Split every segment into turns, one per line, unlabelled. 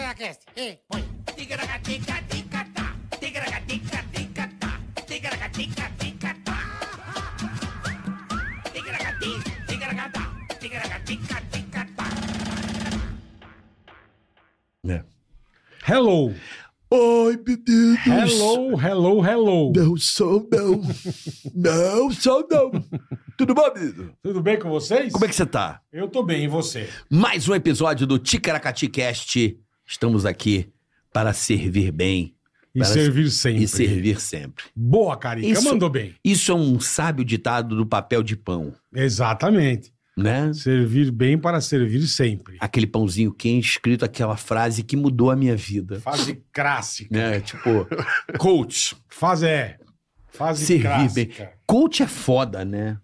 Ticaracast, ei, põe. Ticaracatica-ticatá, ticaracatica-ticatá, ticaracatica-ticatá. Ticaracati, ticaracatá, ticaracatica-ticatá.
É.
Hello,
Ai, meu Deus.
hello, hello, hello.
Não sou, não. não sou, não. Tudo bom, menino?
Tudo bem com vocês?
Como é que você tá?
Eu tô bem, e você?
Mais um episódio do Ticaracati Cast. Estamos aqui para servir bem
E
Parece-
servir sempre.
e servir sempre.
Boa, Carica,
Isso-
mandou bem.
Isso é um sábio ditado do papel de pão,
Exatamente.
né?
Servir bem para servir sempre.
Aquele pãozinho quente escrito aquela frase que mudou a minha vida.
Fase clássica.
Né? Tipo, coach.
Faz é. Fase
Servir
clássica.
Coach é foda, né?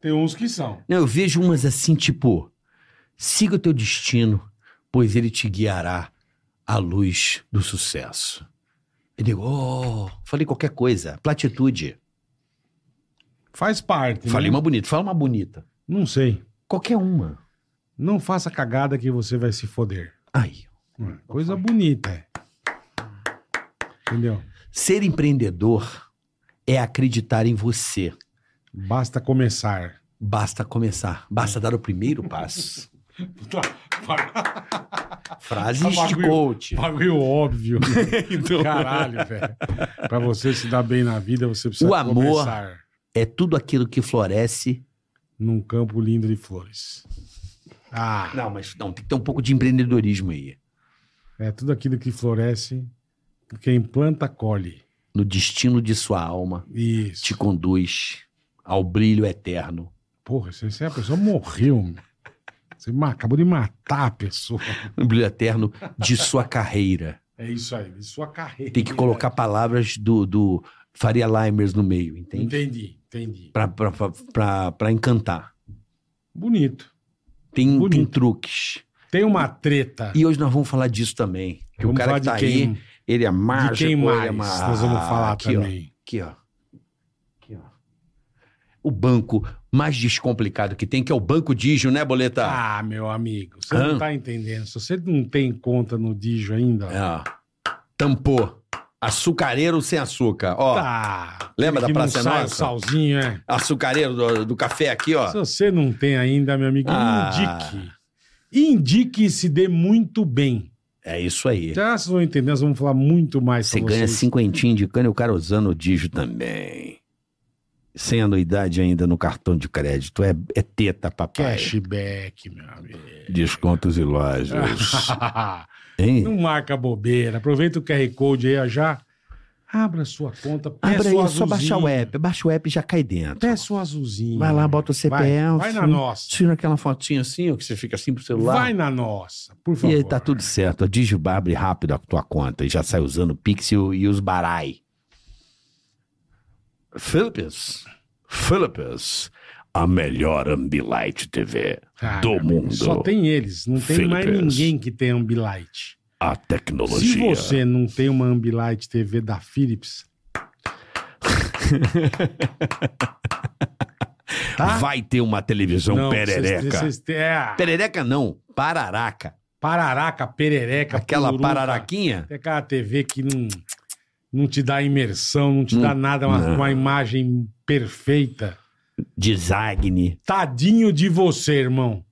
Tem uns que são.
Não, eu vejo umas assim, tipo, siga o teu destino, pois ele te guiará à luz do sucesso. Eu digo, oh, falei qualquer coisa, platitude.
Faz parte. né?
Falei uma bonita, fala uma bonita.
Não sei.
Qualquer uma.
Não faça cagada que você vai se foder.
Aí,
Hum, Coisa bonita. é. Entendeu?
ser empreendedor é acreditar em você.
Basta começar.
Basta começar, basta dar o primeiro passo. Frases de
Bagulho.
coach.
Bagulho óbvio. Caralho, velho. Então. Pra você se dar bem na vida, você precisa
O amor-
começar
É tudo aquilo que floresce.
num campo lindo de flores. Ah,
Não, mas não, tem que ter um pouco de empreendedorismo aí.
é tudo aquilo que floresce, quem planta, colhe.
No destino de sua alma.
Isso.
te conduz ao brilho eterno.
Porra, se se a pessoa morreu, meu. você ma- acabou de matar a pessoa.
O um brilho eterno de sua carreira.
É isso aí, de sua carreira.
Tem que colocar palavras do, do Faria Limers no meio, entende?
Entendi, entendi.
Pra, pra, pra, pra- pra encantar.
Bonito.
Tem, tem
Bonito.
truques.
Tem uma treta.
E hoje nós vamos falar disso também. Que o
Vamos
cara
falar
que tá
de quem,
aí, ele é mágico.
de quem
Ele é
mais
ma-
nós vamos falar
aqui, ó.
também.
Aqui, ó. Aqui, ó. O banco mais descomplicado que tem, que é o Banco Digio, né, Boleta?
Ah, meu amigo, você
Hã?
não tá entendendo. Se você não tem conta no Digio ainda,
É, ó. Tampou. Açucareiro sem açúcar. Ó.
tá.
Lembra
Que
da
não
Praça é
sai o
Nossa?
salzinho, é.
açucareiro do, do café aqui, ó.
Se você não tem ainda, meu amigo,
Ah.
indique. Indique e se dê muito bem.
É isso aí.
Já vocês vão entender, nós vamos falar muito mais
Você
pra
ganha
vocês.
cinquentinho de cana e o cara usando o dígito também. Sem anuidade ainda no cartão de crédito. É, é teta, papai.
Cashback, meu amigo.
Descontos e lojas.
não
hein?
marca bobeira. Aproveita o QR Code aí ó, já. Abra sua conta, peça
Abra aí, é
o azulzinho.
só baixar o app. Baixa o app e já cai dentro.
Peça o azulzinho.
Vai lá, bota o CPF.
Vai, vai na nossa.
Tira aquela fotinha assim, ó, que você fica assim pro celular.
Vai na nossa, por
E
favor.
aí tá tudo certo. A Digibar abre rápido a tua conta e já sai usando o Pixel e os Barai. Philips. Philips. A melhor Ambilight TV.
Cara,
do mundo.
Só tem eles, não tem mais
Philips.
ninguém que tem Ambilight.
A
Se
tecnologia.
você não tem uma Ambilight TV da Philips, tá?
Vai ter uma televisão
Não,
perereca.
Vocês, vocês têm- é,
Perereca não. Pararaca.
pararaca, perereca,
Aquela
pururuca.
pararaquinha.
É aquela TV que não, não te dá imersão, não te
Não-
dá nada, uma,
Hum, não.
uma imagem perfeita.
Design.
Tadinho de você, irmão.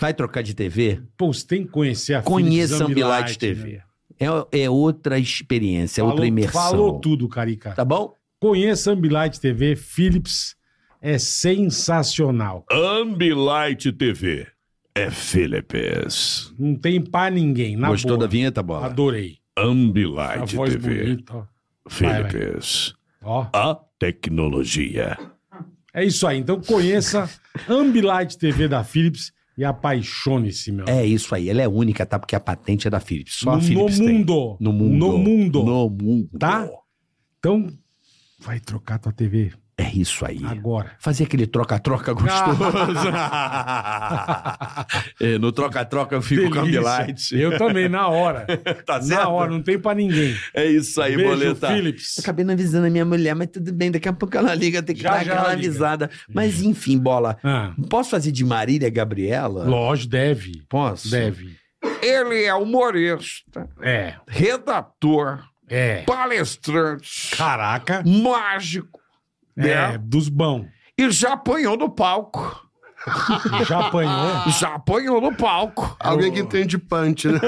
Vai trocar de TV?
Pô, você tem que conhecer a Philips
Conheça a Ambilight
Ambilight, né?
TV. É, é outra experiência, é outra
Falou-
imersão.
Falou tudo, Carica.
Tá bom?
Conheça a Ambilight TV, Philips é sensacional.
Ambilight TV é Philips.
Não tem pra ninguém, na
Gostou da
boa.
vinheta, bola?
Adorei. a
Ambilight
voz bonita, ó.
Philips.
ó.
A tecnologia.
É isso aí. Então conheça Ambilight TV da Philips e apaixone-se, meu.
É isso aí, ela é única, tá? Porque a patente é da Philips. Só
no,
a Philips
no
tem.
mundo.
No mundo.
No mundo.
No mundo.
Tá? Então, vai trocar tua TV
É isso aí.
agora.
Fazer aquele troca-troca gostoso. É, no troca-troca eu fico com
Delícia.
Ambilight.
Eu também, na hora.
Tá
na
certo?
hora, não tem pra ninguém.
É isso aí,
Beijo,
boleta.
Philips.
Acabei não avisando a minha mulher, mas tudo bem, daqui a pouco ela liga, tem que
Já,
dar
já
aquela
liga.
avisada. Mas enfim, bola.
Ah,
Posso fazer de Marília Gabriela?
lógico, deve.
Posso?
Deve.
Ele é humorista,
É,
redator,
é.
palestrante,
Caraca.
mágico.
É,
né?
dos bons.
E já apanhou no palco.
Já apanhou?
Já apanhou no palco.
Alguém que entende punch, né?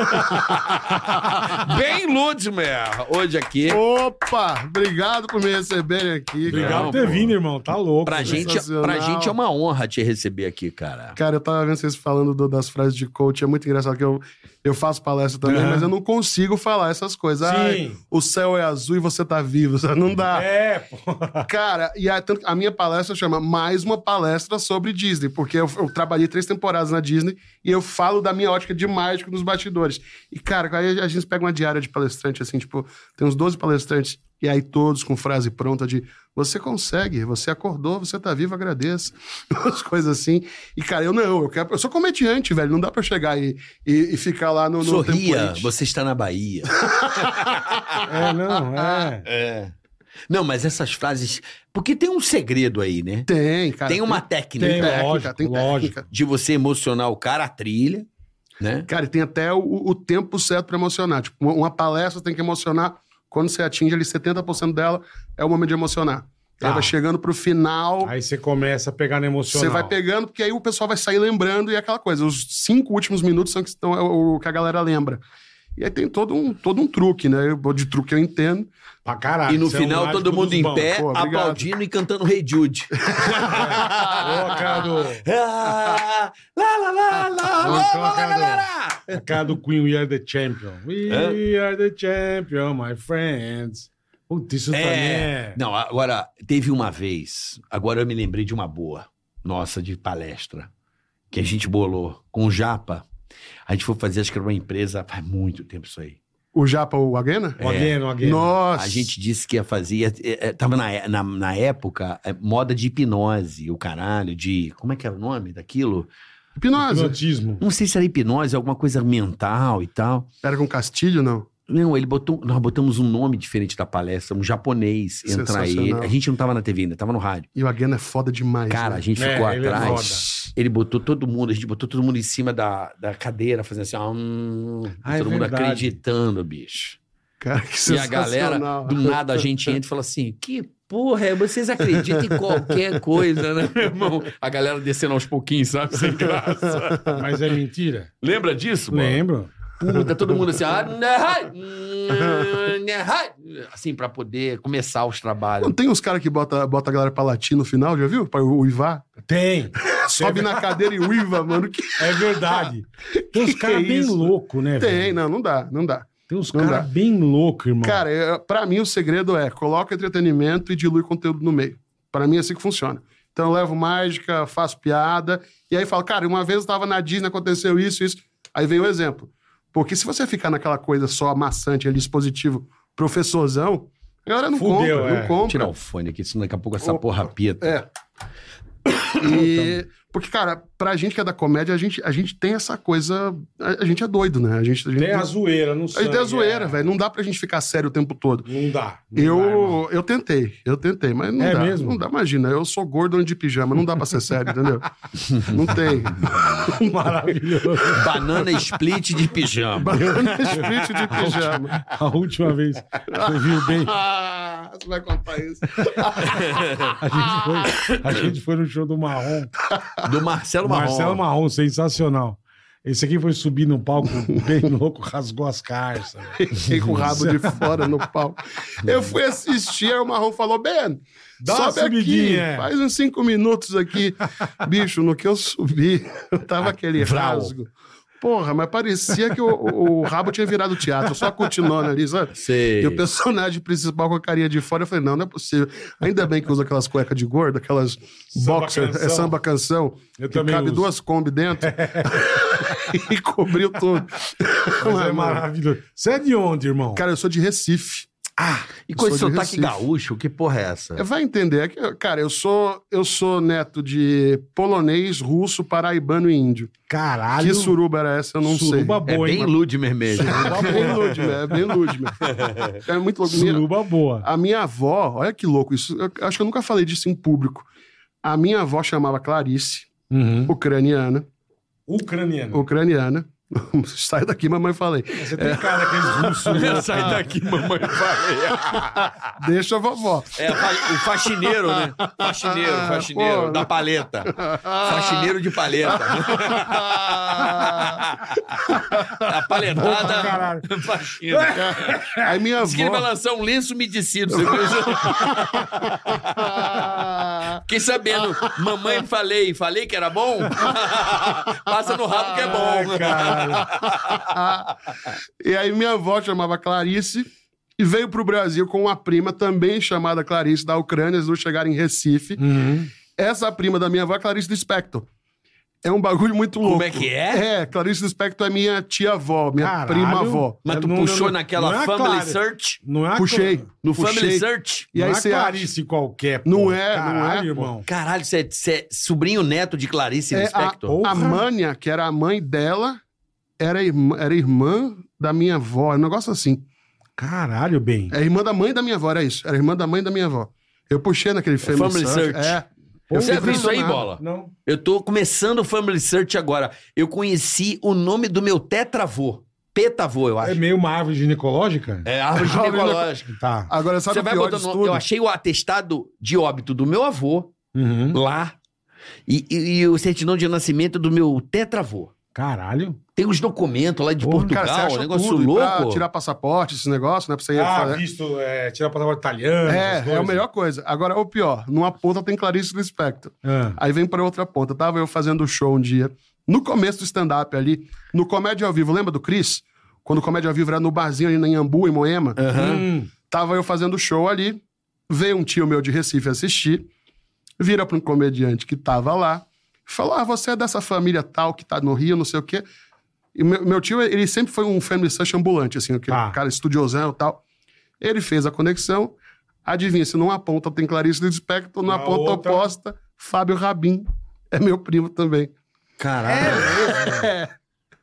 Bem Ludmer, hoje aqui.
Opa! Obrigado por me receberem aqui. cara.
Obrigado
Não,
por ter
pô.
vindo, irmão. Tá louco.
Pra gente, pra
sensacional.
gente é uma honra te receber aqui, cara.
Cara, eu tava vendo vocês falando do- das frases de coach. É muito engraçado que eu, eu faço palestra também,
Aham.
mas eu não consigo falar essas coisas. Ai,
Sim.
o céu é azul e você tá vivo. sabe? Não dá.
É, pô.
Cara, e a, tanto- a minha palestra chama Mais uma Palestra sobre Disney, porque eu, eu trabalhei três temporadas na Disney e eu falo da minha ótica de mágico nos bastidores. E, cara, aí a gente pega uma diária de palestrante, assim, tipo, tem uns 12 palestrantes, e aí todos com frase pronta de você consegue, você acordou, você tá vivo, agradeça. Umas coisas assim. E, cara, eu não, eu quero. Eu sou comediante, velho. Não dá pra eu chegar e, e, e ficar lá no, no
Sorria,
um
template.
você está na Bahia.
É, não, é.
Não, mas essas frases. Porque tem um segredo aí, né?
Tem, cara.
Tem uma
Tem,
técnica
técnica,
lógico,
tem
lógico.
técnica.
de você emocionar o cara, a trilha, né?
Cara, e tem até o, o tempo certo pra emocionar. Tipo, uma, uma palestra tem que emocionar. Quando você atinge ali 70% dela, é o momento de emocionar.
Tá.
Aí vai chegando pro final,
Aí você começa a pegar no
você
emocional.
vai pegando, porque aí o pessoal vai sair lembrando e é aquela coisa. Os cinco últimos minutos são que estão, é o, o que a galera lembra. E aí tem todo um, todo um truque, né? Eu- De truque eu entendo.
Pra caralho.
E no
você é um
final,
mágico
todo mundo
dos
em
bons. É.
pé,
Pô, obrigado.
aplaudindo e cantando Rei Jude.
Ô, cara do,
Ah, lá, lá, lá, lá, lá,
então,
lá, lá,
cara,
lá, lá.
a cara do Queen, we are the champion. We
É.
are the champion, my friends. Putz, isso também
É.
é...
Não, agora, teve uma vez, agora eu me lembrei de uma boa, nossa, de palestra, que a gente bolou com o Japa. A gente foi fazer, acho que era uma empresa, faz muito tempo isso aí.
O Japa, o Agena?
O Again, o Again.
Nossa!
É, A gente disse que ia fazer, ia- é, é, tava na, é- na, na época, é, moda de hipnose, o caralho, de, como é que era o nome daquilo?
Hipnose.
Hipnotismo.
Não sei se era hipnose, alguma coisa mental e tal.
Era com Castilho, não?
Não, ele botou. Nós botamos um nome diferente da palestra, um japonês entrar ele.
Sensacional.
A gente não tava na TV ainda, tava no rádio.
E o Agena é foda demais.
Cara, a
né?
gente
É,
ficou
ele é
atrás.
foda.
ele botou todo mundo, a gente botou todo mundo em cima da, da cadeira, fazendo assim, ah, hum,
Ah, é
todo mundo
verdade.
acreditando, bicho.
Cara, que
E a galera,
sensacional.
do nada, a gente entra e fala assim: que porra, é? vocês acreditam em qualquer coisa, né, meu irmão? A galera descendo aos pouquinhos, sabe? Sem graça.
Mas é mentira?
Lembra disso, mano?
Lembro.
Puta, todo mundo assim, ah, né, ai, hum, né, ai. assim, pra poder começar os
Não
trabalhos.
tem uns caras que bota, bota a galera pra latir no final, já viu? Pra uivar?
Tem.
Sobe na cadeira e uiva, mano. Que...
É verdade. Tem uns
Que
caras
que é
bem
isso?
loucos, né,
Tem,
velho?
não, não dá, não dá.
Tem uns
Não
caras
dá.
bem loucos, irmão.
Cara, eu, pra mim o segredo é coloca entretenimento e dilui conteúdo no meio. Pra mim é assim que funciona. Então eu levo mágica, faço piada, e aí falo, cara, uma vez eu tava na Disney, aconteceu isso, isso. Aí vem o exemplo. Porque se você ficar naquela coisa só amassante, ali, dispositivo, professorzão, a galera não
Fudeu,
compra,
é.
não compra.
Tirar o fone aqui, senão daqui a pouco essa
Opa.
porra pita.
É. E- porque, cara, pra gente que é da comédia, a gente, a gente tem essa coisa. A, a gente é doido, né? A gente, a gente,
Tem a zoeira, não
a
sei.
gente tem a zoeira, velho. Não dá pra gente ficar sério o tempo todo.
Não dá. não dá, irmão.
Eu, eu tentei, eu tentei, mas não
É
dá.
mesmo?
Não dá, imagina. Eu sou gordo de pijama, não dá pra ser sério, entendeu? Não tem.
Maravilhoso.
Banana split de pijama.
Banana split de pijama.
A última vez que eu vi o bem,
Ah, você vai contar isso.
a gente, foi, a gente foi no show do Marrom.
Tá
Do Marcelo Marrom.
Marcelo Marrom, sensacional. Esse aqui foi subir num palco bem louco, rasgou as carças.
Fiquei com o rabo de fora no pau. Eu fui assistir, aí o Marrom falou, Ben,
Dá uma
sobe aqui,
subidinha."
faz uns cinco minutos aqui. Bicho, no que eu subi, eu tava aquele
Vrau.
rasgo. Porra, mas parecia que o, o- o rabo tinha virado teatro, só continuando ali, sabe?
Sei.
E o personagem principal com a carinha de fora, eu falei, não, não é possível. Ainda bem que usa aquelas cuecas de gordo, aquelas
Samba
boxer,
canção.
é samba canção,
Eu
que
também
cabe
uso.
duas Kombi dentro e cobriu tudo.
Mas é
Mano,
maravilhoso. Você é de onde, irmão?
Cara, eu sou de Recife.
Ah, e com esse
Sou de
sotaque
Recife.
gaúcho, que porra é essa?
Vai entender. É que, Cara, eu sou, eu sou neto de polonês, russo, paraibano e índio.
Caralho.
Que suruba era essa? Eu não
suruba
É
boa,
bem
hein?
Ludmer mesmo.
sei. É bem Ludmer, é bem Ludmer. É muito louco. Minha-
Suruba boa.
A minha avó, olha que louco isso. Eu acho que eu nunca falei disso em público. A minha avó chamava Clarice,
Uhum.
ucraniana,
Ucraniano.
ucraniana, Sai daqui, mamãe, falei.
Você tem cara daqueles russos. né?
Sai daqui, mamãe.
Deixa a vovó.
É, fa- o faxineiro, né? Faxineiro,
Ah,
faxineiro,
Pô.
da paleta. Faxineiro de paleta. a
pra caralho. É,
paletada, faxina.
Aí minha
Diz que ele vai
avó.
lançar um lenço umedecido. Você viu isso? Fiquei sabendo. Mamãe, falei. Falei que era bom? Passa no rabo que é
Ah,
bom.
e aí minha avó chamava Clarice e veio pro Brasil com uma prima também chamada Clarice da Ucrânia, eles não chegaram em Recife.
Uhum.
Essa prima da minha avó é Clarice Lispector. É um bagulho muito louco.
Como é que é?
É, Clarice Lispector é minha tia-avó, minha
Caralho.
prima-avó.
Mas tu
Não, não,
puxou
não.
naquela
Não é
Family
claro.
Search?
Não é
Puxei,
Não
No
puxei.
Family Search?
E aí
é
você acha...
Clarice qualquer, pô.
Não é, não é,
Caralho,
pô.
irmão.
Caralho, você é, você é sobrinho neto de Clarice
É,
Lispector?
a, a
Porra.
Mânia, que era a mãe dela, era irmã, era irmã da minha avó. É um negócio assim.
Caralho, bem.
É irmã da mãe da minha avó, era isso. Era irmã da mãe da minha avó. Eu puxei naquele filme.
Family Search.
É.
Pô,
Você
fiquei
viu isso aí, Bola?
impressionado.
Não.
Eu tô começando o Family Search agora. Eu conheci o nome do meu tetravô. Petavô, eu
É
acho.
meio uma árvore ginecológica?
É, árvore ginecológica.
É.
Tá.
Agora, sabe
Você
o
vai
pior
botando.
disso tudo?
Eu achei o atestado de óbito do meu avô
Uhum.
lá e, e- e o certidão de nascimento do meu tetravô.
Caralho.
Tem uns documentos lá de
Porra,
Portugal, um negócio louco.
pra tirar passaporte, esse negócio, né? Pra você
Ah,
fazer-
visto, é, tirar passaporte italiano. essas
É, é a
coisas.
melhor coisa. Agora, o pior, numa ponta tem Clarice Lispector.
Ah.
Aí vem pra outra ponta. Tava eu fazendo show um dia, no começo do stand-up ali, no Comédia ao Vivo, lembra do Chris? Quando o Comédia ao Vivo era no barzinho ali em Ambu, em
É.
Moema.
Hum.
Tava eu fazendo show ali, veio um tio meu de Recife assistir, vira pra um comediante que tava lá, falou, ah, você é dessa família tal que tá no Rio, não sei o quê. E meu, meu tio, ele sempre foi um family search ambulante, assim, aquele
Tá.
cara estudiosão e tal. Ele fez a conexão, adivinha, se numa ponta tem Clarice Lispector, numa
Na
ponta
outra-
oposta, Fábio Rabin. É meu primo também.
Caralho.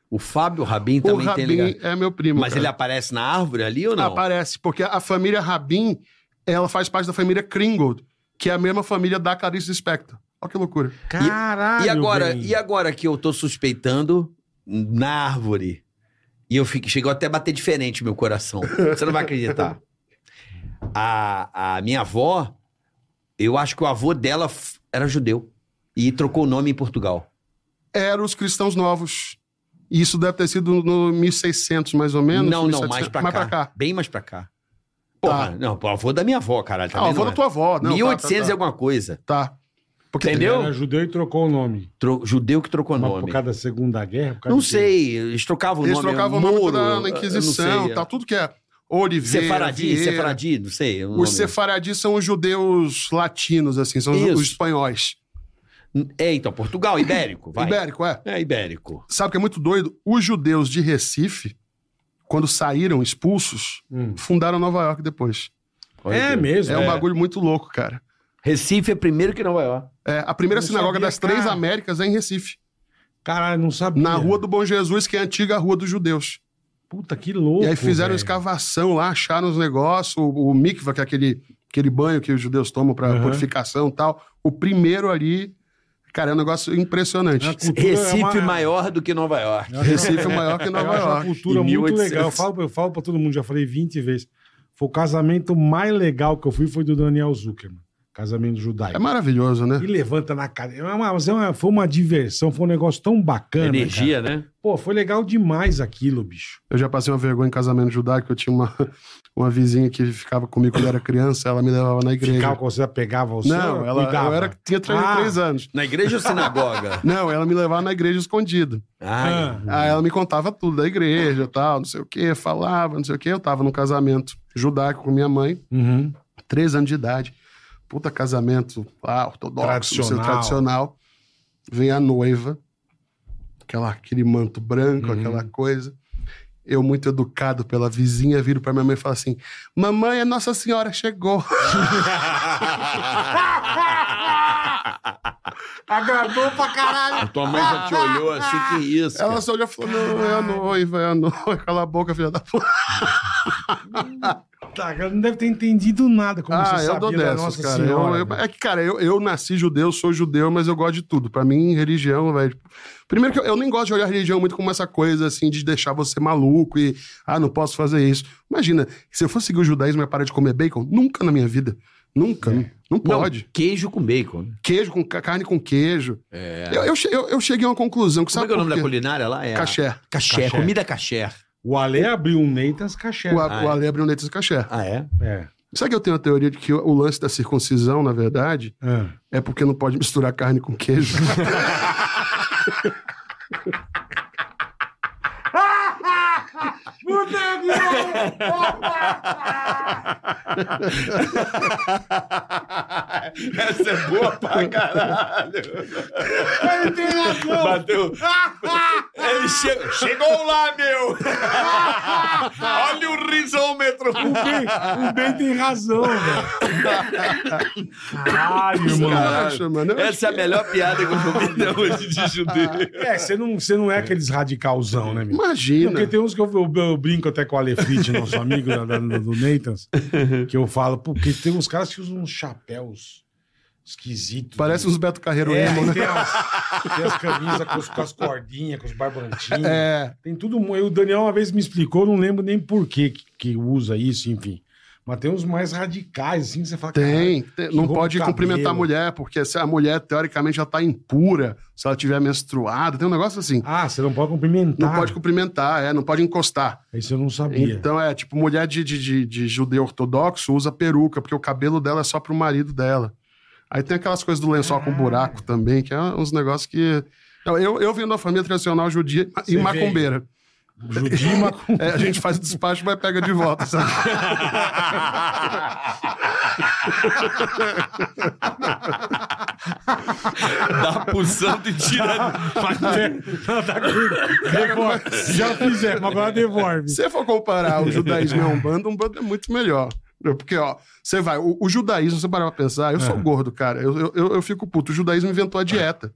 O Fábio Rabin
é O
também tem
Rabin
ligado.
é meu primo.
Mas ele aparece na árvore ali ou não?
Aparece, porque a família Rabin, ela faz parte da família Kringold, que é a mesma família da Clarice Lispector. Olha que loucura.
Caralho.
E agora,
bem.
e agora que eu tô suspeitando na árvore, e eu fico, chegou até a bater diferente meu coração. Você não vai acreditar. A, a minha avó, eu acho que o avô dela f- era judeu e trocou o nome em Portugal.
Eram os cristãos novos. E isso deve ter sido no 1600, mais ou menos.
não, não,
1700,
mais pra,
mais
cá,
pra cá.
Bem mais pra cá. Porra,
Tá.
não, o avô da minha avó, caralho.
Ah,
Também
eu vou
não
da
é.
tua avó.
1800
Não,
e é
tá, tá,
alguma coisa.
tá, tá. Porque
Entendeu?
Era judeu e trocou o nome.
Tro- judeu que trocou o
Mas
nome.
por causa da Segunda Guerra? por causa
Não
de quê?
sei, eles trocavam o
Eles
nome.
trocavam o
Moro,
nome da, da
eu não
Inquisição,
sei.
tal, tudo que é Oliveira,
Sefaradi,
Vieira.
Sefaradi, é não sei. o nome.
Os sefaradis são os judeus latinos, assim, são os,
Isso.
os espanhóis.
É, então, Portugal, ibérico, vai.
Ibérico, é.
É, ibérico.
Sabe o que é muito doido? Os judeus de Recife, quando saíram expulsos,
Hum.
fundaram Nova York depois.
Olha
É
que-
mesmo?
É, um bagulho muito louco, cara.
Recife é primeiro que Nova York.
É, a primeira
Não
sinagoga
sabia,
das Três
cara.
Américas é em Recife.
Caralho, não sabia.
Na Rua do Bom Jesus, que é a antiga Rua dos Judeus.
Puta, que louco.
e aí fizeram
velho.
escavação lá, acharam os negócios, o, o mikvah, que é aquele, aquele banho que os judeus tomam pra
Aham.
purificação e tal. O primeiro ali, cara, é um negócio impressionante.
É uma cultura-
Recife
é uma-
maior do que Nova York.
Recife é maior que
Eu
Nova
acho uma
York.
cultura
Em
muito
1800.
legal. Eu falo, eu falo pra todo mundo, já falei 20 vezes. Foi o casamento mais legal que eu fui, foi do Daniel Zuckerman. Casamento judaico.
É maravilhoso, né?
E levanta na cadeira. É uma- mas é uma- foi uma diversão, foi um negócio tão bacana. cara.
Energia, né?
Pô, foi legal demais aquilo, bicho.
Eu já passei uma vergonha em casamento judaico. Eu tinha uma, uma vizinha que ficava comigo quando eu era criança, ela me levava na igreja.
Ficava com você, pegava você.
Não, ela
cuidava?
eu era, tinha três,
Ah.
três anos.
Na igreja ou sinagoga?
Não, ela me levava na igreja escondido.
Ai,
Ah,
Aí ela me contava tudo da igreja, tal, não sei o quê, falava, não sei o quê. Eu tava num casamento judaico com minha mãe,
uhum.
três anos de idade. Puta casamento lá, ortodoxo, não sei,
Tradicional.
tradicional. Vem a noiva, aquela, aquele manto branco,
Uhum.
aquela coisa. Eu, muito educado pela vizinha, viro pra minha mãe e falo assim: Mamãe, a Nossa Senhora chegou.
Agradou pra caralho.
tua mãe já te olhou assim, que isso.
Ela só olhou e falou: Não, é a noiva, é a noiva, cala a boca, filha da puta.
Puta, cara, Tá, não deve ter entendido nada como
ah,
você
eu
sabia
dou
da
dessas,
Nossa
cara.
Senhora. né?
Eu- eu- é que, cara, eu, eu nasci judeu, sou judeu, mas eu gosto de tudo. Pra mim, religião, velho. tipo, Primeiro que eu, eu nem gosto de olhar a religião muito como essa coisa, assim, de deixar você maluco e, ah, não posso fazer isso. Imagina, se eu fosse seguir o judaísmo e ia parar de comer bacon, nunca na minha vida. Nunca.
É.
Não pode.
Queijo com bacon.
Queijo com ca- carne com queijo. Eu, eu che- eu- eu cheguei a uma conclusão. Que
É. Como
sabe
é que é o
por
nome da
quê?
culinária lá? É a-
Caché.
Caché,
Caché.
comida caché.
O Ale abriu um Neitas Caché.
O, a-
Ah,
o
é.
Ale abriu um leite de caché.
Ah, é?
É.
Sabe que eu tenho a teoria de que o- o lance da circuncisão, na verdade,
Ah.
é porque não pode misturar carne com queijo.
Essa é boa pra caralho. Bateu. Ele chegou. Chegou lá, meu! Olha o risômetro!
O Ben tem razão, velho. Caralho, irmão.
Acha, mano? Eu
Essa é a melhor piada que eu comi até hoje de judeu.
É, você não, você não é aqueles radicalzão, né, meu?
Imagina.
Porque tem uns que eu, eu- eu brinco até com o Alefrite, nosso amigo da- da- do Neitans, que eu falo, porque tem uns caras que usam uns chapéus esquisitos.
Parece uns Beto Carreiro
É,
emo, né?
aí tem, as, tem as camisas com, os- com as cordinhas, com os barbantinhos.
É.
Tem tudo. mu- O Daniel uma vez me explicou, não lembro nem por que, que- que usa isso, enfim. Mas tem uns mais radicais, assim, que você fala.
Tem, tem. não
roupa
pode
de
cumprimentar a
cabelo.
mulher, porque se a mulher, teoricamente, já tá impura, se ela tiver menstruada, tem um negócio assim.
"Caralho, Ah, você não pode cumprimentar.
Não pode cumprimentar, é, não pode encostar.
Isso eu não sabia.
Então é, tipo, mulher de, de, de, de judeu ortodoxo usa peruca, porque o cabelo dela é só pro marido dela. Aí tem aquelas coisas do lençol
Ah.
com buraco também, que é uns negócios que. Não, eu, eu venho de uma família tradicional judia e
Você
macumbeira.
Judima com.
É, a gente faz o despacho, mas pega de volta, sabe?
Dá pro santo e tira.
Devolve. tá Já fizemos, agora devolve.
Se você for comparar o judaísmo e a Umbanda, a Umbanda é muito melhor. Porque, ó, você vai, o, o judaísmo, você parar pra pensar, eu sou gordo, cara, eu, eu- eu, eu fico puto. O judaísmo inventou a dieta.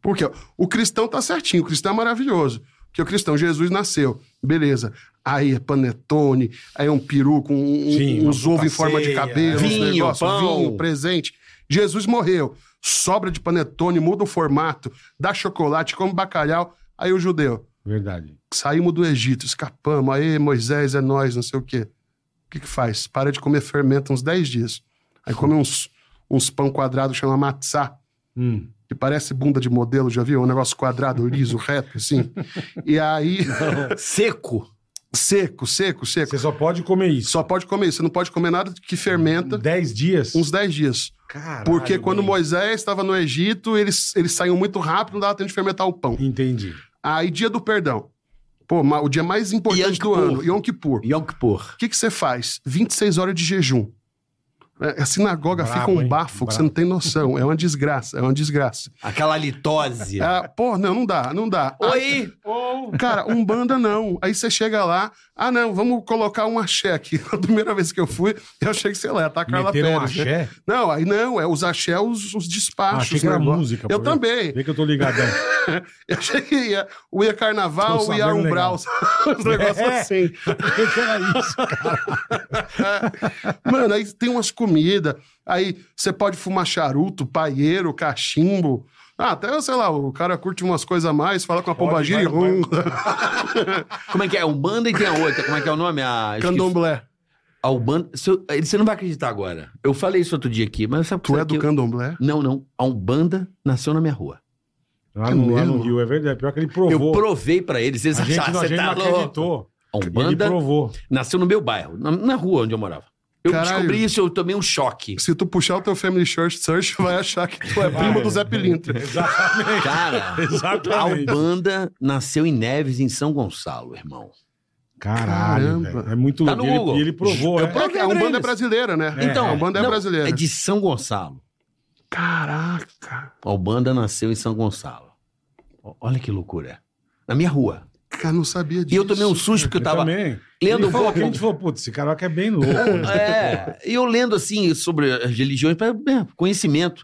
Porque, ó, o cristão tá certinho, o cristão é maravilhoso. Porque o cristão, Jesus nasceu, beleza. Aí é panetone, aí é um peru com um,
Sim, uma
uns ovos em
puta
forma de
ceia.
cabelo, uns
Vinho,
negócios,
pão.
vinho, presente. Jesus morreu, sobra de panetone, muda o formato, dá chocolate, come bacalhau. Aí o judeu,
Verdade.
saímos do Egito, escapamos, aí Moisés é nós, não sei o quê. O que que faz? Para de comer fermento uns 10 dias. Aí come uns, uns pão quadrado, chama matzá,
Hum.
que parece bunda de modelo, já viu? Um negócio quadrado, liso, reto, assim. E aí,
Seco.
seco, seco, seco.
Você só pode comer isso.
Só pode comer isso, você não pode comer nada que fermenta
Dez dias?
uns 10 dias.
Caralho,
Porque quando
velho.
Moisés estava no Egito, eles, eles saíam muito rápido, não dava tempo de fermentar o pão.
Entendi.
Aí, dia do perdão. Pô, ma- o dia mais importante do
Kippur.
ano, Yom Kippur.
Yom Kippur.
O que que você faz? 26 horas de jejum. É, A sinagoga
Brabo,
fica um
hein?
bafo que
Brabo.
você não tem noção. É uma desgraça, é uma desgraça.
Aquela litose.
Ah, pô, não, não dá, não dá.
Oi!
Ah, cara, umbanda não. Aí você chega lá, ah não, vamos colocar um axé aqui. A primeira vez que eu fui, eu achei que, sei lá, tá a Carla
Meteram um
Pérez, né?
axé? Ah,
Não, aí não, é os axé, os, os despachos.
Achei que era
negócio.
música.
Eu
pô.
também.
Vê que eu tô ligadão.
Eu achei que ia, o ia carnaval,
Tô
o ia
sabendo
umbral,
legal.
os negócios
É.
assim.
Vê que era isso.
É. Mano, aí tem umas comidas, aí você pode fumar charuto, paieiro, cachimbo. Ah, até, sei lá, o cara curte umas coisas a mais, fala com a hum, pombagira e
vai,
rum,
Como é que é? Umbanda e tem a outra. Como é que é o nome? A... esqueci.
candomblé.
A Umbanda. Se eu- Você não vai acreditar agora. Eu falei isso outro dia aqui, mas sabe
Tu é do
que eu-
candomblé?
Não, não. A Umbanda nasceu na minha rua.
Lá no,
É
lá no
mesmo?
Rio, é verdade. Pior que ele
Eu
provou.
provei pra eles. Eles
a gente,
acharam
não- a
você
gente
tá
não
louco.
acreditou.
A
Ele
Umbanda
provou.
nasceu no meu bairro, na, na rua onde eu morava. Eu
Caralho.
descobri isso, eu tomei um choque.
Se tu puxar o teu Family Search, search vai achar que tu é primo do Zé Pilintra.
Exatamente.
Cara, a
Exatamente.
Umbanda nasceu em Neves, em São Gonçalo, irmão.
Caralho,
Caramba.
velho. É muito
Tá no
louco. E
Google.
ele, e ele provou,
Eu
é.
É, que a Umbanda é brasileira, né?
É.
então,
a Umbanda é
não,
brasileira.
É de São Gonçalo.
Caraca.
A Umbanda nasceu em São Gonçalo. O- Olha que loucura. Na minha rua.
Cara, não sabia disso.
E eu tomei um susto porque eu tava
também.
lendo
Ele
um
falou
pouco.
que A gente falou, putz, esse caraca é bem louco.
É, e eu lendo assim sobre as religiões, pra, é, né, conhecimento.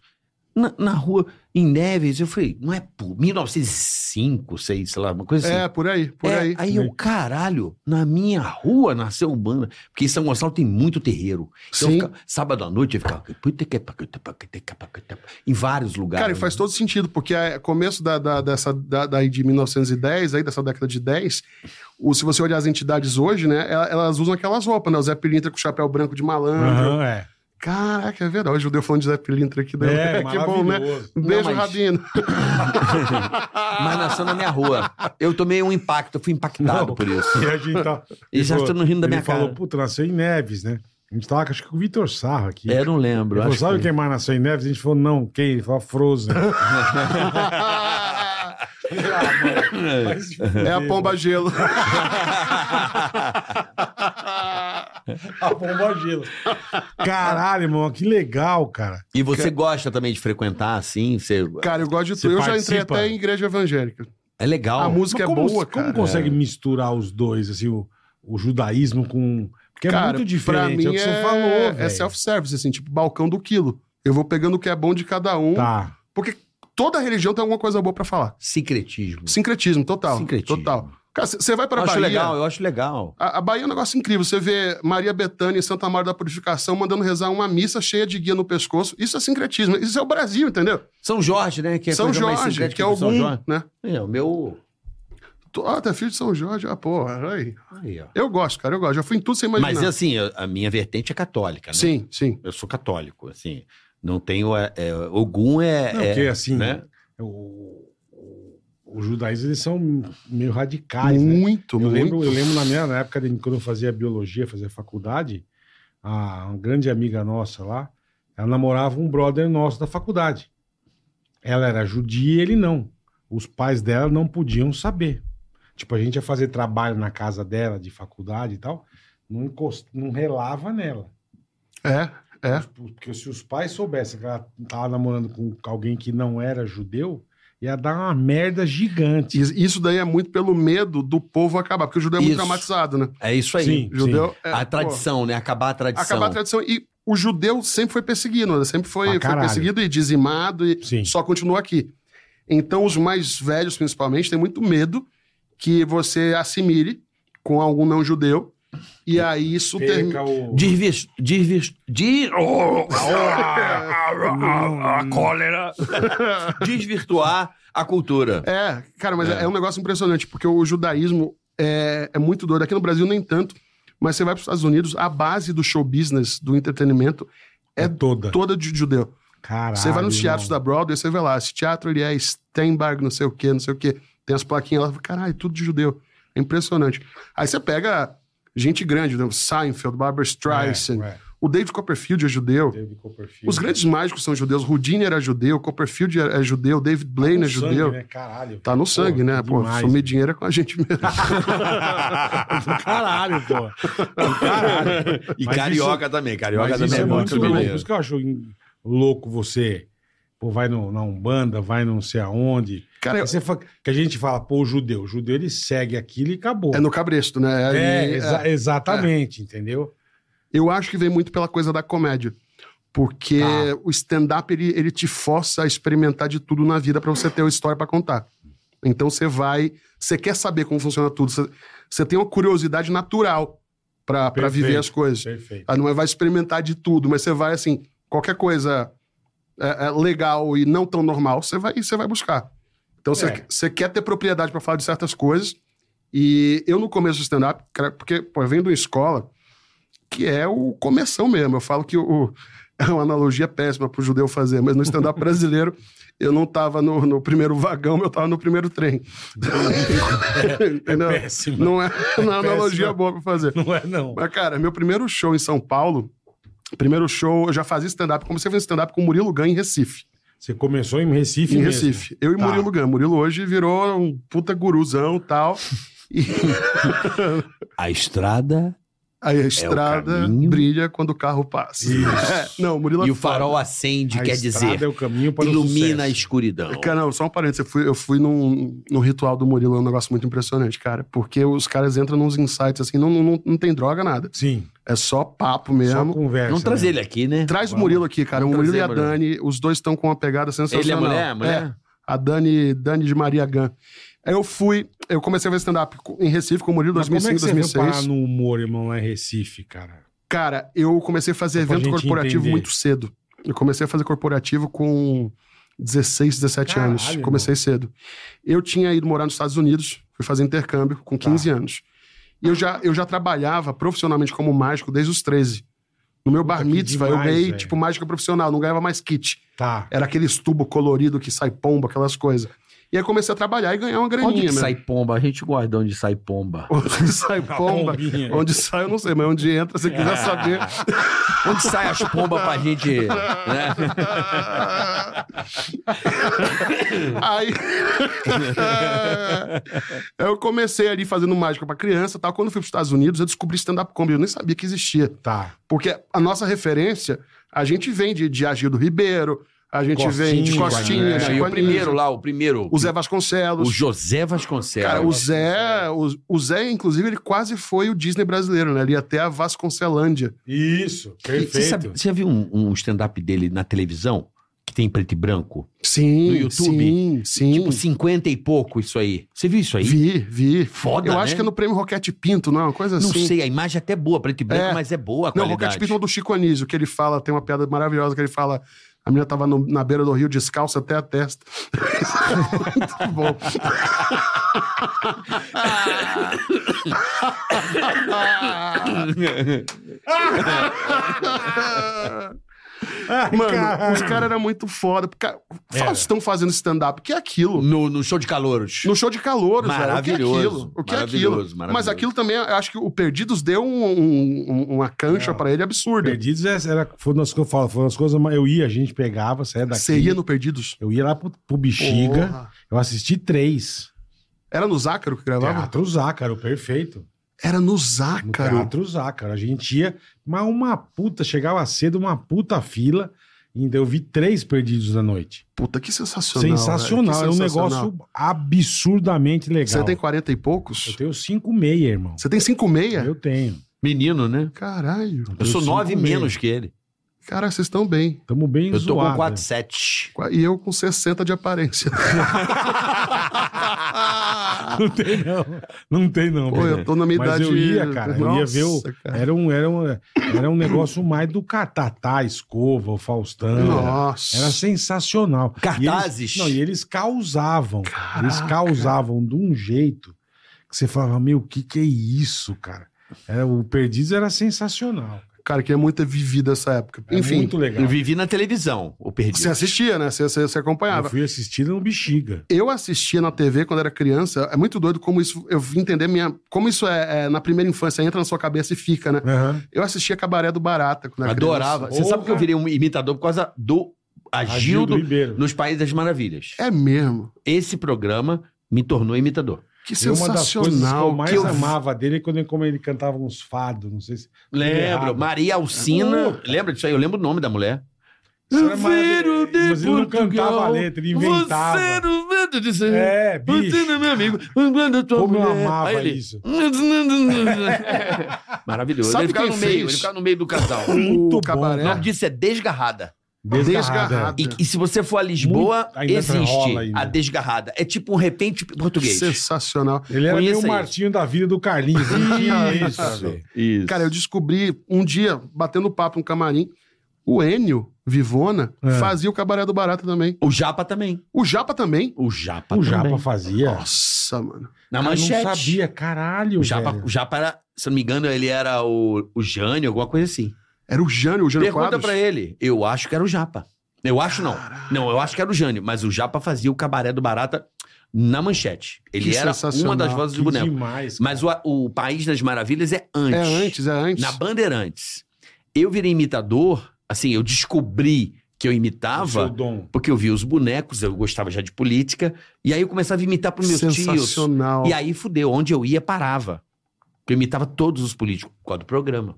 na, na rua, em Neves. Eu falei, não é por 1905, sei, sei lá, uma coisa assim.
É, por aí, por
É,
aí.
eu, caralho, na minha rua nasceu Umbanda. Porque em São Gonçalo tem muito terreiro. Então,
Sim.
eu ficava- sábado à noite eu ficava. Em vários lugares.
Cara, e
né?
faz todo sentido, porque é começo da, da, dessa, da, daí de 1910, aí, dessa década de 10, o, se você olhar as entidades hoje, né, ela- elas usam aquelas roupas, né? O Zé Pilintra com o chapéu branco de malandro.
Aham, é.
Caraca, é verdade. Hoje eu dei falando de Zé Pilintra aqui. né?
É,
que bom, né?
maravilhoso.
Um Beijo,
Não, mas-
Rabino.
Mas nasceu na minha rua. Eu tomei um impacto, eu fui impactado
Não.
por isso.
E a gente tá.
E já
Ele
estão rindo da
ele
minha
falou,
cara.
puta, nasceu em Neves, né? A gente tava, acho que com o Vitor Sarro aqui.
É, não lembro.
Ele falou,
acho
sabe
que-
quem mais nasceu em Neves? A gente falou, não, quem? Ele falou, Frozen. Vai se fuder,
É a
mano.
pomba gelo.
A pomba gelo. Caralho, irmão, que legal, cara.
E você gosta também de frequentar, assim? Você...
Cara, eu gosto de
Você
tudo. Eu já entrei
participa?
até em igreja evangélica.
É legal.
A música
Mas como,
é boa,
como
cara.
consegue misturar os dois, assim, o, o judaísmo com... Porque é
Cara,
muito
pra
diferente,
mim
é o que você falou,
é
velho.
self-service, assim, tipo balcão do quilo. Eu vou pegando o que é bom de cada um,
Tá.
porque toda religião tem alguma coisa boa pra falar.
Secretismo.
Sincretismo, total.
Hum. Sincretismo.
Total. Cara, você vai pra
Eu acho
Bahia...
legal, eu acho legal.
A, a Bahia é um negócio incrível. Você vê Maria Bethânia e Santa Maria da Purificação mandando rezar uma missa cheia de guia no pescoço. Isso é sincretismo. Isso é o Brasil, entendeu?
São Jorge, né? Que é a
São
coisa mais
Jorge,
sincrética
que é
do São
algum,
Jorge.
né?
É, o meu.
Tô- Ah, tá filho de São Jorge. Ah, porra, aí.
Aí, ó.
Eu gosto, cara, eu gosto. Já fui em tudo sem imaginar.
Mas assim, a- a minha vertente é católica, né?
Sim, sim.
Eu sou católico, assim. Não tenho. É, é, Ogum é.
Não,
é,
porque assim,
né?
o, o- os judaísmos, eles são meio
Ah, é-
radicais, né?
muito,
Eu
muito.
lembro, eu lembro na minha na época, de, quando eu fazia biologia, fazia faculdade, a, uma grande amiga nossa lá, ela namorava um brother nosso da faculdade. Ela era judia e ele não. Os pais dela não podiam saber. Tipo, a gente ia fazer trabalho na casa dela, de faculdade e tal, não, encost... não relava nela.
É, é.
Tipo, Porque se os pais soubessem que ela tava namorando com alguém que não era judeu, ia dar uma merda gigante.
E Isso daí é muito pelo medo do povo acabar, porque o judeu é muito
Isso.
traumatizado, né?
É isso aí.
Sim,
Judeu é,
a
pô,
tradição, né? Acabar a tradição.
acabar a tradição. E o judeu sempre foi perseguido, né? sempre
Pra
foi, foi
caralho.
perseguido e dizimado, e
Sim.
só continua aqui. Então, os mais velhos, principalmente, têm muito medo que você assimile com algum não judeu, e aí isso
Perca
termina.
o...
Desvist... Desvist... De... Oh,
A cólera.
desvirtuar a cultura.
É, cara, mas é. é um negócio impressionante, porque o judaísmo é, é muito doido. Aqui no Brasil, nem tanto. Mas você vai para os Estados Unidos, a base do show business, do entretenimento,
É toda.
toda de judeu.
Caralho.
você vai nos
irmão. É,
teatros da Broadway, você vê lá, esse teatro ele é Steinberg, não sei o quê, não sei o quê. Tem as plaquinhas lá, caralho, tudo de judeu. É impressionante. Aí você pega gente grande, né? Seinfeld, Barbara Streisand,
É, é.
o David Copperfield é judeu.
David Copperfield.
Os grandes mágicos são judeus. Rudine era judeu, Copperfield é é judeu, David
Tá
Blaine
no
é
sangue,
judeu.
né? Caralho.
Tá no
Pô,
sangue, né? Pô,
demais,
sumir
né?
dinheiro é com a gente mesmo.
Caralho, pô. Caralho.
E
Mas
carioca também. Carioca
Mas isso
também
é
é
muito
muito
louco.
maneiro.
Por isso que eu acho in- louco você. Pô, vai no, na Umbanda, vai não sei aonde.
Cara, eu-
Você fa- Que a gente fala, pô, o judeu. O judeu ele segue aquilo e acabou.
é no cabresto, né? Aí,
É,
é,
exa- exatamente, entendeu?
Eu acho que vem muito pela coisa da comédia. Porque
Tá.
o stand-up, ele, ele te força a experimentar de tudo na vida pra você ter uma história pra contar. Então você vai, você quer saber como funciona tudo. Você, você tem uma curiosidade natural pra pra
Perfeito.
viver as coisas.
Perfeito.
Ah, Não é vai experimentar de tudo, mas você vai assim, qualquer coisa é, é, legal e não tão normal, você vai, você vai buscar. Então você,
É.
você quer ter propriedade para falar de certas coisas. E eu no começo do stand-up, cara, porque pô, eu venho de uma escola que é o começão mesmo. Eu falo que o, é uma analogia péssima pro judeu fazer, mas no stand-up brasileiro eu não tava no, no primeiro vagão, eu tava no primeiro trem. Entendeu?
Péssimo.
não é uma analogia
péssimo.
boa pra fazer.
Não é, não.
Mas, cara, meu primeiro show em São Paulo, primeiro show, eu já fazia stand-up, comecei a fazer stand-up com o Murilo Gun em Recife.
Você começou em Recife
em
mesmo.
Recife. Eu e
Tá.
Murilo Gun. Murilo hoje virou um puta guruzão e tal. E
A estrada
Aí a estrada
caminho.
brilha quando o carro passa. É, não, Murilo é
E o
foda.
farol acende,
A
quer
estrada
dizer,
é o caminho para o
ilumina a
sucesso.
escuridão.
um Cara, não, só um parênteses. Eu fui, eu fui num, num ritual do Murilo, é um negócio muito impressionante, cara. Porque os caras entram nos insights assim, não, não, não, não tem droga, nada.
Sim,
É só papo
só
mesmo.
conversa.
Não
é
trazer
né?
ele aqui, né?
Traz o Murilo aqui, cara. O
Vamos
Murilo e a
trazer, Murilo.
Dani, os dois estão com uma pegada
Ele é
sensacional.
mulher? mulher?
a Dani, Dani de Maria Gan. Aí eu fui, eu comecei a ver stand-up em Recife com o Murilo em
Mas
2005,
como é que você veio
2006.
parar no humor, irmão, lá em Recife, cara?
Cara, eu comecei a fazer
Só É pra
evento
gente
corporativo
entender.
muito cedo. Eu comecei a fazer corporativo com 16, 17
Caralho,
anos. Comecei cedo. Eu tinha ido morar nos Estados Unidos, fui fazer intercâmbio com
Tá.
15 anos. E eu já, eu já trabalhava profissionalmente como mágico desde os 13. No meu
Puta,
bar
que
mitzvah, eu
demais,
ganhei,
velho.
tipo, mágica profissional, não ganhava mais kit.
Tá.
Era aquele tubo colorido que sai pomba, aquelas coisas. E aí comecei a trabalhar e ganhar uma graninha,
Onde que
né?
sai pomba? A gente guarda onde sai pomba.
Onde sai
A
pomba?
pombinha.
É Onde sai, eu não sei, mas onde entra, se quiser saber.
Onde sai as pombas pra gente. Né?
Aí eu comecei ali fazendo mágica pra criança e tal. Quando eu fui pros Estados Unidos, eu descobri stand-up comedy. Eu nem sabia que existia.
Tá.
Porque a nossa referência, a gente vem de, de Agildo Ribeiro, a gente vem de
Costinha,
Costinha,
né?
Chico
Não, e o
Anísio,
primeiro lá, o primeiro.
o Zé
O
Vasconcelos.
José Vasconcelos.
Cara, o Zé, o, o Zé, inclusive, ele quase foi o Disney brasileiro, né? Ele ia até a Vasconcelândia.
Isso,
Você, sabe-
perfeito.
você já viu um, um stand-up dele na televisão? Que tem em preto e branco?
Sim,
No YouTube?
sim, sim.
Tipo, 50 e pouco isso aí. Você viu isso aí?
Vi, vi.
Foda,
Eu
né?
acho que é no prêmio Roquete Pinto, não é uma coisa
Não
assim.
sei, a imagem é até boa, preto e branco,
É.
mas é boa a
Não, o
qualidade.
Rocket Pinto é o do Chico Anísio, que ele fala, tem uma piada maravilhosa que ele fala. A menina tava no- na beira do rio descalça até a testa. Muito bom.
Ai,
Mano,
caralho.
os caras eram muito foda. Cara,
Era.
Faustão fazendo stand-up, que é aquilo?
no, no show de calouros.
No show de calor,
Maravilhoso,
velho. O que é aquilo? O que é aquilo?
maravilhoso, maravilhoso.
Mas aquilo também, eu acho que o Perdidos deu um- um- um- uma cancha
Não.
pra ele absurda.
Perdidos é- era, foram as que eu falo, foram as coisas, mas eu ia, a gente pegava, saia daqui.
Você ia no Perdidos?
Eu ia lá pro, pro Bexiga,
Porra.
eu assisti três.
Era no Zácaro que gravava?
Teatro Zácaro, perfeito.
Era no
No
Zácaro.
Teatro Zácaro. A gente ia, mas uma puta, chegava cedo, uma puta fila, ainda eu vi três perdidos na noite.
Puta, que sensacional.
Sensacional,
velho,
é
que
um
sensacional.
negócio absurdamente legal.
Você tem 40 e
Eu
poucos?
tenho cinco meia, irmão.
Você tem 5 meia?
Eu tenho.
Menino, né?
Caralho.
Eu sou
cinco
nove
e meia.
menos que ele.
Cara, vocês estão bem.
Tamo bem
Eu tô com
zoado,
quatro sete.
Qua- E eu com 60 de aparência.
né? Não tem, não. Não tem, não.
Pô, eu tô na minha
Mas
idade.
eu ia, cara, eu ia ver o-
Nossa, cara.
Era um, era, um, era um negócio mais do Catatá, Escova, o Faustão.
Nossa.
assim. Era sensacional.
Cartazes.
E eles, não, e eles causavam. Eles causavam de um jeito que você falava, meu, o que, que é isso, cara? Era, o Perdidos era sensacional.
Cara, queria muito ter vivido essa época.
Era
Enfim,
muito legal.
Eu vivi na televisão, o perdido.
é
você assistia, né? Você, você, você
Eu
acompanhava.
fui assistir no Bexiga.
Eu assistia na TV quando era criança. É muito doido como isso. Eu vim entender minha. Como isso é, é na primeira infância, entra na sua cabeça e fica, né? Eu assistia Cabaré do Barata quando era
Adorava.
criança.
Você sabe que eu
Porra.
virei um imitador por causa do
Agildo
Agildo
Ribeiro.
nos Países das Maravilhas.
É mesmo.
Esse programa me tornou imitador.
Que
E É uma das coisas que eu
sensacional.
mais
que eu-
amava dele é quando ele, como ele cantava uns fados, não sei se.
Lembro,
Errado.
Maria Alcina.
Puta.
Lembra disso aí? Eu lembro o nome da mulher.
Isso Uh! era maravilhoso.
de
Mas ele não
Portugal,
cantava a letra, ele inventava.
Você não vendo de ser.
É,
Você não é
bicho.
meu amigo. Quando a tua
Como eu
mulher-
amava
Aí ele-
isso.
Maravilhoso.
Sabe
ele ficava
quem
no meio,
fez?
ele ficava no meio do casal.
Muito bom, é.
o cabaré.
O nome disso é Desgarrada.
Desgarrada.
E, e se você for a Lisboa,
Muito- ainda
existe
rola ainda.
a Desgarrada. É tipo um repente português.
Sensacional.
Ele era
Conheça
meio o
isso.
Martinho da vida do Carlinhos. Não tinha isso. assim. velho.
Isso.
Cara, eu descobri um dia, batendo papo no camarim, o Enio Vivona
É.
fazia o Cabaré do Barata também.
O Japa também.
O Japa também.
O Japa
O
também.
Japa fazia.
Nossa, mano.
Na
Eu
manchete.
não sabia, caralho.
O Japa,
velho.
o Japa era, se eu não me engano, ele era o, o Jânio, alguma coisa assim.
Era o Jânio, o Jânio
Pergunta
Quadros.
pra ele. Eu acho que era o Japa. Eu acho não. Não, eu acho que era o Jânio, mas o Japa fazia o cabaré do Barata na manchete. Ele
Que
era
sensacional,
uma das vozes
Que
do boneco.
demais.
Mas o, o País das Maravilhas é antes.
É antes, é antes.
Na Bandeirantes. Eu virei imitador, assim, eu descobri que eu
cara. O seu
imitava
dom.
porque eu via os bonecos, eu gostava já de política, e aí eu começava a imitar pros meus tios.
Sensacional.
E aí fudeu, onde eu ia parava. Que eu imitava todos os políticos por causa do programa.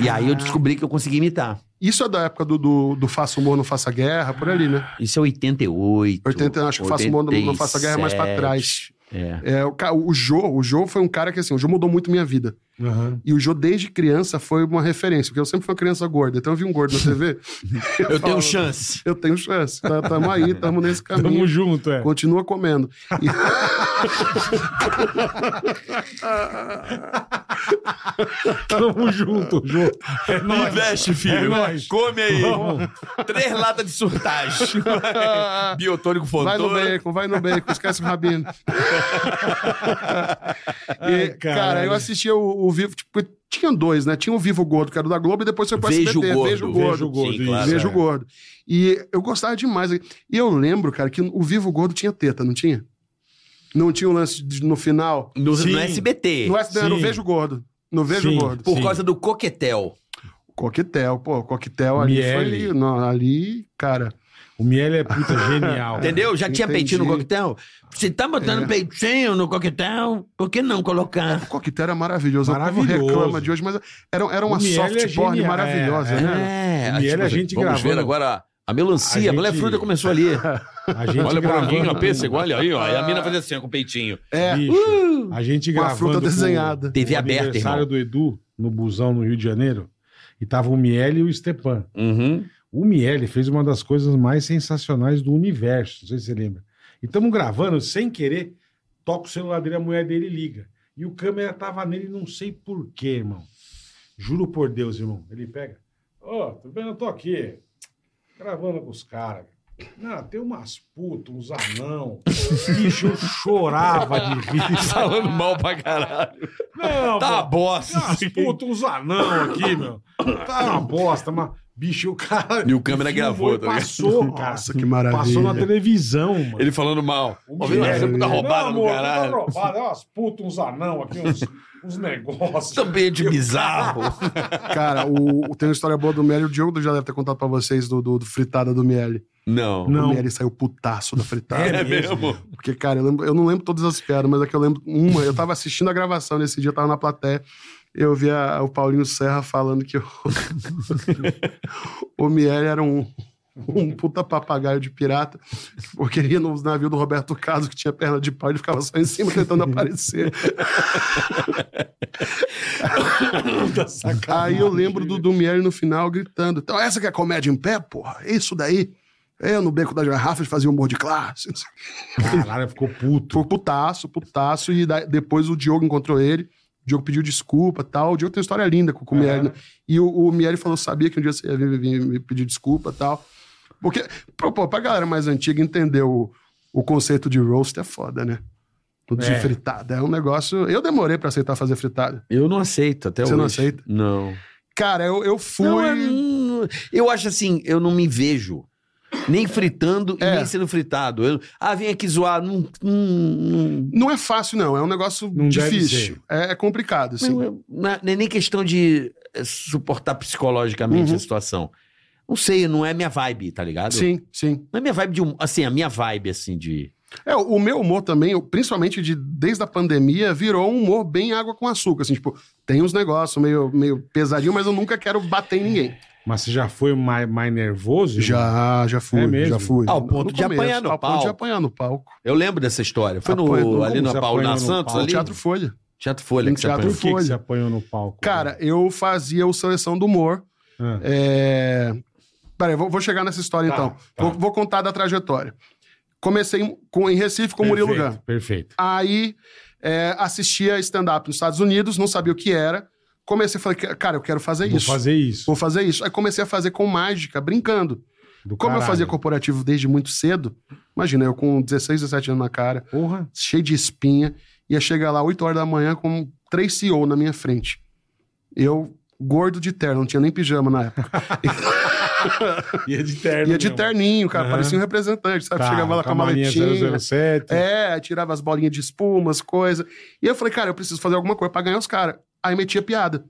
E aí eu descobri que eu consegui imitar.
Isso é da época do, do, do Faça Humor, Não Faça Guerra, por ali, né?
Isso é 88.
80, acho que Faça Humor, Não, não Faça Guerra é mais pra
87.
trás.
É.
É, o, ca- o Jô, o Jô foi um cara que, assim, o Jô mudou muito minha vida.
Aham.
E o Jô, desde criança, foi uma referência, porque eu sempre fui uma criança gorda. Então eu vi um gordo na TV,
Eu,
falo- né?
tenho chance.
eu tenho chance. Tá, tamo aí, tamo nesse
Tamo
caminho.
junto, é.
Continua comendo. E-
Tamo junto, Jô. É nóis.
Investe,
É nóis.
Come aí.
Vamos.
Três latas de surtagem. Biotônico
Vai no
Fontoura.
bacon, vai no bacon, esquece o rabino.
Ai,
E, cara,
caralho.
eu assistia o, o Vivo, tipo, tinha dois, né? Tinha o Vivo Gordo, que era o da Globo, e depois foi pro
Veja o
SBT,
gordo.
Veja o Gordo.
Vejo o gordo.
Sim, claro.
isso,
Veja
é.
o Gordo. E eu gostava demais. E eu lembro, cara, que o Vivo Gordo tinha teta, não tinha? Não tinha o lance de- no final?
No,
Sim.
no SBT.
No SBT, no
É, Sim.
Veja o Gordo. No Veja
Sim.
o Gordo.
Por
Sim.
causa do coquetel.
Coquetel, pô, coquetel ali
Miele.
foi... Não, ali, cara...
O Miele é puta genial.
Entendeu? Já tinha
Entendi.
peitinho no coquetel. Se tá botando
É.
peitinho no coquetel, por que não colocar?
Coquetel era maravilhoso. O
Maravilhoso.
povo reclama de hoje, mas era, era uma
O Miele
soft
é
porn
genial,
maravilhosa,
é,
né?
É,
E ele, a
assim,
gente
vamos
gravando-
ver agora a melancia, é a,
A
mulher
gente-
fruta começou ali.
A gente
Olha o bolinho,
gravando-
a pêssego, olha aí, ó. E a mina fazia assim, ó, com o peitinho.
É,
Bicho,
uh,
a gente
com
gravando
a fruta
com-
desenhada.
TV
o
aberta,
aniversário
irmão.
do Edu, no busão no Rio de Janeiro, e tava o Miele e o Stepan.
Uhum.
O Miele fez uma das coisas mais sensacionais do universo, não sei se você lembra. E estamos gravando, sem querer, toca o celular dele, a mulher dele liga. E o câmera tava nele, não sei porquê, irmão. Juro por Deus, irmão. Ele pega. Ô, tudo bem? Eu tô aqui. Gravando com os caras. Não, tem umas putas, uns anão. Bicho, eu chorava de rir.
Falando mal pra caralho.
Não,
Tá uma
pô.
bosta.
Umas putas, uns anão aqui, meu. Tá uma bosta, mas. Bicho, o cara.
E o câmera
filmou
gravou,
e
tá ligado?
Passou, cara.
Nossa, que maravilha.
Passou na televisão, mano.
Ele falando mal. Ó,
Miele.
viu?
é
Essa puta roubada
Não,
do
amor,
caralho.
puta roubada, é umas putas, uns anão aqui, uns, uns negócios.
Também de é bizarro.
É, Cara, o, o- tem uma história boa do Miele. O Diogo já deve ter contado pra vocês do, do- do fritada do Miele.
Não.
Não.
O Miele saiu putaço da fritada.
É mesmo?
Porque, cara, eu, lembro- eu não lembro todas as piadas, mas é que eu lembro uma. Eu tava assistindo a gravação nesse dia, eu tava na plateia. Eu vi a- o Paulinho Serra falando que o, o Miele era um, um puta papagaio de pirata, porque ele ia nos navios do Roberto Caso, que tinha perna de pau, ele ficava só em cima tentando aparecer. Aí eu lembro do, do Miele no final gritando: Então, essa que é comédia em pé, porra? É Isso daí? Eu, no beco das garrafas, fazia humor de classe. não sei
Caralho, ficou puto.
Foi um putaço, putaço. E da- depois o Diogo encontrou ele. O Diogo pediu desculpa tal. O Diogo tem uma história linda com, com o
É.
Miele. né? E o, o Miele falou: sabia que um dia você ia vir, vir me pedir desculpa tal. Porque, pô, pô, pra galera mais antiga entender o, o conceito de roast é foda, né? Tudo
É.
de fritada. É um negócio. Eu demorei pra aceitar fazer fritada.
Eu não aceito até
Você
hoje.
não aceita?
Não.
Cara, eu, eu fui.
Não, é eu não- eu acho assim, eu não me vejo. Nem fritando e
É.
nem sendo fritado. Eu- ah, vem aqui zoar. Não, não-
Não é fácil, não. É um negócio
Não deve
difícil. É, é complicado, assim.
não, eu- não é nem questão de eh, suportar psicologicamente
Uhum.
a situação. Não sei, não é minha vibe, tá ligado?
Sim, sim.
Não é minha vibe de um. Assim, a minha vibe, assim, de.
É, o meu humor também, eu- principalmente de, desde a pandemia, virou um humor bem água com açúcar. Assim, tipo, tem uns negócios meio, meio pesadinho, mas eu nunca quero bater em ninguém.
Mas você já foi mais, mais nervoso? irmão?
Já, já fui,
É mesmo?
já fui.
Ao ponto de apanhar no
ao ponto
palco.
de apanhar no palco.
Eu lembro dessa história. Foi no,
Apoio do-
ali na
Como você
Paula
apanhou
na
no
Santos,
palco?
No
ali?
Teatro Folha.
Teatro Folha,
No
que você
Teatro
Por
apanhou.
que, que
Folha.
você apanhou no palco?
Cara, eu fazia o Seleção do Humor.
Ah,
É... Peraí, vou, vou chegar nessa história
Tá,
então.
tá.
Vou, vou contar da trajetória. Comecei em, com, em Recife com o Murilo
perfeito,
Gun.
Perfeito.
Aí é, assistia stand-up nos Estados Unidos, não sabia o que era. Comecei a falar, cara, eu quero fazer
Vou
É isso.
fazer isso.
Vou fazer isso. Aí comecei a fazer com mágica, brincando.
Do
Como eu
caralho.
fazia corporativo desde muito cedo, imagina, eu com 16, 17 anos na cara,
Porra.
cheio de espinha, ia chegar lá 8 horas da manhã com três CEO na minha frente. Eu, gordo de terno, não tinha nem pijama na época.
Ia de terno.
Ia de
mesmo.
terninho, cara,
Aham.
parecia um representante, sabe?
Tá,
Chegava lá com a maletinha.
007.
É, tirava as bolinhas de espuma, as coisas. E eu falei, cara, eu preciso fazer alguma coisa pra ganhar os caras. Aí metia piada.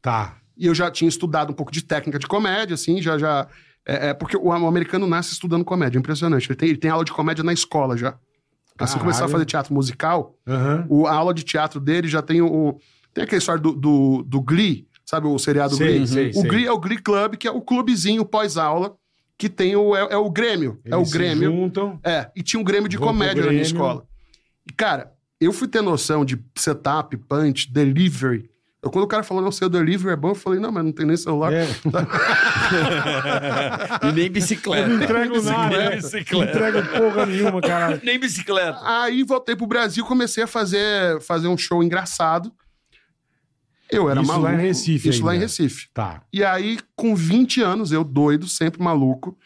Tá.
E eu já tinha estudado um pouco de técnica de comédia, assim, já, já... É, é, porque o americano nasce estudando comédia, é impressionante. Ele tem, ele tem aula de comédia na escola já. Assim que
Caralho.
começar a fazer teatro musical,
Aham.
o, a aula de teatro dele já tem o, Tem aquela história do, do, do Glee, sabe o seriado
Sei,
Glee?
sei,
o
sei.
Glee é o Glee Club, que é o clubezinho pós-aula, que tem o, é, é o Grêmio. é o
Eles se
Grêmio.
juntam.
É, e tinha um Grêmio de
Vão pro
comédia na
Grêmio.
minha escola. E, cara, eu fui ter noção de setup, punch, delivery. Eu, quando o cara falou, não, seu delivery é bom, eu falei, não, mas não tem nem celular.
É,
E nem bicicleta.
não entrego
Nem
nada.
É
né? Não
bicicleta.
entrego porra nenhuma, caralho.
Nem bicicleta.
Aí voltei pro Brasil, comecei a fazer, fazer um show engraçado. Eu era
Isso lá
maluco.
em Recife
Isso lá em
ainda.
Recife.
Tá.
E aí, com 20 anos, eu doido, sempre maluco,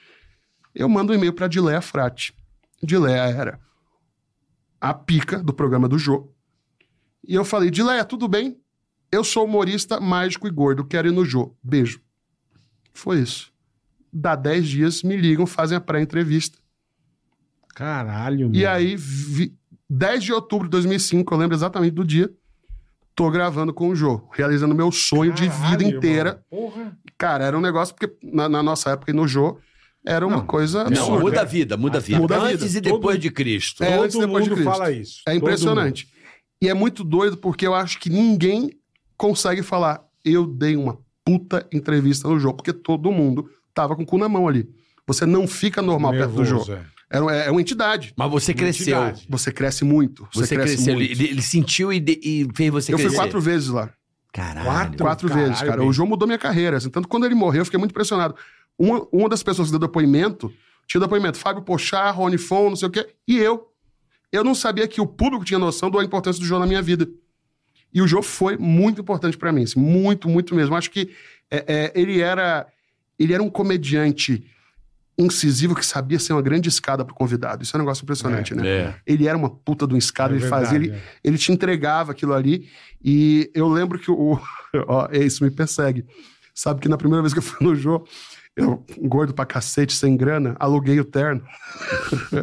eu mando um e-mail pra Dileia Frati. Dileia era a pica do programa do Jô. E eu falei, Dileia, tudo bem? Eu sou humorista, mágico e gordo, quero ir no Jô. Beijo. Foi isso. Dá 10 dias, me ligam, fazem a pré-entrevista.
Caralho,
E
meu.
aí, vi- 10 de outubro de 2005, eu lembro exatamente do dia, tô gravando com o Jô, realizando meu sonho de
Caralho,
vida
irmão.
inteira.
Porra.
Cara, era um negócio, porque na, na nossa época e no Jô, era uma
Não,
coisa
Não,
absurda.
muda a vida, muda a vida.
É Muda a vida.
Antes e
Todo-
depois de Cristo.
É, antes e
Todo
depois de
mundo
Cristo.
fala isso.
é
Todo
impressionante. E é muito doido, porque eu acho que ninguém consegue falar, eu dei uma puta entrevista no Jô, porque todo mundo tava com o cu na mão ali. Você não fica normal perto do
Nervoso,
Jô.
é.
É, um- é uma entidade.
Mas você cresceu.
Entidade.
Você cresce muito. Você,
Você,
cresce,
cresceu.
muito.
Ele, ele sentiu e, de- e fez você
eu
crescer.
fui quatro vezes lá.
Caralho.
Quatro?
Quatro
Então, Caralho,
vezes, cara.
bicho.
O João mudou minha carreira. Assim, tanto que quando ele morreu, eu fiquei muito impressionado. Uma, uma das pessoas que deu depoimento, tinha depoimento Fábio Pochar, Rony Fon, não sei o quê, e eu. Eu não sabia que o público tinha noção da importância do João na minha vida. E o João foi muito importante pra mim, assim, muito, muito mesmo. Acho que é, é, ele era ele era um comediante incisivo que sabia ser uma grande escada pro convidado. Isso é um negócio impressionante, né?
É.
Ele era uma puta do escada,
É
ele fazia, ele,
verdade,
ele te entregava aquilo ali. E eu lembro que o. Ó, é isso me persegue. Sabe que na primeira vez que eu fui no Jô, eu, gordo pra cacete, sem grana, aluguei o terno.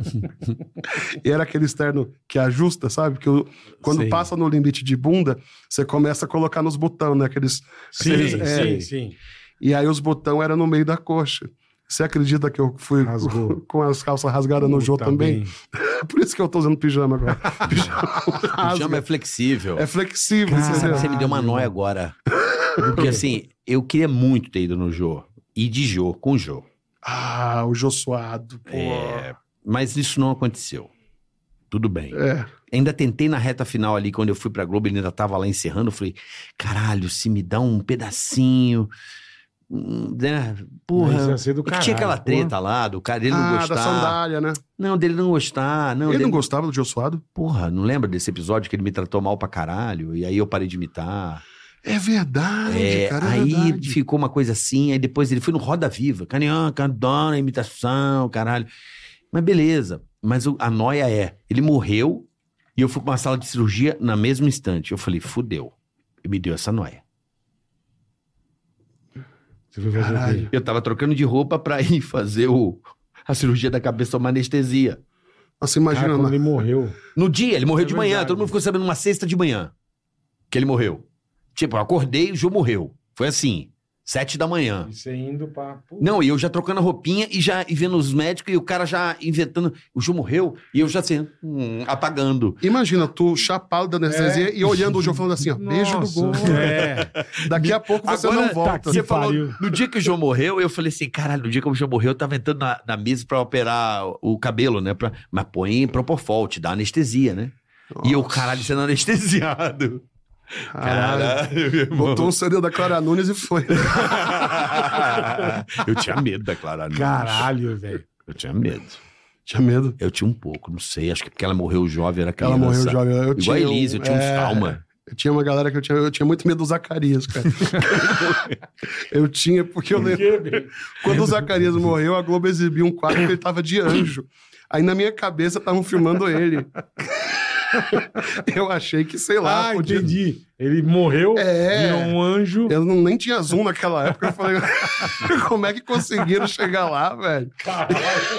e era aquele terno que ajusta, sabe? Que o- quando
Sim.
passa no limite de bunda, você começa a colocar nos botões, né? Aqueles,
Sim,
aqueles-
sim,
é,
sim, sim.
E aí os botões eram no meio da coxa. Você acredita que eu fui
Rasgou.
com as calças rasgadas no Jô
Tá
também?
bem.
Por isso que eu tô usando pijama agora. Pijama,
O
rasga.
chama é flexível.
Ah, É flexível.
Cara,
entendeu?
você me deu uma nóia agora. Porque assim, eu queria muito ter ido no Jô. E de Jô, com Jô.
Ah, o Josuado, pô.
É, Mas isso não aconteceu. Tudo bem.
É.
Ainda tentei na reta final ali, quando eu fui pra Globo, ele ainda tava lá encerrando. Eu falei, caralho, se me dá um pedacinho. hum, Né?
Isso
Porra.
ia ser do
É que
caralho,
tinha aquela
porra.
treta lá, do cara dele não
ah, da
gostar.
sandália, né?
Não, dele não gostar. Não,
ele
dele...
não gostava do Josuado?
Porra, não lembra desse episódio que ele me tratou mal pra caralho? E aí eu parei de imitar.
É verdade,
É,
cara, é
aí
verdade.
ficou uma coisa assim, aí depois ele foi no Roda Viva. Canian, cantando, imitação, caralho. Mas beleza. Mas o- a noia é, ele morreu e eu fui pra uma sala de cirurgia na mesmo instante. Eu falei, fudeu. E me deu essa noia.
Você foi fazer o
Caralho.
quê?
Eu tava trocando de roupa pra ir fazer o, a cirurgia da cabeça, uma anestesia.
Nossa, imagina,
Cara,
né?
quando ele morreu.
No dia, ele morreu
É
de manhã.
verdade.
Todo mundo ficou sabendo uma sexta de manhã que ele morreu. Tipo, eu acordei e o Jô morreu. Foi assim, sete da manhã.
E você indo pra. Pô,
Não, e eu já trocando a roupinha e já e vendo os médicos e o cara já inventando. O Ju morreu e eu já assim, hum, apagando.
Imagina, tu chapado da anestesia é e olhando o João falando assim, ó, beijo do
É. nossa.
gol.
É,
Daqui a pouco você
Agora
não volta.
tá
Você
Que
falou,
pariu.
no dia que o João morreu, eu falei assim: caralho, no dia que o João morreu, eu tava entrando na, na mesa pra operar o, o cabelo, né? Pra, mas põe Propofol, te dá anestesia, né? E eu, caralho, sendo anestesiado. Caralho, meu irmão.
Ah, Botou um CD da Clara Nunes e foi.
eu tinha medo da Clara Nunes.
Caralho, velho.
Eu tinha medo.
Tinha medo.
Eu tinha um pouco, não sei. Acho que porque ela morreu jovem, era criança.
Ela morreu jovem. Eu
Igual a
tinha um-
Elise, eu tinha uns
é,
trauma.
Eu tinha uma galera que eu tinha... Eu tinha muito medo do Zacarias, cara. eu tinha, porque eu lembro... Quando o Zacarias morreu, a Globo exibiu um quadro que ele tava de anjo. Aí na minha cabeça estavam filmando ele. Eu achei que, sei lá,
Ah,
podia-
entendi. Ele morreu,
É.
virou um anjo.
Eu não, nem tinha Zoom naquela época. Eu falei, como é que conseguiram chegar lá, velho?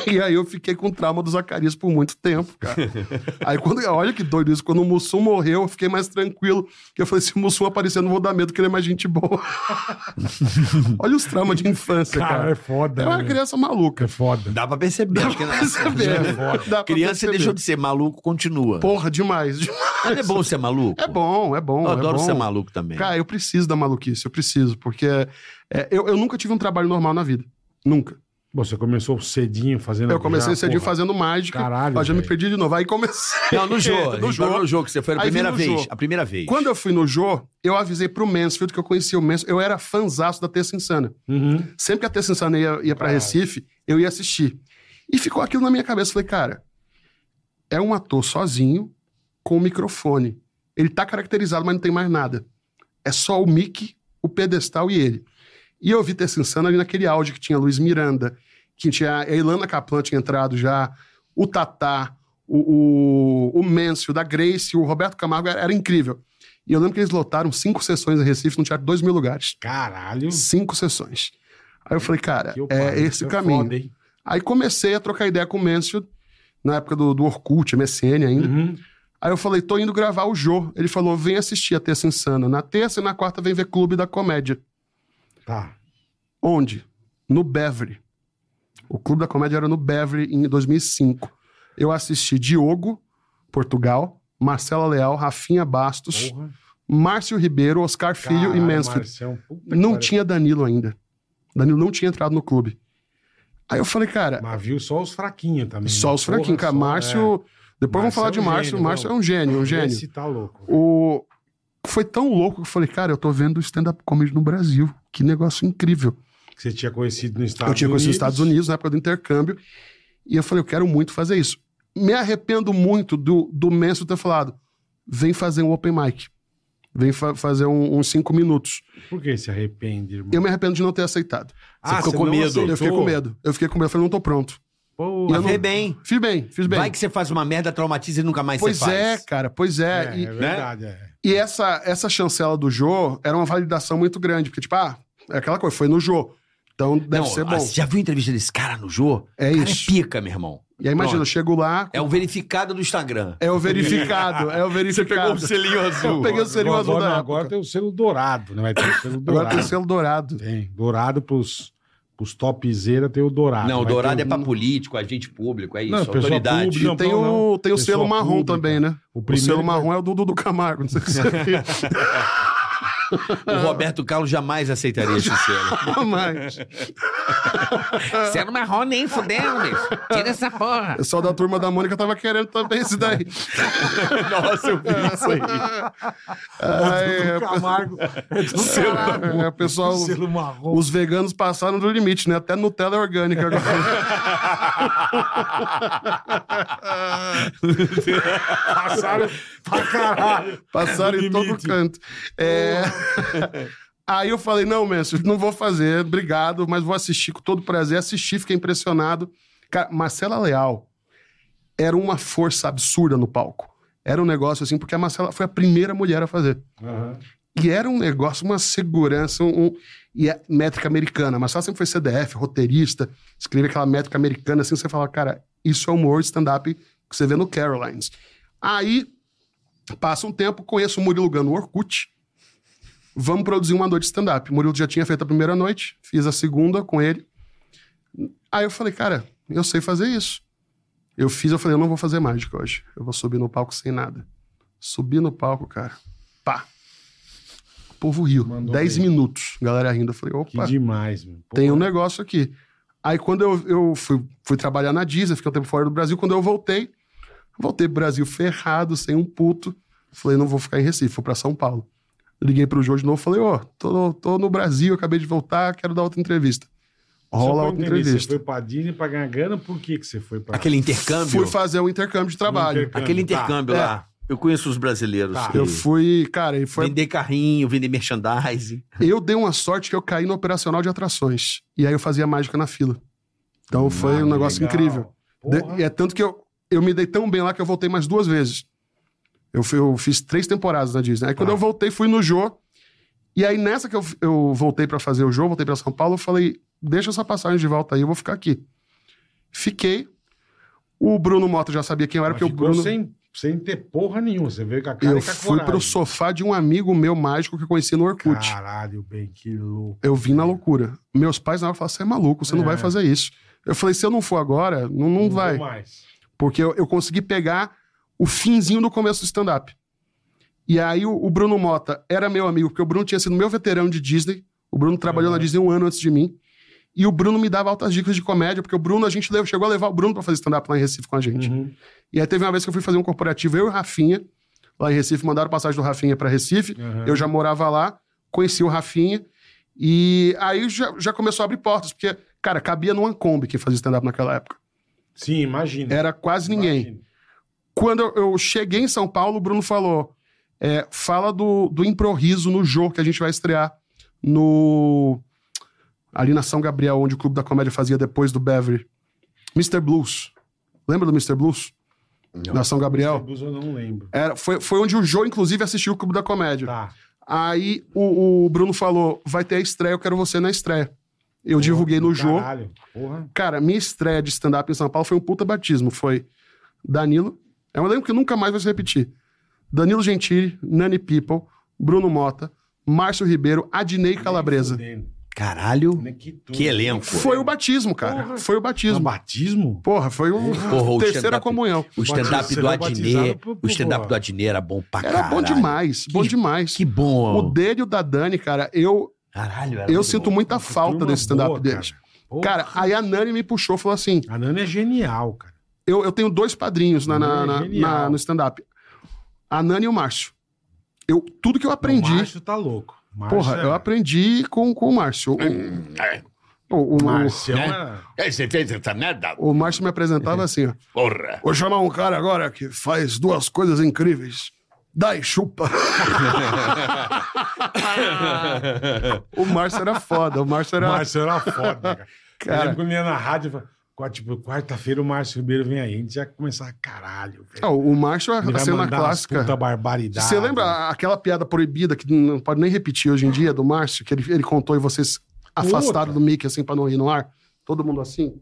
E aí eu fiquei com trauma do Zacarias por muito tempo, cara. Aí quando. Olha que doido isso. Quando o Mussum morreu, eu fiquei mais tranquilo. Que eu falei, se o Mussum aparecer, eu não vou dar medo, que ele é mais gente boa. olha os traumas de infância,
Cara, é
cara.
foda.
É uma
né?
criança maluca.
É foda.
Dá pra perceber.
Dá
acho que
pra
na-
perceber. Dá pra
Criança
perceber.
deixou de ser maluco, continua.
Porra, demais. demais.
Mas é bom ser maluco.
É bom, é bom.
Eu
é
adoro adoro
bom.
ser maluco também.
Cara, eu preciso da maluquice, eu preciso, porque é, eu, eu nunca tive um trabalho normal na vida. Nunca.
Bom, Você começou cedinho fazendo.
eu comecei
já,
cedinho
porra.
fazendo mágica.
Caralho,
ó, já me
velho.
perdi de novo. Aí comecei.
Não, no jogo.
No
No
jogo.
jogo, no jogo que você foi a
Aí vim
primeira
no
vez.
jogo.
A primeira vez.
Quando eu fui no Jô, eu avisei pro Mansfield que eu conhecia o Mansfield. Eu era fanzaço da Terça Insana.
Uhum.
Sempre que a Terça Insana ia, ia pra
Caralho.
Recife, eu ia assistir. E ficou aquilo na minha cabeça. Falei, cara, é um ator sozinho com um microfone. Ele tá caracterizado, mas não tem mais nada. É só o Mickey, o pedestal e ele. E eu vi Terça Insana ali naquele áudio que tinha Luiz Miranda, que tinha a Ilana Kaplan tinha entrado já, o Tatá, o, o, o Mansfield, a Grace, o Roberto Camargo, era, era incrível. E eu lembro que eles lotaram cinco sessões em Recife, no teatro, dois mil lugares.
Caralho.
Cinco sessões. Aí eu falei, cara,
Hum. que eu
é
paro, isso
esse o caminho.
foda, hein?
Aí comecei a trocar ideia com o Mansfield, na época do, do Orkut, MSN ainda.
Uhum.
Aí eu falei, tô indo gravar o Jô. Ele falou, vem assistir a Terça Insana. Na terça e na quarta vem ver Clube da Comédia.
Tá.
Onde? No Beverly. O Clube da Comédia era no Beverly em 2005. Eu assisti Diogo, Portugal, Marcela Leal, Rafinha Bastos,
Porra.
Márcio Ribeiro, Oscar Filho e
Caralho,
Mansfield.
Marcião, puta que
Não
pariu.
tinha Danilo ainda. Danilo não tinha entrado no clube. Aí eu falei, cara,
Mas viu só os fraquinhos também. né?
só os
Porra,
franquinhos, cara.
só, é.
Márcio. Depois
Márcio
vamos falar
é
de
um
Márcio.
gênio,
Márcio é
não.
um gênio, um gênio.
Esse tá louco.
O... Foi tão louco que eu falei, cara, eu tô vendo stand-up comedy no Brasil. Que negócio incrível.
Que você tinha conhecido nos Estados
eu tinha conhecido os Estados Unidos na época do intercâmbio. E eu falei, eu quero muito fazer isso. Me arrependo muito do, do Menso ter falado: vem fazer um open mic. Vem fa- fazer um- uns cinco minutos.
Por que se arrepende, irmão?
Eu me arrependo de não ter aceitado.
Ah,
ficou com
não
medo.
aceitou.
Eu fiquei com medo. Eu fiquei com medo. Eu falei, não tô pronto.
Porra. é,
eu
Mas
não-
vê bem.
Fiz bem, fiz bem.
Vai que você faz uma merda, traumatiza e nunca mais
pois
você
é,
faz.
cara, pois
É,
é.
é
E-
verdade, é.
E essa, essa chancela do Jô era uma validação muito grande, porque, tipo, ah, é aquela coisa, foi no Jô. Então deve
Não,
ser
ah,
bom.
Você já viu a entrevista desse cara no jogo?
É
cara
isso.
é pica, meu irmão.
E aí imagina, eu
Pronto.
chego lá,
É o verificado do Instagram.
é o verificado, é o verificado.
selinho
Eu peguei o selinho azul
agora,
da
agora
época.
tem o selo dourado, né? Vai ter o selo
Agora
dourado.
tem o selo dourado.
Tem. Dourado pros, pros topzera tem o
Ah,
dourado.
Não, o
Vai ter
dourado é
um-
pra político, agente público, é isso,
Não, pessoa
autoridade.
pública. Não,
E tem
não,
o,
não.
tem o selo
Pessoa
marrom
pública.
também, né?
O
O,
primeiro
selo
vai-
marrom é o do Dudu Camargo, não sei se você viu.
O Roberto Carlos jamais aceitaria esse né? selo.
Mas, é
Selo marrom nem fudeu, bicho. Tira essa
o
porra.
pessoal da turma da Mônica tava querendo também esse daí.
Nossa, eu vi isso aí.
Aí,
O Camargo é do caralho.
é, o pessoal,
Selo marrom.
os veganos passaram do limite, né? Até Nutella é orgânica agora.
Passaram pra caralho.
Passaram em todo
Limite.
canto. É... Aí eu falei, não, Messi, não vou fazer, obrigado, mas vou assistir com todo prazer. Assisti, fiquei impressionado. Cara, Marcela Leal era uma força absurda no palco. Era um negócio assim, porque a Marcela foi a primeira mulher a fazer.
Aham.
E era um negócio, uma segurança, um, um- e é métrica americana. Mas ela sempre foi CDF, roteirista, escrevia aquela métrica americana, assim, você fala, cara, isso é humor stand-up que você vê no Carolines. Aí, passa um tempo, conheço o Murilo Gano, o Orkut. Vamos produzir uma noite de stand-up. O Murilo já tinha feito a primeira noite, fiz a segunda com ele. Aí eu falei, cara, eu sei fazer isso. Eu fiz, eu falei, eu não vou fazer mágica hoje. Eu vou subir no palco sem nada. Subi no palco, cara. Pá. O povo riu.
Mandou
10
bem.
minutos. a Galera rindo. Eu falei,
Que
opa,
demais, meu. Pô,
tem um negócio aqui. Aí quando eu, eu fui, fui trabalhar na Disney, fiquei um tempo fora do Brasil. Quando eu voltei, voltei pro Brasil ferrado, sem um puto. Falei, não vou ficar em Recife, vou pra São Paulo. Liguei pro Jô de novo, falei, ó, tô, tô no Brasil, acabei de voltar, quero dar outra entrevista.
só
Rola
pra eu
outra
entender,
entrevista.
Você foi pra Disney pra ganhar grana? Por que, que você foi pra...
Aquele intercâmbio.
Fui fazer um intercâmbio de trabalho.
intercâmbio.
Aquele intercâmbio
Tá.
lá. Eu conheço os brasileiros.
Tá.
que-
Eu fui, cara, e foi.
Vender carrinho, vender merchandising.
Eu dei uma sorte que eu caí no operacional de atrações. E aí eu fazia mágica na fila. Então foi
Ah,
um
que
negócio
legal.
incrível. De-
Porra.
e é tanto que eu, eu me dei tão bem lá que eu voltei mais duas vezes. Eu, fui- eu fiz três temporadas na Disney. Aí quando
Tá.
eu voltei, fui no Jô. E aí nessa que eu, eu voltei pra fazer o Jô, voltei pra São Paulo, eu falei, deixa essa passagem de volta aí, eu vou ficar aqui. Fiquei. O Bruno Mota já sabia quem eu era,
Mas
porque o
ficou
Bruno...
sem, sem ter porra nenhuma. Você veio com a cara
Eu
e com a
fui pro
coragem.
sofá de um amigo meu mágico que eu conheci no Orkut.
Caralho, bem, que louco.
Eu vim na loucura. Meus pais na hora falaram, você é maluco, você não
É.
vai fazer isso. Eu falei, se eu não for agora, não, não
vou
vai.
mais.
Porque eu, eu consegui pegar o finzinho do começo do stand-up. E aí o, o Bruno Mota era meu amigo, porque o Bruno tinha sido meu veterano de Disney. O Bruno trabalhou na Disney um ano antes de mim. E o Bruno me dava altas dicas de comédia, porque o Bruno, a gente levou- chegou a levar o Bruno pra fazer stand-up lá em Recife com a gente.
Uhum.
E aí teve uma vez que eu fui fazer um corporativo, eu e o Rafinha, lá em Recife, mandaram passagem do Rafinha pra Recife.
Aham.
Eu já morava lá, conheci o Rafinha. E aí já, já começou a abrir portas, porque, cara, cabia numa Kombi que fazia stand-up naquela época.
Sim, imagina.
Era quase ninguém.
Imagina.
Quando eu- eu cheguei em São Paulo, o Bruno falou: é, fala do, do improviso no jogo que a gente vai estrear no. Ali na São Gabriel, onde o Clube da Comédia fazia depois do Beverly. Mr. Blues. Lembra do Mr. Blues? Na São Gabriel?
Ônibus Eu não lembro.
Era, foi, foi onde o Jô, inclusive, assistiu o Clube da Comédia.
Tá.
Aí o, o Bruno falou: vai ter a estreia, eu quero você na estreia. Eu divulguei no Jô.
Caralho. Porra.
Cara, minha estreia de stand-up em São Paulo foi um puta batismo. Foi Danilo. É um elenco que nunca mais vai se repetir. Danilo Gentili, Nani People, Bruno Mota, Márcio Ribeiro, Adnei Calabresa.
Fudendo.
Caralho,
Né, Que, tudo.
que elenco.
Foi o batismo, cara.
Porra.
Foi o
É um
batismo.
batismo?
Porra, foi o
Porra, o tá
terceira
stand-up.
comunhão.
O stand-up
Batista
do
era batizado
Adnet,
por- por-
o stand-up
por-
do Adnet era bom pra
Era
Ah, caralho.
bom demais, bom
Que-
demais.
Que bom.
O dele e o da Dani, cara, eu,
Caralho, era
eu
muito
sinto
bom.
muita
Uma
falta
turma
desse stand-up
boa,
deles.
Porra.
Cara, aí a Nani me puxou e falou assim:
A Nani é genial, cara.
Eu, eu tenho dois padrinhos na, na- na-
É genial.
na- no stand-up. A Nani e o Márcio. Eu, tudo que eu
O
aprendi...
Márcio tá louco. Márcio
porra,
é-
eu aprendi com, com o Márcio. O, o, o,
O Márcio é
né?
era...
Aí você fez essa merda,
o Márcio me apresentava assim, ó.
porra.
Vou chamar um cara agora que faz duas coisas incríveis. Dá e chupa. o Márcio era foda. O Márcio era...
O Márcio era foda, cara.
Cara.
Eu lembro quando eu ia na rádio, eu falava, "Qua- tipo, quarta-feira o Márcio Ribeiro vem aí. A gente já começava, caralho, velho.
Ah, o Márcio,
Ele
a
vai
cena
mandar umas
clássica...
Puta barbaridade.
Você lembra aquela piada proibida que não pode nem repetir hoje em dia, do Márcio, que ele, ele contou e vocês afastaram do mic, assim, pra não rir no ar? Todo mundo assim?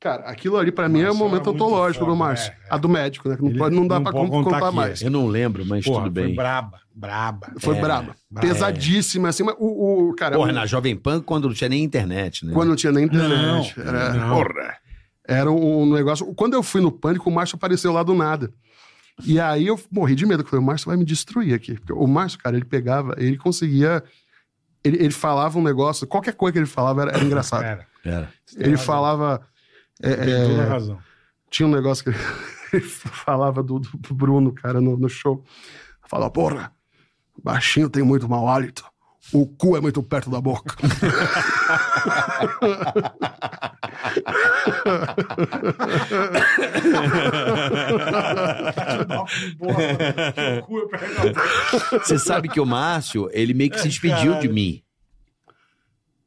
Cara, aquilo ali pra mim é o
Márcio era
momento
muito
antológico
foda,
do Márcio.
é, é.
A do médico, né? Que não,
Ele
pode, não dá
não
pra
pode
con-
contar
contar
aqui,
mais.
Eu não lembro, mas
Porra,
tudo
Foi
bem.
braba, braba.
Foi
É,
braba.
braba.
Pesadíssima, assim, mas o, o- cara,
Porra,
o-
na Jovem Pan, quando não tinha nem internet, né?
um- quando não tinha nem internet.
É. Não,
era,
não.
Porra. Era um, um negócio. Quando eu fui no pânico, o Márcio apareceu lá do nada. E aí eu morri de medo. que Eu falei, o Márcio vai me destruir aqui. Porque o Márcio, cara, ele pegava, ele conseguia. Ele, ele falava um negócio, qualquer coisa que ele falava era, era engraçado.
Era.
Era.
ele falava. é,
Tem
é,
toda a razão.
tinha um negócio que ele, ele falava do, do Bruno, cara, no, no show. Falava, porra, baixinho tem muito mau hálito. O cu é muito perto da boca.
Você sabe que o Márcio, ele meio que se despediu de mim.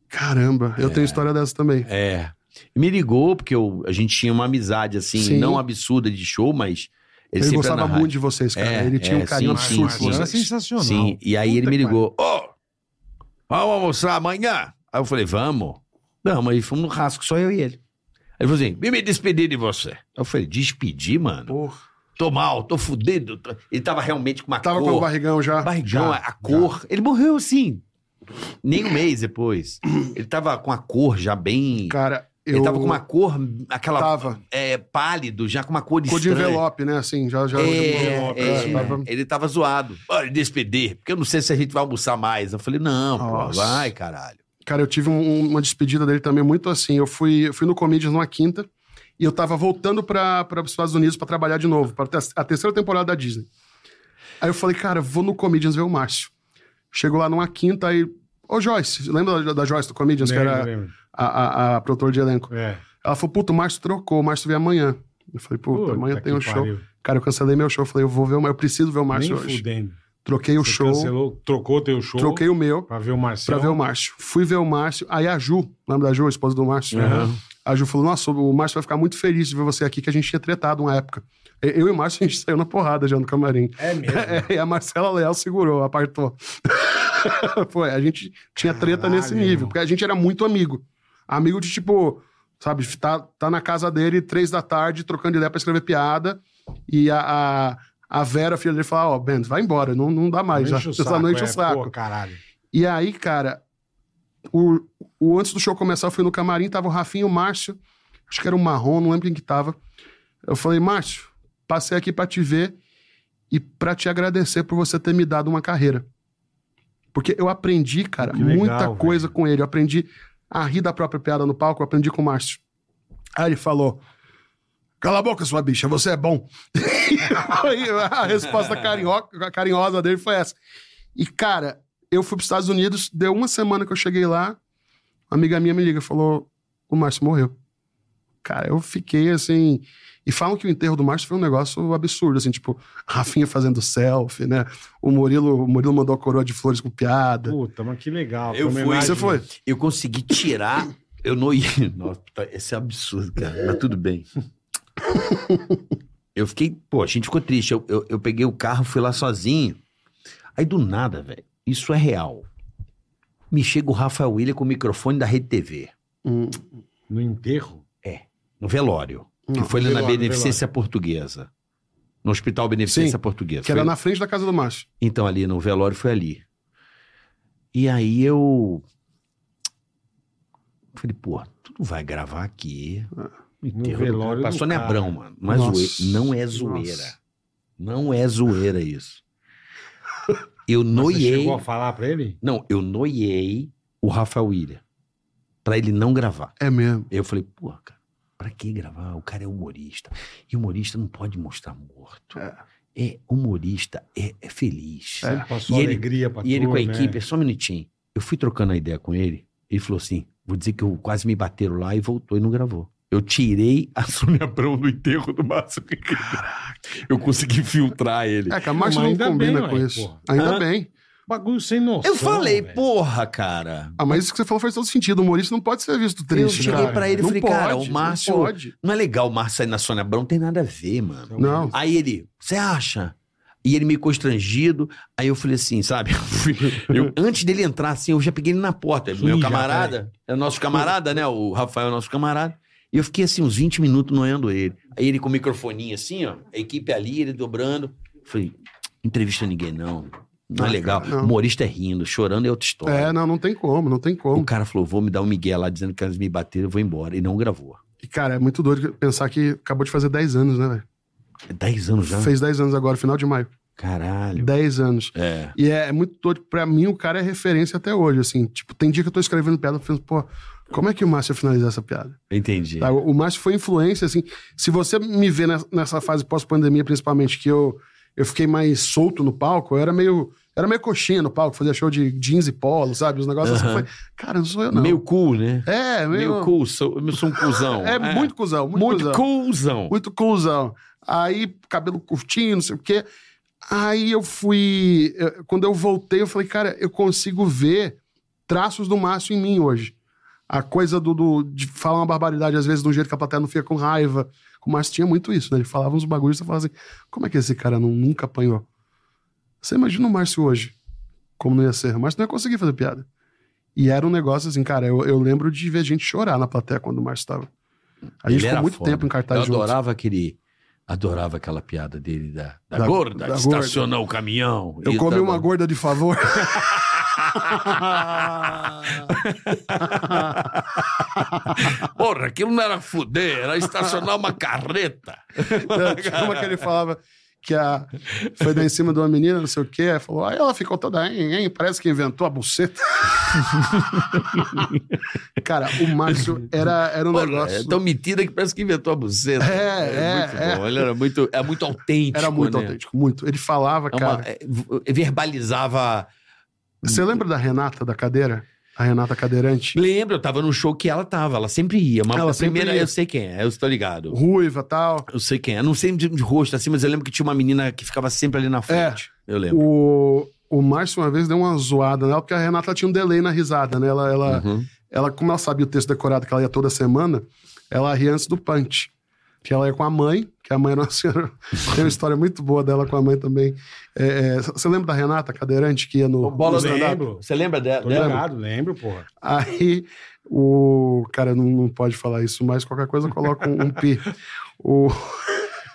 Caramba,
É.
eu tenho história dessa também.
É. Me ligou, porque eu- a gente tinha uma amizade, assim,
Sim.
não absurda de show, mas... Ele,
Ele,
sempre era
gostava
na
muito
rádio.
de vocês, cara.
É,
ele tinha
é,
um carinho
sim,
absurdo
sim,
por
sim.
Era
vocês.
sensacional.
Sim, e aí
Puta
ele me
que
ligou, ô, vamos almoçar amanhã? Aí eu falei, vamos. Não, mas fomos no rasco, só eu e ele. Aí ele falou assim, vim me despedir de você. Aí eu falei, despedir, mano?
Porra.
Tô mal, tô fudido. tô-" Ele tava realmente com uma
Tava com o
cor,
barrigão já.
barrigão,
Já,
a cor. Ele morreu assim, nem um mês depois. Ele tava com a cor já bem...
Cara, eu
Ele tava com uma cor, aquela...
tava.
É, pálido, já com uma cor de
Ficou de envelope, né? Assim, já. já
é, é,
é, tava-
ele tava zoado. Olha, despedir, porque eu não sei se a gente vai almoçar mais. Eu falei, não, pô,
Nossa.
vai, caralho.
Cara, eu tive um- uma despedida dele também muito assim. Eu fui, eu fui no Comedians numa quinta e eu tava voltando para os Estados Unidos pra trabalhar de novo, para a terceira temporada da Disney. Aí eu falei, cara, vou no Comedians ver o Márcio. Chego lá numa quinta aí. Ô, Joyce, lembra da, da Joyce do Comedians,
Lembro,
que era
lembro.
a, a- a produtora de elenco?
É.
Ela falou, puta, o Márcio trocou, o Márcio vem amanhã. Eu falei, puta, amanhã
que
tem um show.
pariu.
Cara, eu cancelei meu show, eu falei, eu vou ver o Márcio, eu preciso ver o
Nem
Márcio hoje.
fudendo.
Troquei o
Você
show,
Cancelou, trocou teu show.
troquei o meu,
Pra ver o Marcelo.
Pra ver o Márcio. Fui ver o Márcio. Aí a Ju, lembra da Ju, a esposa do Márcio? A Ju falou: Nossa, o Márcio vai ficar muito feliz de ver você aqui, que a gente tinha tretado uma época. Eu e o Márcio, a gente saiu na porrada já no camarim.
É mesmo.
e a Marcela Leal segurou, apartou. Foi, a gente tinha treta
Caralho,
nesse nível,
irmão.
porque a gente era muito amigo. Amigo de tipo, sabe, tá, tá na casa dele três da tarde, trocando ideia pra escrever piada, e a, a, a Vera, a filha dele, fala: Ó, Ben, vai embora, não, não dá mais, já,
Enche o
já não enche o
é,
saco.
Pô, caralho.
E aí, cara, o, o- antes do show começar, eu fui no camarim, tava o Rafinha e o Márcio. Acho que era o Marrom, não lembro quem que tava. Eu falei, Márcio, passei aqui pra te ver. e pra te agradecer por você ter me dado uma carreira. Porque eu aprendi, cara,
Que legal,
muita
velho.
coisa com ele. Eu aprendi a rir da própria piada no palco, eu aprendi com o Márcio. Aí ele falou: Cala a boca, sua bicha, você é bom. Aí a resposta carinhoca- carinhosa dele foi essa. E, cara, eu fui pros Estados Unidos, deu uma semana que eu cheguei lá, uma amiga minha me liga, falou: o Márcio morreu. Cara, eu fiquei assim. E falam que o enterro do Márcio foi um negócio absurdo, assim, tipo, Rafinha fazendo selfie, né? O Murilo, o Murilo mandou a coroa de flores com piada.
Puta, mas que legal.
Eu
que
fui.
homenagem.
Você foi?
Eu consegui tirar. Eu não ia. Nossa, tá- esse é um absurdo, cara. Mas tudo bem. Eu fiquei. Pô, a gente ficou triste. Eu, eu, eu peguei o carro, fui lá sozinho. Aí do nada, velho. Isso é real. Me chega o Rafael William com o microfone da Rede TV,
Hum,
No enterro?
no velório. Que
não.
foi ali na
velório,
Beneficência Portuguesa. No Hospital Beneficência
Sim,
Portuguesa.
Que era
Foi-
na frente da casa do Márcio.
Então, ali no velório foi ali. E aí eu. Falei, pô, tu não vai gravar aqui. Me
No
enterro do
velório
cara.
do
Passou na
cara.
Abrão, mano. Não é,
Nossa.
zoe- não é zoeira.
Nossa.
Não é zoeira isso. Eu
Você
noiei.
chegou a falar pra ele?
Não, eu noiei o Rafael William pra ele não gravar.
É mesmo.
Eu falei, pô, cara, pra que gravar? O cara é humorista. E humorista não pode mostrar morto.
É.
É, humorista é, é feliz.
É.
Passou
E ele-
alegria pra
E ele
tu,
com a
né?
equipe, só um minutinho. Eu fui trocando a ideia com ele, ele falou assim: vou dizer que eu quase me bateram lá e voltou e não gravou. Eu tirei a Sônia Abrão do enterro do Márcio Ricardo. Eu consegui filtrar ele.
É, cara, o Márcio
Mas
não
ainda
combina
bem,
com
ué,
isso.
porra.
Ainda
Hã?
bem.
Bagulho sem noção.
Eu falei,
velho.
porra, cara.
Ah, mas isso que você falou faz todo sentido. O humorista não pode ser visto triste,
cheguei
cara.
pra ele e
Não
falei, cara,
pode,
o Márcio-
Não pode.
Não é legal o Márcio sair na Sônia Abrão, não tem nada a ver, mano.
Não.
Aí ele, você acha? E ele meio constrangido. Aí eu falei assim, sabe? Eu fui- eu- antes dele entrar, assim, eu já peguei ele na porta.
Sim,
meu
já,
camarada, é o nosso camarada, né? O Rafael é o nosso camarada. E eu fiquei assim, uns 20 minutos noiando ele. Aí ele com o microfoninho assim, ó, a equipe ali, ele dobrando. Falei, entrevista ninguém, não. Não é
Ah,
legal.
cara, não.
Humorista é rindo, chorando é outra história.
É, não, não tem como, não tem como.
O cara falou: vou me dar um migué lá dizendo que elas me bateram, eu vou embora. E não gravou.
E, cara, é muito doido pensar que acabou de fazer 10 anos, né, velho?
É 10 anos já?
Fez 10 anos agora, final de maio.
Caralho.
10 anos.
É.
E é, muito doido. Pra mim, o cara é referência até hoje, assim. Tipo, tem dia que eu tô escrevendo piada, eu penso, pô, como é que o Márcio ia finalizar essa piada?
Entendi.
Tá, o Márcio foi influência, assim. Se você me vê nes- nessa fase pós-pandemia, principalmente, que eu, eu fiquei mais solto no palco, eu era meio... Era meio coxinha no palco, fazia show de jeans e polo, sabe? Os negócios assim.
Aham.
eu falei, Cara, não sou eu, não.
Meio cool, né?
É, meio...
Meu cu, sou, eu sou um cuzão.
É, muito cuzão, muito,
muito
cuzão.
cuzão.
Muito cuzão. Aí, cabelo curtinho, não sei o quê. Aí eu fui. eu- Quando eu voltei, eu falei, cara, eu consigo ver traços do Márcio em mim hoje. A coisa do, do- de falar uma barbaridade, às vezes, de um jeito que a plateia não fica com raiva. O Márcio tinha muito isso, né? Ele falava uns bagulhos, você falava assim, como é que esse cara não, nunca apanhou? Você imagina o Márcio hoje, como não ia ser. O Márcio não ia conseguir fazer piada. E era um negócio assim, cara, eu, eu lembro de ver gente chorar na plateia quando o Márcio tava. A
Ele
gente ficou
era
muito
foda.
tempo em cartaz
Eu
juntos.
adorava aquele. Adorava aquela piada dele da, da,
Da-
gorda
da
que
gorda.
estacionou o caminhão.
Eu
E
comi
tava-
uma gorda de favor.
Porra, aquilo não era fuder, era estacionar uma carreta.
Tinha uma que ele falava que a... foi dar em cima de uma menina, não sei o quê. Aí falou, aí ela ficou toda, hein, hein, parece que inventou a buceta. Cara, o Márcio era, era um
Porra,
negócio...
é tão metida que parece que inventou a buceta.
É, é,
muito
é.
bom. Ele era muito, era muito autêntico.
Era muito
né?
autêntico, muito. Ele falava,
É uma-
cara...
é, v- verbalizava.
Você lembra da Renata, da cadeira? A Renata cadeirante?
Lembra, eu tava num show que ela tava, ela sempre ia. Mas
Ela
a
sempre
primeira,
ia.
eu sei quem é, eu estou ligado.
Ruiva, tal.
Eu sei quem é. Não sei de, de rosto assim, mas eu lembro que tinha uma menina que ficava sempre
É.
ali na frente. Eu lembro.
O, o Márcio uma vez deu uma zoada nela, porque a Renata tinha um delay na risada, né? Ela... ela...
Uhum.
ela, como ela sabia o texto decorado que ela ia toda semana, ela ria antes do punch. Que ela ia com a mãe, que a mãe era uma senhora. Tem uma história muito boa dela com a mãe também. É, é, c- você lembra da Renata cadeirante que ia no.
Bola
no
do
stand-up?
lembro.
Você lembra de-
Tô
dela?
ligado, lembro, porra.
Aí o. Cara, não, não pode falar isso, mas qualquer coisa coloca um, um pi. O,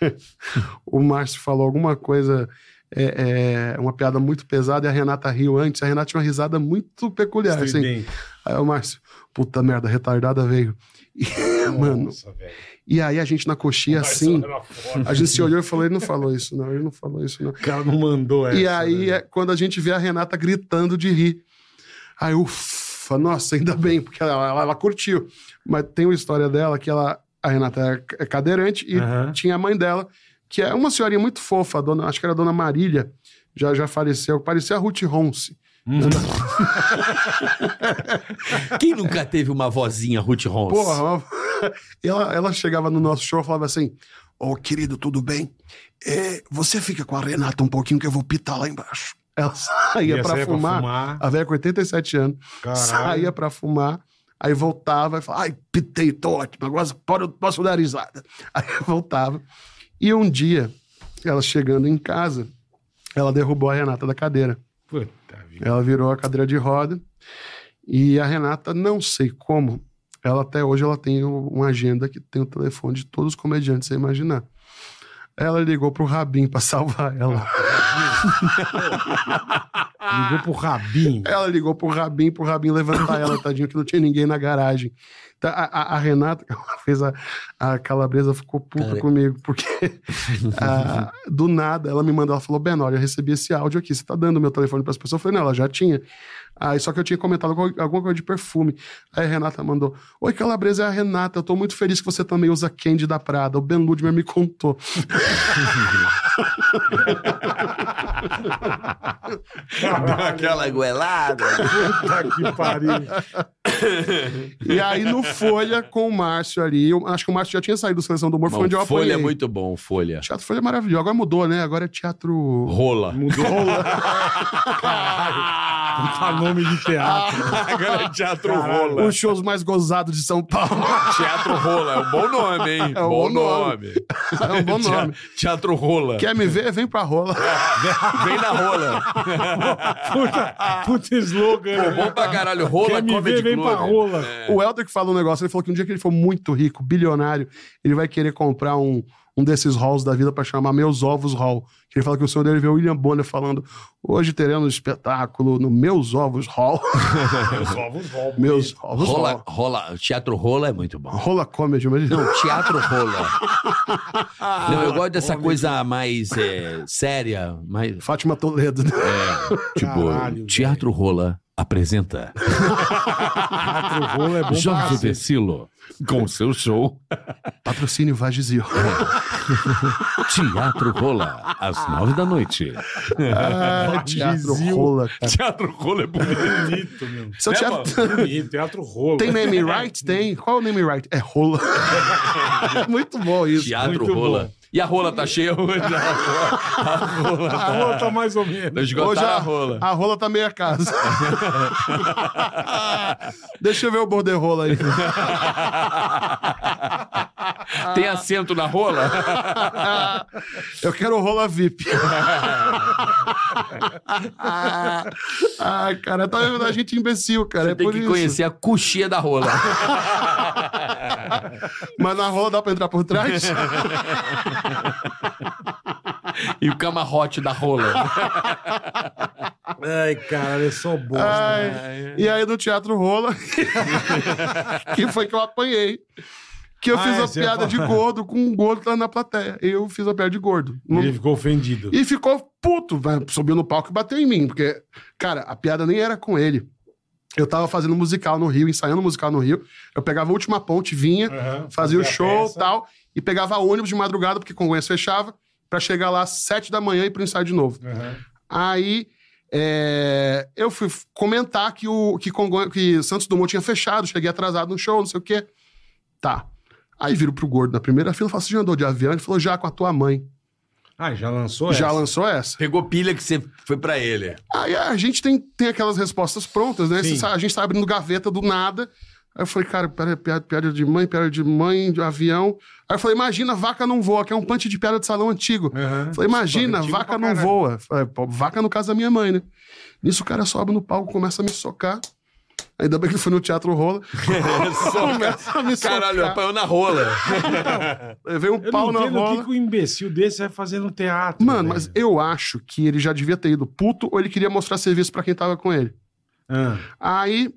o Márcio falou alguma coisa. é, é, uma piada muito pesada e a Renata riu antes. A Renata tinha uma risada muito peculiar. Assim,
Estridente.
Aí o Márcio, puta merda, retardada veio. E mano.
velho.
E aí a gente na coxinha
né?
assim, a gente se olhou e falou, ele não falou isso não, ele não falou isso não.
O cara não mandou essa.
E aí
né?
é quando a gente vê a Renata gritando de rir. Aí, ufa, nossa, ainda bem, porque ela, ela, ela curtiu. Mas tem uma história dela que ela, a Renata é cadeirante e
Aham.
tinha a mãe dela, que é uma senhorinha muito fofa, a dona, acho que era a dona Marília, já, já faleceu, parecia a Ruth Ronce.
Quem nunca teve uma vozinha Ruth Ronce?
Porra, uma- e ela, ela chegava no nosso show e falava assim: Ô querido, tudo bem? É, você fica com a Renata um pouquinho que eu vou pitar lá embaixo. Ela
Ia
saía pra
sair
fumar.
fumar.
A velha com 87 anos.
Caralho.
Saía pra fumar. Aí voltava e falava, ai, pitei, tô ótimo, agora posso, posso dar risada. Aí voltava. E um dia, ela chegando em casa, ela derrubou a Renata da cadeira.
Puta vida.
Ela virou a cadeira de roda. E a Renata, não sei como, ela até hoje ela tem um- uma agenda que tem o telefone de todos os comediantes, você imaginar. Ela ligou pro Rabin pra salvar ela. Ah.
Ligou pro Rabinho.
Ela ligou pro Rabin, pro Rabin levantar ela, tadinho, que não tinha ninguém na garagem. Tá, A, a- a Renata, uma vez a, a Calabresa ficou puta
Cara. é
comigo, porque ah, do nada ela me mandou, ela falou, Benório, eu recebi esse áudio aqui, você tá dando o meu telefone pras pessoas? Eu falei, não, ela já tinha. Aí só que eu tinha comentado alguma alguma coisa de perfume. Aí a Renata mandou, oi Calabresa, é a Renata, eu tô muito feliz que você também usa Candy da Prada, o Ben Ludmer me contou.
Aquela goelada.
Puta que pariu.
E aí no Folha com o Márcio ali, eu acho que o Márcio já tinha saído do Seleção do Humor, foi onde eu
Bom, Folha é
apanhei.
muito bom, Folha.
Teatro Folha é maravilhoso. Agora mudou, né? Agora é teatro.
Rola.
Mudou. Caralho. Tá nome de teatro.
Agora é Teatro
Caralho.
Os shows mais gozados de São Paulo.
Teatro Rola. É um bom nome, hein?
É um bom nome. É um bom nome. é
Te- Teatro Rola.
Quer me ver? Vem pra rola.
Vem na rola.
Puta, puta slogan.
Pô,
né?
bom pra caralho. Rola
Quer me
Comedy
ver, vem
Club.
pra rola.
É.
O Helder que falou um negócio, ele falou que um dia que ele for muito rico, bilionário, ele vai querer comprar um, um desses halls da vida pra chamar Meus Ovos Hall. Que ele fala que o senhor dele vê o William Bonner falando: hoje teremos um espetáculo no Meus Ovos Hall.
Os ovos rolam.
É. Meus Ovos
Rola,
Hall.
rola. Teatro Rola é muito bom.
Rola comedy, mas não.
Teatro rola. Não, eu gosto dessa coisa mais é, séria, mais.
Fátima Toledo. né?
É, tipo,
Caralho,
Teatro Rola apresenta
Teatro rola é bom pra
Jorge
cacete.
Versilo com seu show
Patrocínio Vagizio.
Teatro Rola, às nove da noite. É.
Ah, teatro
Vagizio.
rola. cara.
Teatro Rola é bonito.
Bonito, meu.
Seu
Né,
teatro.
Bonito, teatro rola.
Tem name right? Tem. Qual é o name right? É rola. Muito bom isso.
Teatro
Muito
Rola.
bom.
E a rola tá cheia hoje? A rola
A rola tá mais ou menos.
tá
Hoje
esgotada a
Ah,
rola.
a rola tá meia casa. Deixa eu ver o borderrola aí.
ah.
Tem assento na rola?
Eu quero o rola VIP. Ai, cara, tá vendo a gente imbecil, cara. é
Tem
por
que
isso.
conhecer a coxinha da rola.
Mas na rola dá pra entrar por trás?
E o camarote da rola.
Ai, cara, é só bosta.
Ai, e aí no teatro rola, que foi que eu apanhei. Que eu
Ah,
fiz
é,
a
você
piada
ia
de
falar.
gordo com um gordo lá na plateia. Eu fiz a piada de gordo. Não-
Ele ficou ofendido.
E ficou puto, vai, subiu no palco e bateu em mim, porque, cara, a piada nem era com ele. Eu tava fazendo musical no Rio, ensaiando musical no Rio. Eu pegava a última ponte, vinha,
Aham,
fazia
É, fazia
o
a
show e
peça.
tal, e pegava ônibus de madrugada, porque Congonhas fechava, pra chegar lá às sete da manhã e ir pro ensaio de novo.
Aham.
Aí é, eu fui comentar que o que, Congonha- que Santos Dumont tinha fechado, cheguei atrasado no show, não sei o quê. Tá. Aí viro pro gordo na primeira fila e falo: Você já andou de avião? Ele falou: Já com a tua mãe.
Ah, já lançou
já
essa?
lançou essa?
Pegou pilha que você foi pra ele.
Aí a gente tem, tem aquelas respostas prontas, né?
Sim.
Você sabe, A gente tá abrindo gaveta do nada. Aí eu falei, cara, pera, piada, piada de mãe, piada de mãe, de avião. Aí eu falei, imagina, vaca não voa, que é um punch de piada de salão antigo.
Aham.
Eu Falei, imagina,
Antigo pra
vaca não
caralho.
voa. Eu falei, pô, vaca no caso da minha mãe, né? Nisso o cara sobe no palco, começa a me socar. Ainda bem que foi no Teatro Rola. começa a me socar.
Caralho, é apanhou na rola.
Veio um
Eu
pau
não
na
entendo o
rola.
que, que um imbecil desse vai fazer no teatro. né?
Mano,
velho.
mas eu acho que ele já devia ter ido puto ou ele queria mostrar serviço pra quem tava com ele.
Ah,
Aí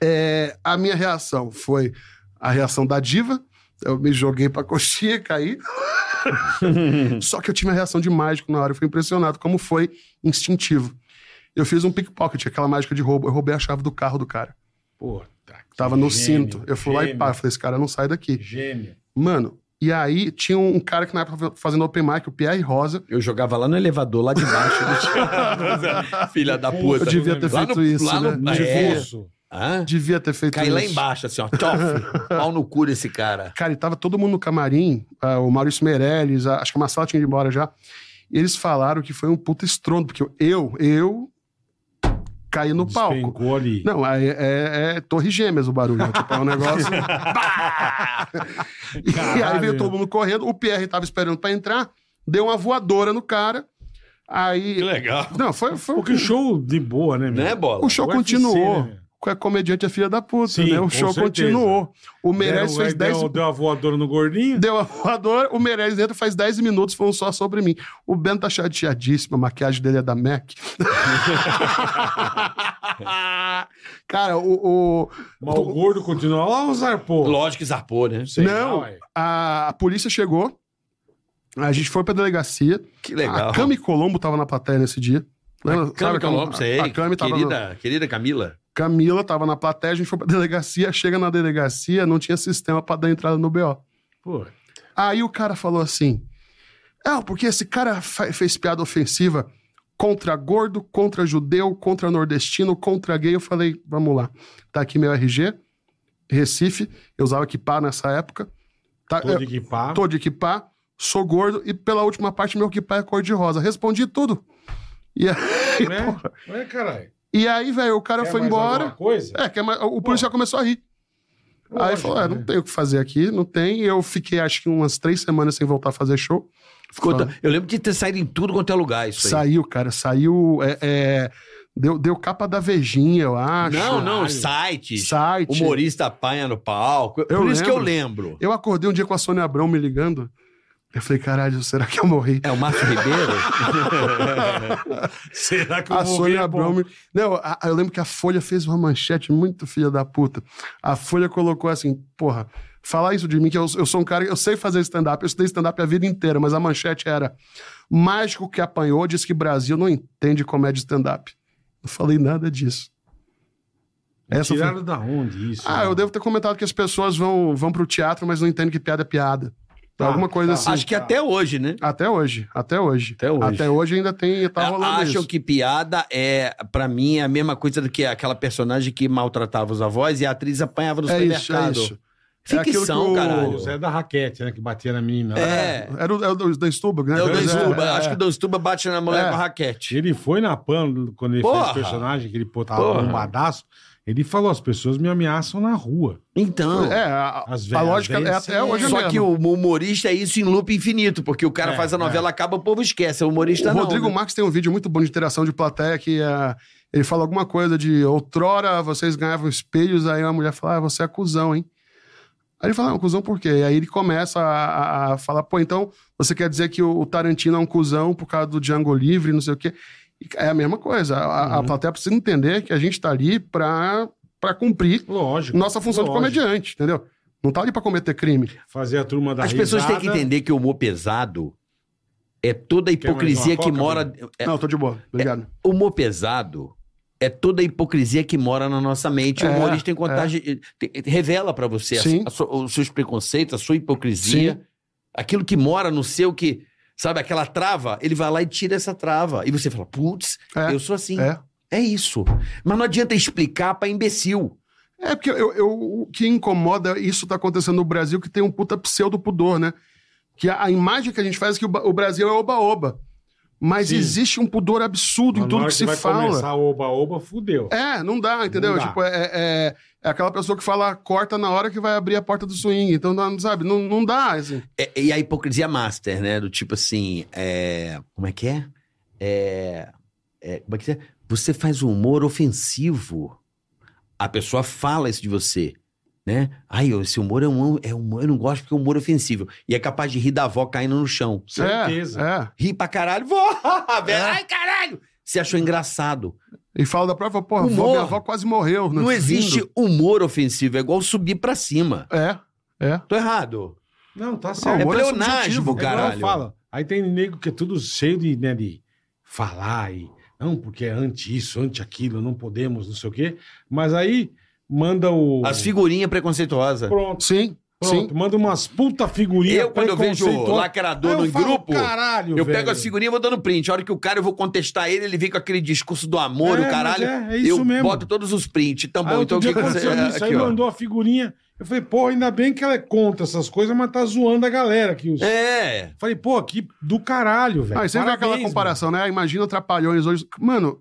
é, a minha reação foi: a reação da diva. Eu me joguei pra coxinha, caí. Só que eu tive a reação de mágico na hora. Eu fui impressionado como foi instintivo. Eu fiz um pickpocket, aquela mágica de roubo. Eu roubei a chave do carro do cara.
Puta. que
Tava no
gêmeo,
cinto. Eu fui lá e
gêmeo,
pá, eu falei, esse cara não sai daqui.
Gêmeo.
Mano, e aí tinha um cara que na época tava fazendo open mic, o Pierre Rosa.
Eu jogava lá no elevador, lá de baixo. do chão. Filha da puta.
Eu devia ter
Lá no-
feito isso,
lá no-
né?
Ah,
De
Devia-
é.
bolso.
Hã?
Devia ter feito
Caí
isso.
lá embaixo, assim, ó. Tchof. Pau no cu desse cara.
Cara, e tava todo mundo no camarim, ah, o Maurício Meirelles, a- acho que a Massala tinha ido embora já. E eles falaram que foi um puta estrondo, porque eu, eu, eu caí no palco.
Despencou ali.
Não, é, é- é Torre Gêmeas o barulho. tipo, é um negócio. Bah! e aí
Caralho.
veio todo mundo correndo, o Pierre tava esperando pra entrar, deu uma voadora no cara. Aí.
legal.
Não, foi, foi
Pô, que show de boa, né, meu?
Né, bola?
o show
UFC,
continuou.
né?
Com a comediante é filha da puta,
Sim,
né?
com
O show
certeza. É,
continuou. O Meirelles
Deram-
fez 10
Deu, deu a voadora no gordinho.
Deu a voadora, o Meirelles entra, faz 10 minutos falando só sobre mim. O Ben tá chateadíssimo, a maquiagem dele é da MAC. Cara, o, o-
Mas o gordo continua lá ou zarpou?
Lógico que zarpou, né?
Sei
Não.
lá, ué.
a, a polícia chegou, a gente foi pra delegacia.
Que legal.
A Cami Colombo tava na plateia nesse dia. Lembra? Sabe
Câmara
Cam-
Colombo, sei.
A Cami tava na-
querida, querida Camila.
Camila tava na plateia, a gente foi pra delegacia, chega na delegacia, não tinha sistema pra dar entrada no BO.
Pô,
Aí o cara falou assim: É, porque esse cara fa- fez piada ofensiva contra gordo, contra judeu, contra nordestino, contra gay. Eu falei: Vamos lá, tá aqui meu RG, Recife, eu usava equipar nessa época. Tá,
todo
eu,
equipado.
tô de equipar, sou gordo e pela última parte meu equipar é cor-de-rosa. Respondi tudo. E aí,
né? Ué, caralho.
e aí, velho, o cara
Quer
foi
mais
embora.
alguma Coisa?
É, que é mais- o policial começou a rir. aí
Lógico,
falou: é, não
né?
tem o que fazer aqui, não tem. E eu fiquei, acho que umas três semanas sem voltar a fazer show.
Ficou
Fala.
t- Eu lembro de ter saído em tudo quanto é lugar isso aí.
Saiu, cara, saiu. é, é, deu, deu capa da Vejinha, eu acho.
Não, não,
Caralho.
sites.
Site.
Humorista apanha no palco. Por
Eu
isso que eu lembro.
Eu acordei um dia com a Sônia Abrão me ligando. Eu falei, caralho, será que eu morri?
É o Márcio Ribeiro?
Será que eu
A
vou ver,
Sônia
pô?
Abrão. me- Não, a- a- eu lembro que a Folha fez uma manchete muito filha da puta. A Folha colocou assim: porra, falar isso de mim, que eu, eu sou um cara, eu sei fazer stand-up, eu estudei stand-up a vida inteira, mas a manchete era: mágico que apanhou diz que Brasil não entende comédia stand-up. Não falei nada disso. Essa foi...
Tiraram da onde isso?
Ah, eu devo ter comentado que as pessoas vão, vão pro teatro, mas não entendem que piada é piada.
Tá,
Alguma coisa
tá.
assim.
Ah, Acho que até hoje, né?
Até hoje, até hoje.
Até hoje. É,
ainda tem, tá rolando
Acham
isso.
que piada é, pra mim, é a mesma coisa do que aquela personagem que maltratava os avós e a atriz apanhava no
É isso, é
supermercado.
isso. É aquilo
Ficção,
que o-
caralho.
O Zé da raquete, né? Que batia na mina.
É.
Era o, era o do- do Stuba, né?
É o Dan
Pois é,
Stuba.
é,
Acho que o Dan Stuba bate na mulher
É.
com a raquete.
Ele foi na PAN, quando ele fez
Porra!
o personagem, que ele pô, tava
Porra!
bombadaço. Ele falou: as pessoas me ameaçam na rua.
Então.
É, a,
As
a
velhas
lógica é
velhas
até
sim.
hoje
Só
mesmo.
que o humorista é isso em loop infinito, porque o cara
É,
faz a novela, acaba, o povo esquece. O humorista
o
não.
Rodrigo
né?
Marques tem um vídeo muito bom de interação de plateia que é, ele fala alguma coisa de outrora vocês ganhavam espelhos, aí uma mulher fala, ah, você é cuzão, hein? Aí ele fala, não, cuzão por quê? E aí ele começa a, a- a falar, pô, então você quer dizer que o, o Tarantino é um cuzão por causa do Django Livre, não sei o quê. E É a mesma coisa. A, a plateia precisa entender que a gente tá ali pra, pra cumprir
Lógico.
nossa função
lógico.
de comediante, entendeu? Não tá ali pra cometer crime.
Fazer a turma da
As pessoas têm
risada.
que entender que o humor pesado é toda a
Quer mais uma
hipocrisia que
coca,
mora. É,
Não, tô de boa. Obrigado.
o humor pesado é toda a hipocrisia que mora na nossa mente. o
É,
humorista tem contagem. tem- revela pra você a-
Sim.
a sua- os seus preconceitos, a sua hipocrisia, aquilo que mora no seu que. Sabe, aquela trava, ele vai lá e tira essa trava. E você fala, putz,
É,
eu sou assim.
é.
É isso. Mas não adianta explicar pra imbecil.
É, porque eu, eu- o que incomoda isso tá acontecendo no Brasil, que tem um puta pseudo-pudor, né? Que a, a imagem que a gente faz é que o, ba- o Brasil é oba-oba. Mas
Sim.
existe um pudor
Mas
absurdo em
na
tudo
hora
que se
vai
fala.
começar o oba-oba, fudeu.
É, não dá, entendeu?
Não dá.
Tipo, é, é- é aquela pessoa que fala, corta na hora que vai abrir a porta do swing. Então, não, sabe, não, não dá, assim.
É- e a hipocrisia master, né? Do tipo assim, é, como é que é? É, é, como é que é? Você faz um humor ofensivo. A pessoa fala isso de você, né? Ai, eu- esse humor é um, é um, eu não gosto porque é um humor ofensivo. E é capaz de rir da avó caindo no chão.
Certeza.
É, é.
Ah.
Ri pra caralho, vó! velho. Ai, caralho! se achou engraçado.
E fala da prova, porra,
Humor.
vó, minha avó quase morreu. né?
Não existe
Rindo.
humor ofensivo, é igual subir pra cima.
É, é.
Tô errado.
Não, tá
Ah,
certo.
o humor é
pleonasmo,
subjetivo.
É igual eu
caralho.
falo. Aí tem nego que é tudo cheio de, né, de falar e. Não, porque é anti isso, anti aquilo, não podemos, não sei o quê. Mas aí manda o.
As figurinhas preconceituosas.
Pronto,
Sim,
pronto.
sim.
Manda umas puta figurinha.
Eu, quando eu vejo
preconceituosa. Aí
lacrador
eu
no
falo,
grupo,
Caralho,
eu
velho.
pego assim, a figurinha e vou dando print. A hora que o cara eu vou contestar ele, ele vem com aquele discurso do amor,
É,
o
mas
caralho.
É, é isso
eu
mesmo.
boto todos os prints. Tá
aí,
bom, então
outro
o que
dia
que você.
aconteceu isso, aí
Aqui, ó.
mandou a figurinha. Eu falei, pô, ainda bem que ela é contra essas coisas, mas tá zoando a galera aqui. Os...
É.
Falei, pô, que do caralho, velho.
Ah, e sempre vê aquela
Parabéns,
comparação, né? Ah, Imagina o Trapalhões hoje. Mano,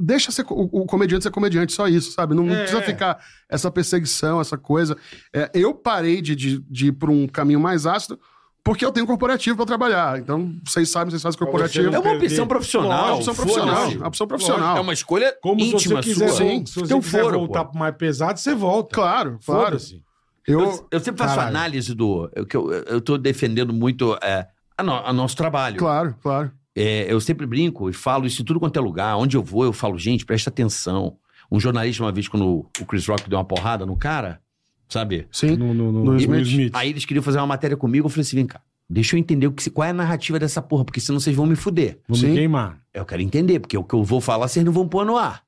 deixa ser, co- o, o comediante ser comediante, só isso, sabe? Não
É,
precisa
é.
ficar essa perseguição, essa coisa. É, eu parei de, de, de ir pra um caminho mais ácido porque eu tenho um corporativo pra trabalhar. Então, vocês sabem, vocês fazem corporativo.
É
Não
uma
perdi.
opção profissional.
É uma opção
foda-se.
profissional. É uma opção profissional.
É uma escolha
Como
íntima
se você quiser,
sua.
sim. Se você
Então
quiser
foram,
voltar
pô.
pro mais pesado, você volta.
Claro, claro.
Foda-se.
Eu,
Eu, eu sempre faço
Caralho.
análise do. Eu, que eu, eu tô defendendo muito é, a, no- a nosso trabalho.
claro, claro.
É, eu sempre brinco e falo isso em tudo quanto é lugar. Onde eu vou, eu falo, gente, presta atenção. Um jornalista, uma vez, quando o Chris Rock deu uma porrada no cara, sabe?
Sim.
No, no, no,
No
no
Smith.
Smith.
Aí eles queriam fazer uma matéria comigo. Eu falei assim: vem cá, deixa eu entender o que, se- qual é a narrativa dessa porra, porque senão vocês vão me fuder.
Vou
Sim.
me queimar.
Eu quero entender, porque o que eu vou falar vocês não vão pôr no ar.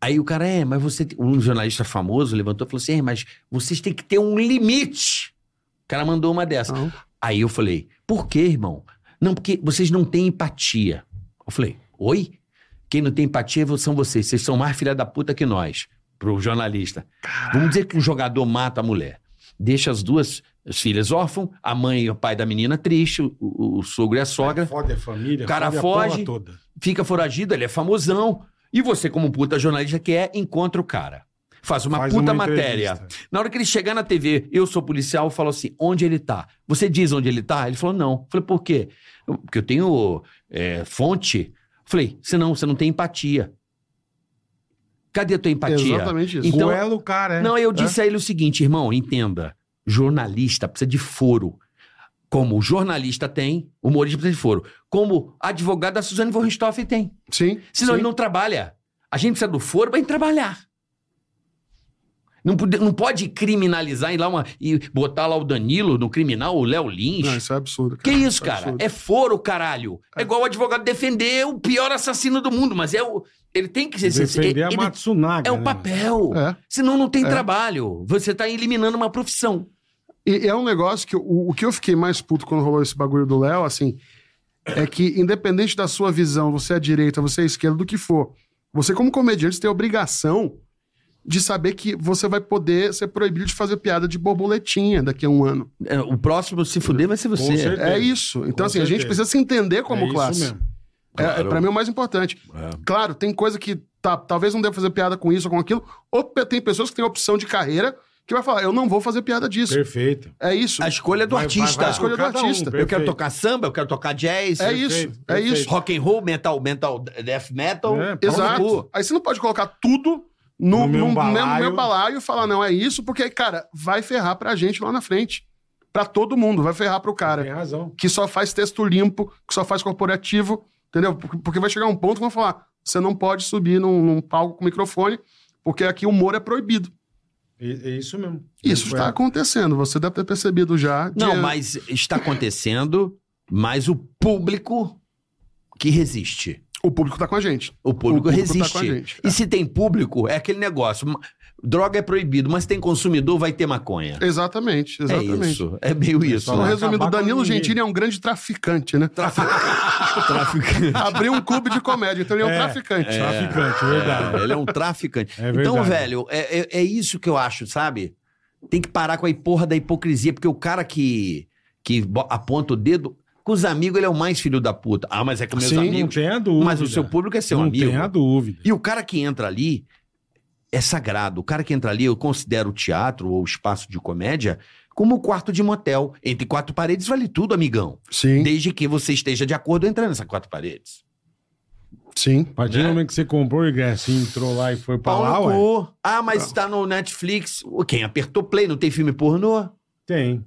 Aí o cara, é, mas você. tem-" Um jornalista famoso levantou e falou assim: é, mas vocês têm que ter um limite. O cara mandou uma dessa.
Então,
Aí eu falei, por quê, irmão? Não, porque vocês não têm empatia. Eu falei, oi? Quem não tem empatia são vocês. Vocês são mais filha da puta que nós, pro jornalista. Vamos dizer que um jogador mata a mulher. Deixa as duas as filhas órfãs, a mãe e o pai da menina triste, o, o- o sogro e a sogra.
Fode a é família,
O cara
fode a porra
foge.
toda.
Fica foragido, ele é famosão. E você, como um puta jornalista que é, encontra o cara. Faz uma
Faz
puta
uma
matéria.
entrevista.
Na hora que ele chegar na TV, eu sou policial, eu falo assim: onde ele tá? Você diz onde ele tá? Ele falou: não. Eu falei: por quê? Eu- Porque eu tenho é, fonte. Eu falei: senão você não tem empatia. Cadê a tua empatia?
Exatamente isso.
Então-
Goela o cara, é.
Não, eu disse a ele o seguinte, irmão, entenda. Jornalista precisa de foro. Como o jornalista tem, o humorista precisa de foro. Como a advogada Suzane von Richthofen tem.
Sim.
Senão
sim.
ele não trabalha. A gente precisa do foro para trabalhar. Não pode, não pode criminalizar e, lá uma, e botar lá o Danilo no criminal, o Léo Lins.
Não, isso é absurdo.
que isso,
é
cara?
absurdo.
É foro, caralho. É igual o advogado defender o pior assassino do mundo, mas é o. Ele tem que ser.
Defender
ele-
a
ele-
Matsunaga.
é o
né,
papel.
É.
Senão não tem
É.
trabalho. Você tá eliminando uma profissão.
E é um negócio que o, o que eu fiquei mais puto quando rolou esse bagulho do Léo, assim, é que independente da sua visão, você é à direita, você é à esquerda, do que for, você como comediante você tem a obrigação de saber que você vai poder ser proibido de fazer piada de borboletinha daqui a um ano.
É, O próximo se fuder vai ser
Com
você.
certeza.
É isso. Então,
Com
assim, a gente
certeza.
precisa se entender
mano?
como
É
classe.
Isso mesmo.
É,
Claro.
pra mim é o mais importante. Claro, tem coisa que tá, talvez não deva fazer piada com isso ou com aquilo, ou pe- tem pessoas que têm opção de carreira que vai falar, eu não vou fazer piada disso.
Perfeito.
É isso.
A escolha é do
Vai- vai-
artista.
vai com
escolha do
cada um,
artista.
Eu quero
perfeito.
tocar samba, eu quero tocar jazz.
É
Perfeito,
isso, é
perfeito.
isso.
rock and roll, metal, metal, death metal.
É, pau no cu.
Exato. Aí você não pode colocar tudo no,
No
no,
mesmo
no mesmo,
balaio.
meu balaio e falar, não, é isso, porque, aí, cara, vai ferrar pra gente lá na frente. Pra todo mundo, vai ferrar pro cara
Tem razão.
que só faz texto limpo, que só faz corporativo, entendeu? Porque porque vai chegar um ponto que vão falar, você não pode subir num, num palco com microfone, porque aqui o humor é proibido.
É, é isso mesmo.
Isso tá
é.
está acontecendo, você deve ter percebido já.
Não,
de-
mas está acontecendo, mas o público que resiste.
O público tá com a gente.
O público,
O público tá
resiste.
com a gente,
E se tem público, é aquele negócio. ma- Droga é proibido, mas se tem consumidor, vai ter maconha.
Exatamente, exatamente.
É isso. É meio isso.
Então,
Vai
Né?
resumindo,
acabar com
Danilo
ninguém.
Gentili é um grande traficante, né?
Traficante.
Abriu um clube de comédia, então ele é um
É,
traficante.
Traficante, verdade.
É, ele é um traficante.
É
então,
verdade.
velho, é, é- é isso que eu acho, sabe? Tem que parar com a porra da hipocrisia, porque o cara que, que bo- aponta o dedo, com os amigos ele é o mais filho da puta. Ah, mas é com meus
Sim,
Não
amigos.
tenha dúvida.
Mas o seu público é seu
Não
amigo.
tenha dúvida.
E o cara que entra ali é sagrado. O cara que entra ali, eu considero o teatro ou o espaço de comédia como o quarto de motel. Entre quatro paredes vale tudo, amigão.
Sim,
Desde que você esteja de acordo entrando nessas quatro paredes.
sim.
A partir do
né?
momento que você comprou o ingresso e entrou lá e foi pra lá,
Pau no
ué,
cu. Ah, mas tá no Netflix. Ô, Quem apertou play, não tem filme pornô?
tem.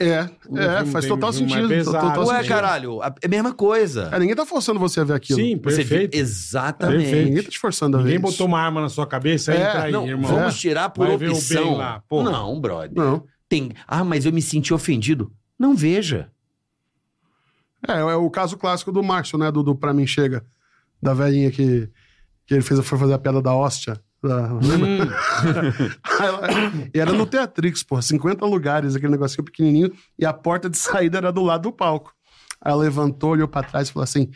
É,
Não
é,
tem-
faz total
não é
sentido.
pesado,
total
né?
Ué,
sentido.
caralho, a- é a mesma coisa.
É, ninguém tá forçando você a ver aquilo.
Sim,
Você vê
perfeito.
exatamente.
Perfeito.
Ninguém tá te forçando a ver
Ninguém
isso.
botou uma arma na sua cabeça e
É,
entra aí,
Não,
irmão.
vamos tirar por
Vai ver o
opção.
bem lá, porra.
não, brother.
Não.
Tem... Ah, mas eu me senti ofendido. Não veja.
É, é o caso clássico do Márcio, né? Do, do Pra Mim Chega. Da velhinha que, que ele fez, foi fazer a piada da hóstia. da-
Hum,
Aí ela- e era no Teatrix, pô, 50 lugares, aquele negocinho pequenininho, e a porta de saída era do lado do palco. Aí ela levantou, olhou pra trás e falou assim: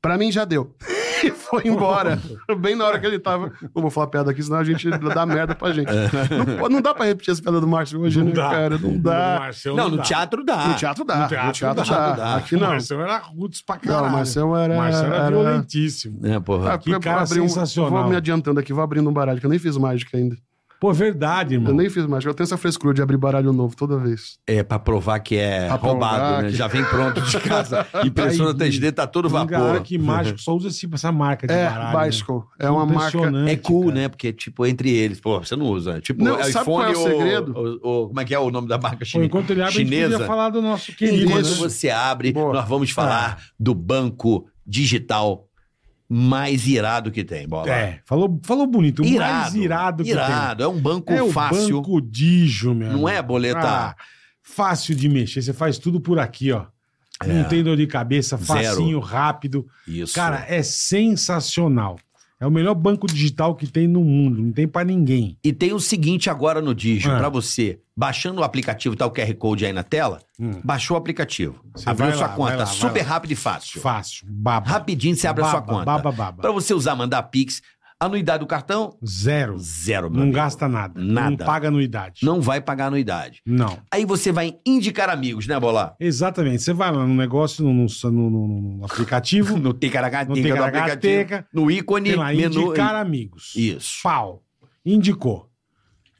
Pra mim já deu. E foi embora. Bem na hora que ele tava. Não vou falar piada aqui, senão a gente dá merda pra gente. Não, pô- não dá pra repetir essa piada do Márcio hoje,
Não
né,
dá.
cara? É. Não
no
dá.
não,
Marcel Então não
no
dá.
teatro dá.
No teatro dá. No teatro, dá. Aqui
O
não.
Marcel era rudes pra caralho.
Não, o Marcel era.
O Marcel era,
era-
violentíssimo.
É, porra.
Ah,
Que
vou
cara
abrir um-
sensacional.
vou me adiantando aqui, vou abrindo um baralho, que eu nem fiz mágica ainda.
Pô, é verdade,
Eu
irmão.
nem fiz mágica. Eu tenho essa frescura de abrir baralho novo toda vez.
É, pra provar que é
Pra provar
roubado, né?
que-
Já vem pronto de casa. Impressora
Aí,
3D, tá todo
Um cara
vapor.
que mágico só usa esse- essa marca de
É,
baralho. né?
Bicycle. É uma marca.
É cool, né? Porque, tipo, entre eles. Pô, você não usa. Tipo,
Não,
iPhone
sabe qual é o
ou,
segredo?
ou- ou- Como é que é o nome da marca
Pô,
chinesa?
enquanto ele abre, a gente
chinesa.
podia falar do nosso querido.
Enquanto
Isso.
né?
você abre,
Boa.
nós
Ah.
vamos falar do banco digital mais irado que tem, Bola.
É, falou, falou bonito. O mais irado que
irado. É um banco
tem. É o
fácil.
banco Digio, meu.
Não é,
Ah,
Boleta?
fácil de mexer. Você faz tudo por aqui, ó.
É.
Não tem dor de cabeça,
Zero.
facinho, rápido.
Isso.
Cara, é sensacional. É o melhor banco digital que tem no mundo. Não tem pra ninguém.
E tem o seguinte agora no Digio,
Ah.
pra você. Baixando o aplicativo, tá o QR Code aí na tela. Baixou o aplicativo.
Você
Abriu
vai
sua
lá,
conta.
vai lá, vai
super
lá.
rápido e fácil.
Fácil. Baba.
Rapidinho você abre a sua
Baba,
conta.
Baba, baba.
Pra você usar, mandar Pix. Anuidade do cartão,
Zero.
zero, meu
Não
amigo.
gasta nada.
Nada.
Não paga anuidade.
Não vai pagar anuidade.
Não.
Aí você vai indicar amigos, né, Bola?
Exatamente. Você vai lá no negócio, no, no- no- no- no aplicativo,
No
no
ticaracateca do aplicativo.
Ticaracateca,
No ícone,
tem lá,
menu.
indicar amigos.
Isso.
Pau. Indicou.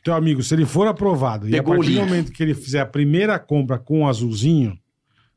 Teu amigo, se ele for aprovado
Pegou
e a
o
partir do
link.
momento que ele fizer a primeira compra com o azulzinho,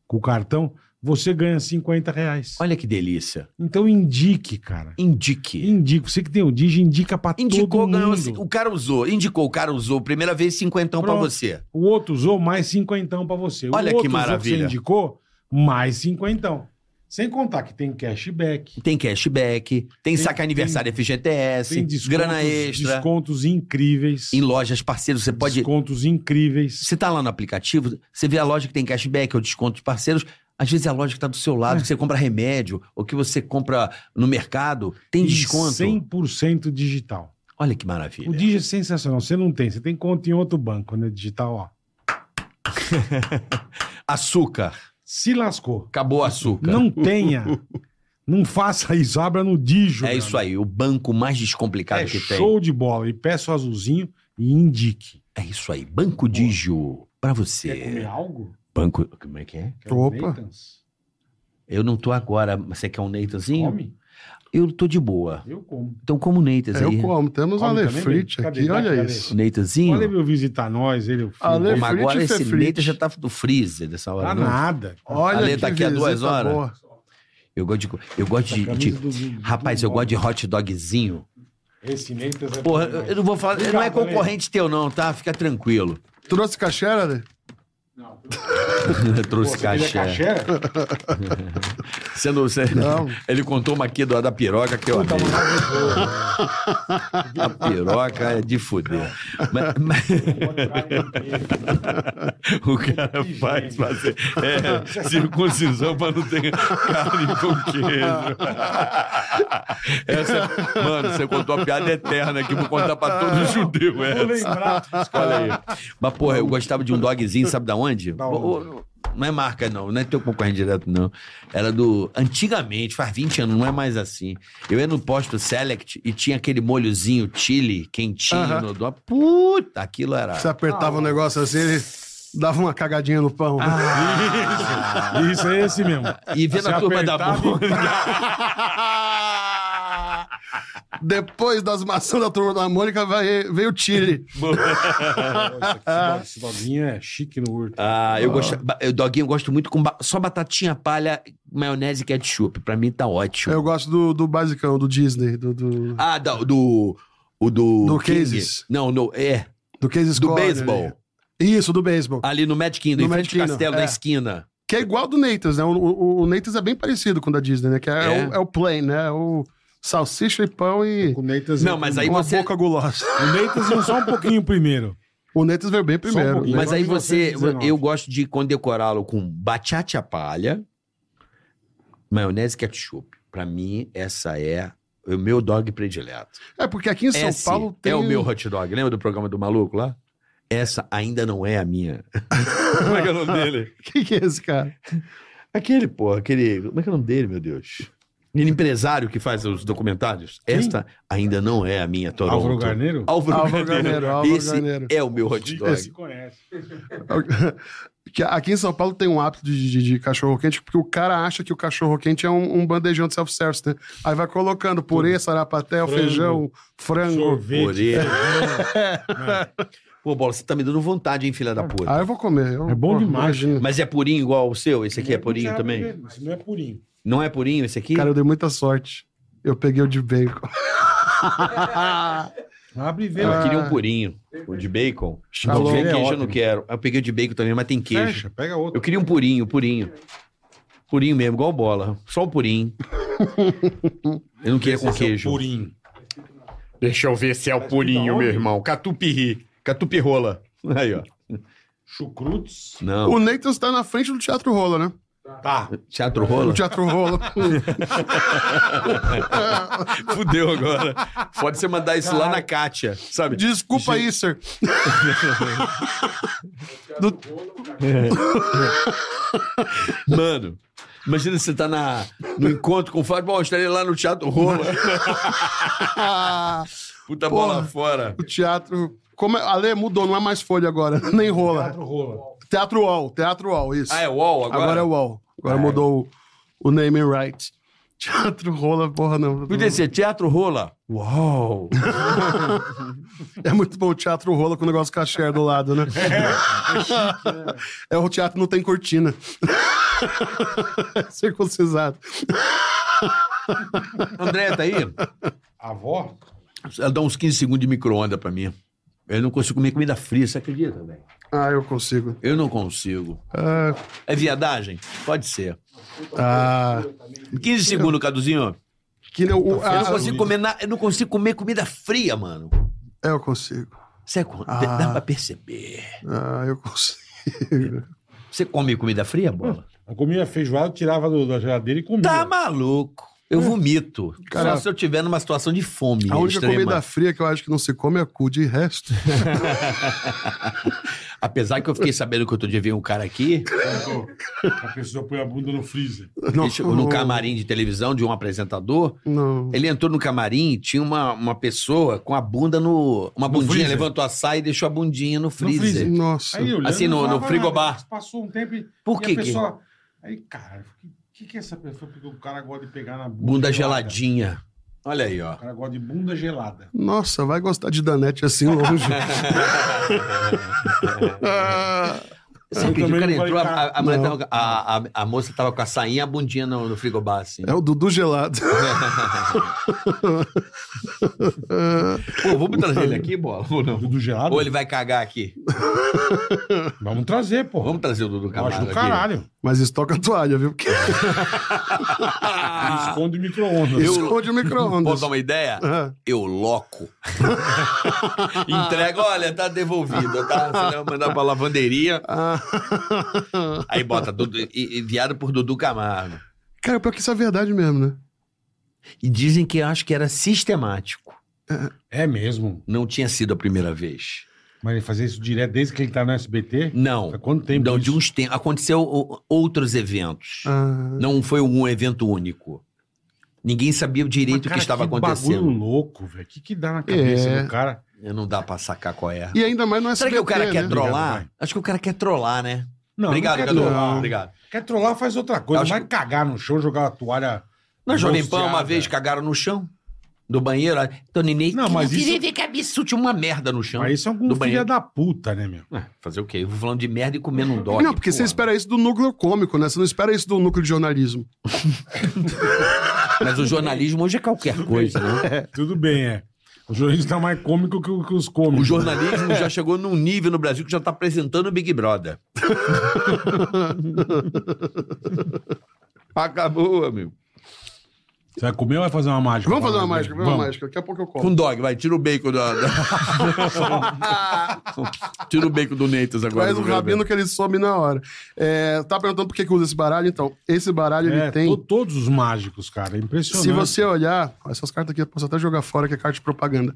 com o cartão, você ganha 50 reais.
Olha que delícia.
Então indique, cara.
Indique.
Indique. Você que tem o Digi, indica pra
Indicou,
todo mundo.
ganhou. assim, O cara usou. Indicou, o cara usou. Primeira vez, cinquentão pra
Pronto.
você.
O outro usou mais cinquentão pra você. O
Olha que
outro usou
maravilha.
você indicou mais cinquentão. Sem contar que tem cashback,
Tem cashback, tem,
Tem-
saca aniversário FGTS,
tem descontos,
grana extra.
descontos incríveis.
Em lojas parceiras, você pode.
Descontos incríveis.
Você tá lá no aplicativo, você vê a loja que tem cashback ou desconto de parceiros. Às vezes é a loja que tá do seu lado, que você compra remédio, ou que você compra no mercado, tem
E
desconto.
100% digital.
Olha que maravilha.
O Digi é sensacional. Você não tem. Você tem conta em outro banco, né? Digital, ó.
Açúcar.
Se lascou.
Acabou o açúcar. É
Não tenha. não faça isso. Abra no Digio.
é isso aí, o banco mais descomplicado
É
que
show de bola. E peça o azulzinho e indique.
tem. É isso aí, Banco Digio, pra você.
algo?
Banco, como é que é?
Quer um
Opa.
Nathan's?
Eu não tô agora, mas você quer um Nathanzinho?
Come?
Eu tô de boa.
Eu como.
Então como o Nathan
É,
Eu
aí.
como. Temos um
Come também,
Alefrite
bem.
aqui,
Cadê? Vai,
olha
cadê?
isso.
O Nathanzinho.
Olha, veio visitar nós, ele... o filho
Ale-
dele.
Pô, mas
Frite
agora
é
esse
frite.
Nathan já tá do freezer dessa hora.
Tá
não?
nada.
Olha
Ale
que
tá aqui há duas
visita
horas?
boa.
Eu gosto de. Eu gosto de,
Essa
de-
Tá camisa do- do-
rapaz,
do
eu gosto de hot dogzinho.
Esse Nathan's é...
Porra,
demais.
eu não vou falar. não é
Obrigado, Ale.
concorrente teu, não, tá? Fica tranquilo.
Trouxe caixera, Ale?
Trouxe
Pô, você queria
caixa.
caché?
Você não, você-
Não.
Ele contou uma aqui do, da piroca que eu
Puta, é
amei.
maravilhoso.
A piroca é de fuder. Mas- mas- o cara faz fazer é, circuncisão pra não ter carne com queijo. Essa, mano, você contou a piada eterna que vou contar pra todo judeu é.
Vou
essa.
lembrar.
Olha aí. Mas, porra, eu gostava de um dogzinho, sabe da onde?
Da onde?
O- o- Não é marca, não. Não é teu concorrente direto, não. Era do... Antigamente, faz 20 anos, não é mais assim. Eu ia no posto Select e tinha aquele molhozinho chili quentinho.
Aham.
no do... Puta, aquilo era...
Você apertava um negócio assim, ele dava uma cagadinha no pão.
Ah.
Isso, isso é esse mesmo.
E vendo
Você
a turma da
apertava e-
Depois das maçãs da turma da Mônica vai- veio o Chile.
Nossa, esse doguinho é chique no urto.
Ah, eu gosto... ba- eu- Doguinho, eu gosto muito com ba- só batatinha palha, maionese e ketchup. Pra mim tá ótimo.
Eu gosto do, do basicão, do Disney, do, do,
Ah, da- do... O do...
Do
King.
Cases.
Não, não, é.
do Case
Do
Score,
beisebol.
né? Isso, do beisebol.
Ali no Mad Kingdom,
No
em
Mad
frente ao
Kingdom,
castelo,
é.
na esquina.
Que é igual do Nathan's, né? O, o, o Nathan's é bem parecido com o da Disney, né? Que é,
É.
O, é o plain, né? É O salsicha e pão e
Com o Neitas,
Não, mas aí
uma
você.
boca gulosa.
O Neitas veio só um pouquinho primeiro.
O Nathan's veio bem
Só um
primeiro.
pouquinho.
Mas aí
Igual em
você.
1919.
Eu gosto de condecorá-lo com batata palha, maionese e ketchup. Pra mim, essa é o meu dog predileto.
É, porque aqui em São
Esse
Paulo tem...
É o meu hot dog. Lembra do programa do maluco lá? Essa ainda não é a minha. como é que é o nome dele?
Quem que é esse cara?
Aquele, porra, aquele. Como é que é o nome dele, meu Deus? Ele empresário que faz os documentários. Esta ainda não é a minha Toronto.
Álvaro Garneiro?
Álvaro,
Álvaro
Garneiro.
Garneiro, Álvaro
Esse
Garneiro.
é o meu hot dog.
Esse conhece.
Que aqui em São Paulo tem um hábito de, de- de cachorro-quente, porque o cara acha que o cachorro-quente é um, um bandejão de self-service, né? Aí vai colocando purê, sarapatel,
Frango.
feijão, frango.
Sorvete.
Orelha. Pô, Bola, você tá me dando vontade, hein, filha da puta.
Ah, eu vou comer. eu-
É bom
pô,
demais.
imagina.
Mas é purinho igual o seu? Esse aqui é purinho também?
Isso não é purinho.
Não é purinho esse aqui?
Cara, eu dei muita sorte. Eu peguei o de bacon.
Abre e vê.
Eu
lá.
queria um purinho. O de bacon.
Shalom.
Não, de
Ele Ah. é
queijo eu
ótimo.
não quero. Eu peguei o de bacon também, mas tem queijo.
Fecha, pega outro.
Eu queria um purinho, purinho. Purinho mesmo, igual bola. Só o purinho. Eu não queria com
Esse é o
queijo.
Purinho. tá
Deixa eu ver se é o
purinho, meu
irmão. Catupirri. Catupirrola. Aí, ó.
Chucrutes.
Não.
o Nathan está na frente do Teatro Rola, né?
Tá.
Teatro
O
rola?
Teatro Rola.
Fudeu agora. Pode você mandar isso lá na Kátia, sabe?
Desculpa aí, sir.
Mano, imagina você tá na, no encontro com o Fábio. Bom, eu estarei lá no Teatro Rola.
Ah,
Puta
Porra.
bola fora.
o teatro. Como é... Ale mudou, não é mais folha agora, nem rola.
Quatro rola.
Teatro UOL, Teatro UOL, isso.
Ah, é UOL agora? Ah,
agora? é UOL. Agora mudou o, o naming right. Teatro Rola, porra, não.
Podia ser Teatro Rola. Uau.
É muito bom o Teatro Rola com o negócio caché do lado, né? é o teatro não tem cortina. Circuncisado.
André, tá aí?
Avó?
Ela dá uns 15 segundos de micro-onda pra mim. Eu não consigo comer comida fria, você acredita, velho?
Ah, eu consigo.
Eu não consigo.
Ah,
É viadagem? Pode ser.
ah,
15 segundos, Caduzinho.
que nem o.
Eu
ah,
não consigo comer, na... eu não consigo comer comida fria, mano.
É, eu consigo.
Você é... con-
Ah.
Dá pra perceber.
Ah, eu consigo.
Você come comida fria, bola?
Eu comia feijoada, tirava do- da geladeira e comia.
Tá maluco.
Hum.
Eu vomito.
Cara,
Só se eu tiver numa situação de fome
A única
extrema.
comida fria que eu acho que não se come é cu de resto.
Apesar que eu fiquei sabendo que outro dia veio um cara aqui,
A pessoa põe a bunda no freezer.
Não,
ele chegou no camarim de televisão de um apresentador,
Não.
Ele entrou no camarim, tinha uma, uma pessoa com a bunda no. Uma
No
bundinha,
freezer.
levantou a saia e deixou a bundinha no freezer.
freezer.
Nossa.
Aí, olhando,
Assim, no-
não
no
falava
frigobar.
nada. Passou um tempo e,
Por
e
que
a
que-
pessoa... Aí, cara, o que, que é essa pessoa? Porque o cara gosta de pegar na bunda
Bunda
gelada.
geladinha. Olha aí, ó.
O cara gosta de bunda gelada.
Nossa, vai gostar de Danete assim longe. Ah,
Você acredita?
também
O cara
não vou
entrou, a,
entrar.
a- a mulher
Não.
tava- a- a- a moça tava com a sainha e a bundinha no, no frigobar, assim.
é o Dudu gelado.
Pô, vamos trazer ele aqui, bola? Ou não?
Bunda gelada?
Ou ele vai cagar aqui?
Vamos trazer, pô.
Vamos trazer o Dudu
Eu acho
Camargo
do
aqui.
caralho.
Mas estoca a toalha, viu? Porque
Esconde o micro-ondas.
Ah. Eu-
esconde o micro-ondas.
Posso dar uma ideia?
Ah,
Eu loco. Entrega, olha, tá devolvido, tá? Você vai mandar pra lavanderia.
ah.
Aí bota Dudu, e- enviado por Dudu Camargo.
Cara, pior que isso é verdade mesmo, né?
E dizem que eu acho que era sistemático.
É mesmo.
Não tinha sido a primeira vez.
Mas ele fazia isso direto desde que ele tá no SBT?
Não.
Há quanto tempo?
não, de um
isso?
uns tempos. Aconteceu o- outros eventos.
Ah,
Não foi um evento único. Ninguém sabia o direito
Mas, cara,
que estava acontecendo.
bagulho louco, velho. O que, que dá na cabeça
É.
do cara?
Não dá pra sacar qual é.
E ainda mais não é
Será que o cara quer
né? Obrigado,
trollar?
pai.
Acho que o cara quer trollar, né?
Não,
Obrigado,
não quer
Cadu.
trollar.
Obrigado.
Quer trollar, faz outra coisa.
Acho
Vai cagar no chão, jogar a toalha.
Na Jovem Pan,
rosteada.
uma vez, cagaram no chão. Do banheiro. então aí, Toninei.
Não, mas isso-
Que absurdo, tinha uma merda no chão.
Mas isso é algum
Do
filho
banheiro.
da puta, né, meu?
Ah, fazer o quê? Eu vou falando de merda e comendo um dog.
Não, porque você
porra.
espera isso do núcleo cômico, né? Você não espera isso do núcleo de jornalismo.
Mas o jornalismo hoje é qualquer coisa, né?
Tudo bem, é. O jornalista tá mais cômico que, o- que os cômicos.
O jornalismo já chegou num nível no Brasil que já tá apresentando o Big Brother. Acabou, amigo.
Você vai comer ou vai fazer uma mágica?
Vamos fazer uma
Fala,
mágica, vamos uma mágica. Daqui a pouco eu
Com um
conto.
dog, vai, tira o bacon da. da- tira o bacon do Neitas agora.
Mas o
do meu
rabino que ele some na hora. É, tá perguntando por que, que usa esse baralho? Então, esse baralho
É,
ele tem.
to- todos os mágicos, cara. É impressionante.
Se você olhar, ó, essas cartas aqui eu posso até jogar fora, que é carta de propaganda.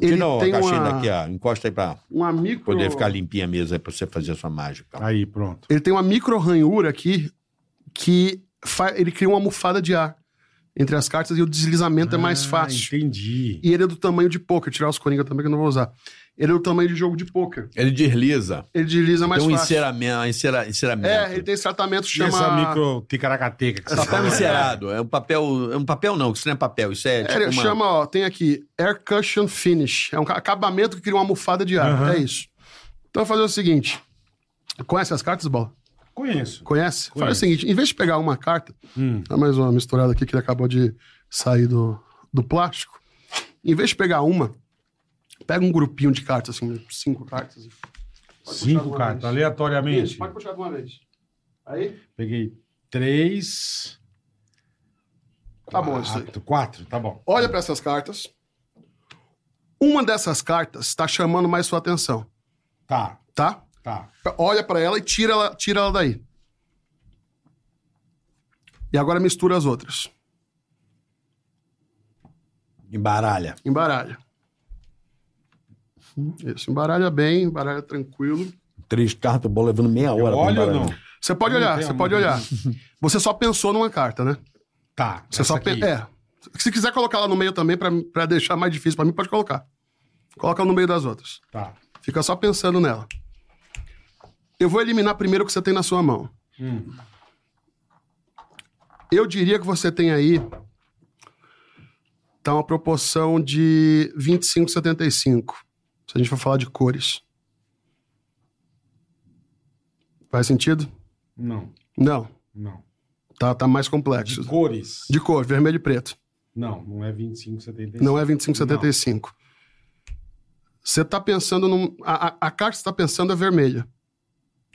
Ele
Tira a
tem
caixinha
uma,
daqui, ó. Encosta aí pra
uma micro.
poder ficar limpinha a mesa aí pra você fazer a sua mágica.
Aí, pronto.
Ele tem uma micro ranhura aqui que fa- ele cria uma almofada de ar entre as cartas e o deslizamento é mais
Ah,
fácil.
Entendi.
E ele é do tamanho de poker, tirar os coringa também que eu não vou usar. Ele é do tamanho de jogo de poker.
Ele desliza.
Ele desliza mais
tem um né?
fácil.
enceramento. Encera, enceramento.
É, ele tem esse tratamento que
E essa
chama
micro ticaracateca que você
Papel
fala?
encerado. É um papel. É um papel, não, que isso não é papel. Isso é.
É,
tipo
ele
uma-
chama, ó, tem aqui Air Cushion Finish. É um ca- acabamento que cria uma almofada de ar.
Aham.
É isso. Então, eu vou fazer o seguinte. Conhece as cartas, Bola?
Conheço.
Conhece? Faz
Conheço.
o seguinte, em vez de pegar uma carta,
Hum.
dá mais uma misturada aqui que ele acabou de sair do, do plástico. Em vez de pegar uma, pega um grupinho de cartas, assim, cinco cartas. Pode puxar de
Cinco
uma
cartas,
vez.
aleatoriamente.
Isso, pode puxar de uma vez. Aí,
Peguei três.
Tá bom, isso aí.
quatro, quatro, tá bom.
olha pra essas cartas. Uma dessas cartas está chamando mais sua atenção,
Tá,
tá?
tá.
Olha pra ela e tira ela, tira ela daí. E agora mistura as outras.
Embaralha.
Embaralha. Hum, Isso, embaralha bem, embaralha tranquilo.
Três cartas, bola levando meia hora.
Eu
pra
olho ou
embaralhar.
não?
Você pode
Não
olhar,
tem
você
a
pode
mão.
olhar. Você só pensou numa carta, né?
Tá.
Você só
essa aqui.
pe... É. Se quiser colocar ela no meio também, pra- pra deixar mais difícil pra mim, pode colocar. Coloca ela no meio das outras.
Tá.
Fica só pensando nela. Eu vou eliminar primeiro o que você tem na sua mão.
Hum.
Eu diria que você tem aí. Tá uma proporção de 25,75. Se a gente for falar de cores. Faz sentido?
Não,
Não.
não.
Tá, tá mais complexo.
De cores.
De cor, vermelho e preto.
Não, não é 25, 75.
Uhum. Não é 25,75. Você tá pensando num. A, a- a carta que você tá pensando é vermelha.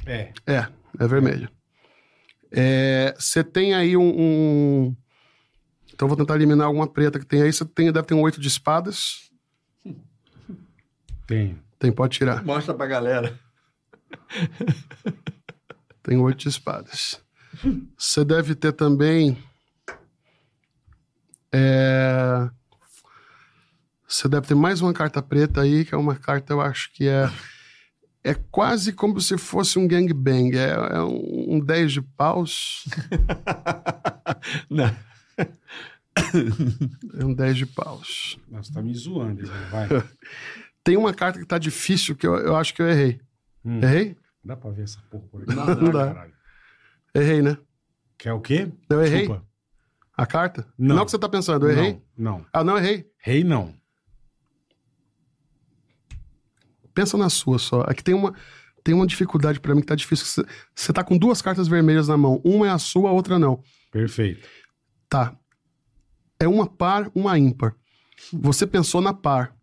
É.
É, é vermelha. É, Você tem aí um, um- Então eu vou tentar eliminar alguma preta que tem aí. Você tem, deve ter um oito de espadas.
Tenho.
Tem, pode tirar.
Mostra pra galera.
Tem oito de espadas. Você deve ter também. é, Você deve ter mais uma carta preta aí, que é uma carta, eu acho que é. É quase como se fosse um gangbang. É, é um um 10 de paus.
Não.
É um 10 de paus.
Nossa, tá me zoando. Né? Vai.
É. Tem uma carta que tá difícil que eu, eu acho que eu errei.
Hum.
Errei?
Dá pra ver essa porra por aqui?
É. Não, não dá.
Caralho.
Errei, né?
Quer o quê?
Eu errei
Desculpa.
a carta?
Não.
Não o que você tá pensando, eu errei?
Não, não.
Ah, não, errei.
Rei não.
Pensa na sua só. Aqui tem uma, tem uma dificuldade pra mim que tá difícil. Você- Você tá com duas cartas vermelhas na mão. Uma é a sua, a outra não.
Perfeito.
Tá. É uma par, uma ímpar. Você pensou na par.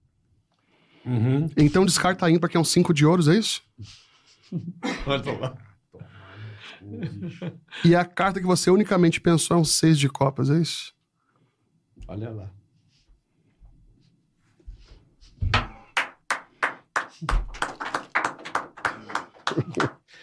Uhum.
Então descarta a ímpar, que é um 5 de ouros, é isso?
Olha lá.
E a carta que você unicamente pensou é um 6 de copas, é isso?
Olha lá.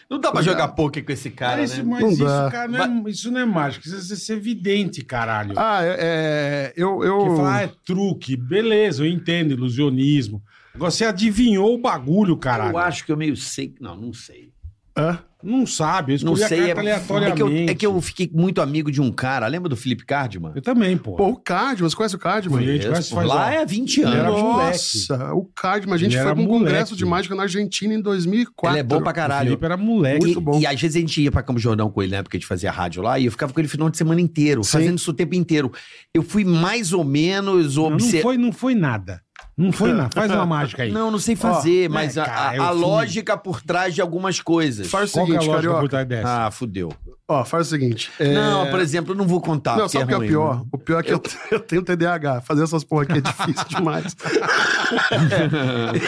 Não dá pra jogar poker com esse cara,
Cara, isso,
né?
mas
Não
isso,
dá.
cara, não é, isso não é mágico. Isso é você ser vidente, caralho.
Ah, é. é, eu. eu...
Que fala, ah, é truque. Beleza, eu entendo, ilusionismo. Agora você adivinhou o bagulho, caralho.
Eu acho que eu meio sei. Não, não sei.
Hã?
Não sabe, eu
Não
escolhi a
sei. É, é que
carta
eu,
aleatoriamente.
é que eu fiquei muito amigo de um cara. Lembra do Felipe Cardman?
Eu também, pô.
Pô, o Cadman, você conhece o Cadman?
Conheço. gente
Conheço,
quase
pô.
faz
Lá
lá.
é 20
Ele era
anos.
Nossa, o Cadman. A gente
Ele
foi
era
para um congresso
moleque.
de mágica na Argentina em 2004.
Ele é bom pra
O
caralho.
Felipe era
é
moleque.
e, e às vezes a gente ia pra Campo Jordão com ele, né? Porque a gente fazia rádio lá e eu ficava com ele o final de semana inteiro,
Sim.
fazendo isso o tempo inteiro. Eu fui mais ou menos
Não, não,
observando.
foi, não foi nada. Não foi nada. Faz uma mágica aí.
Não, não sei fazer,
Ó,
mas
né,
é,
a,
cara,
a-
eu
a
fui.
lógica por trás de algumas coisas.
Faz o
Qual que é a
seguinte,
lógica por
Carioca.
trás dessa?
Ah, fudeu.
Ó, faz o seguinte. é,
Não, por exemplo, eu não vou contar.
não, sabe o que é o
ruim,
pior?
né?
O pior é que eu, eu tenho TDAH. Fazer essas porra aqui é difícil demais.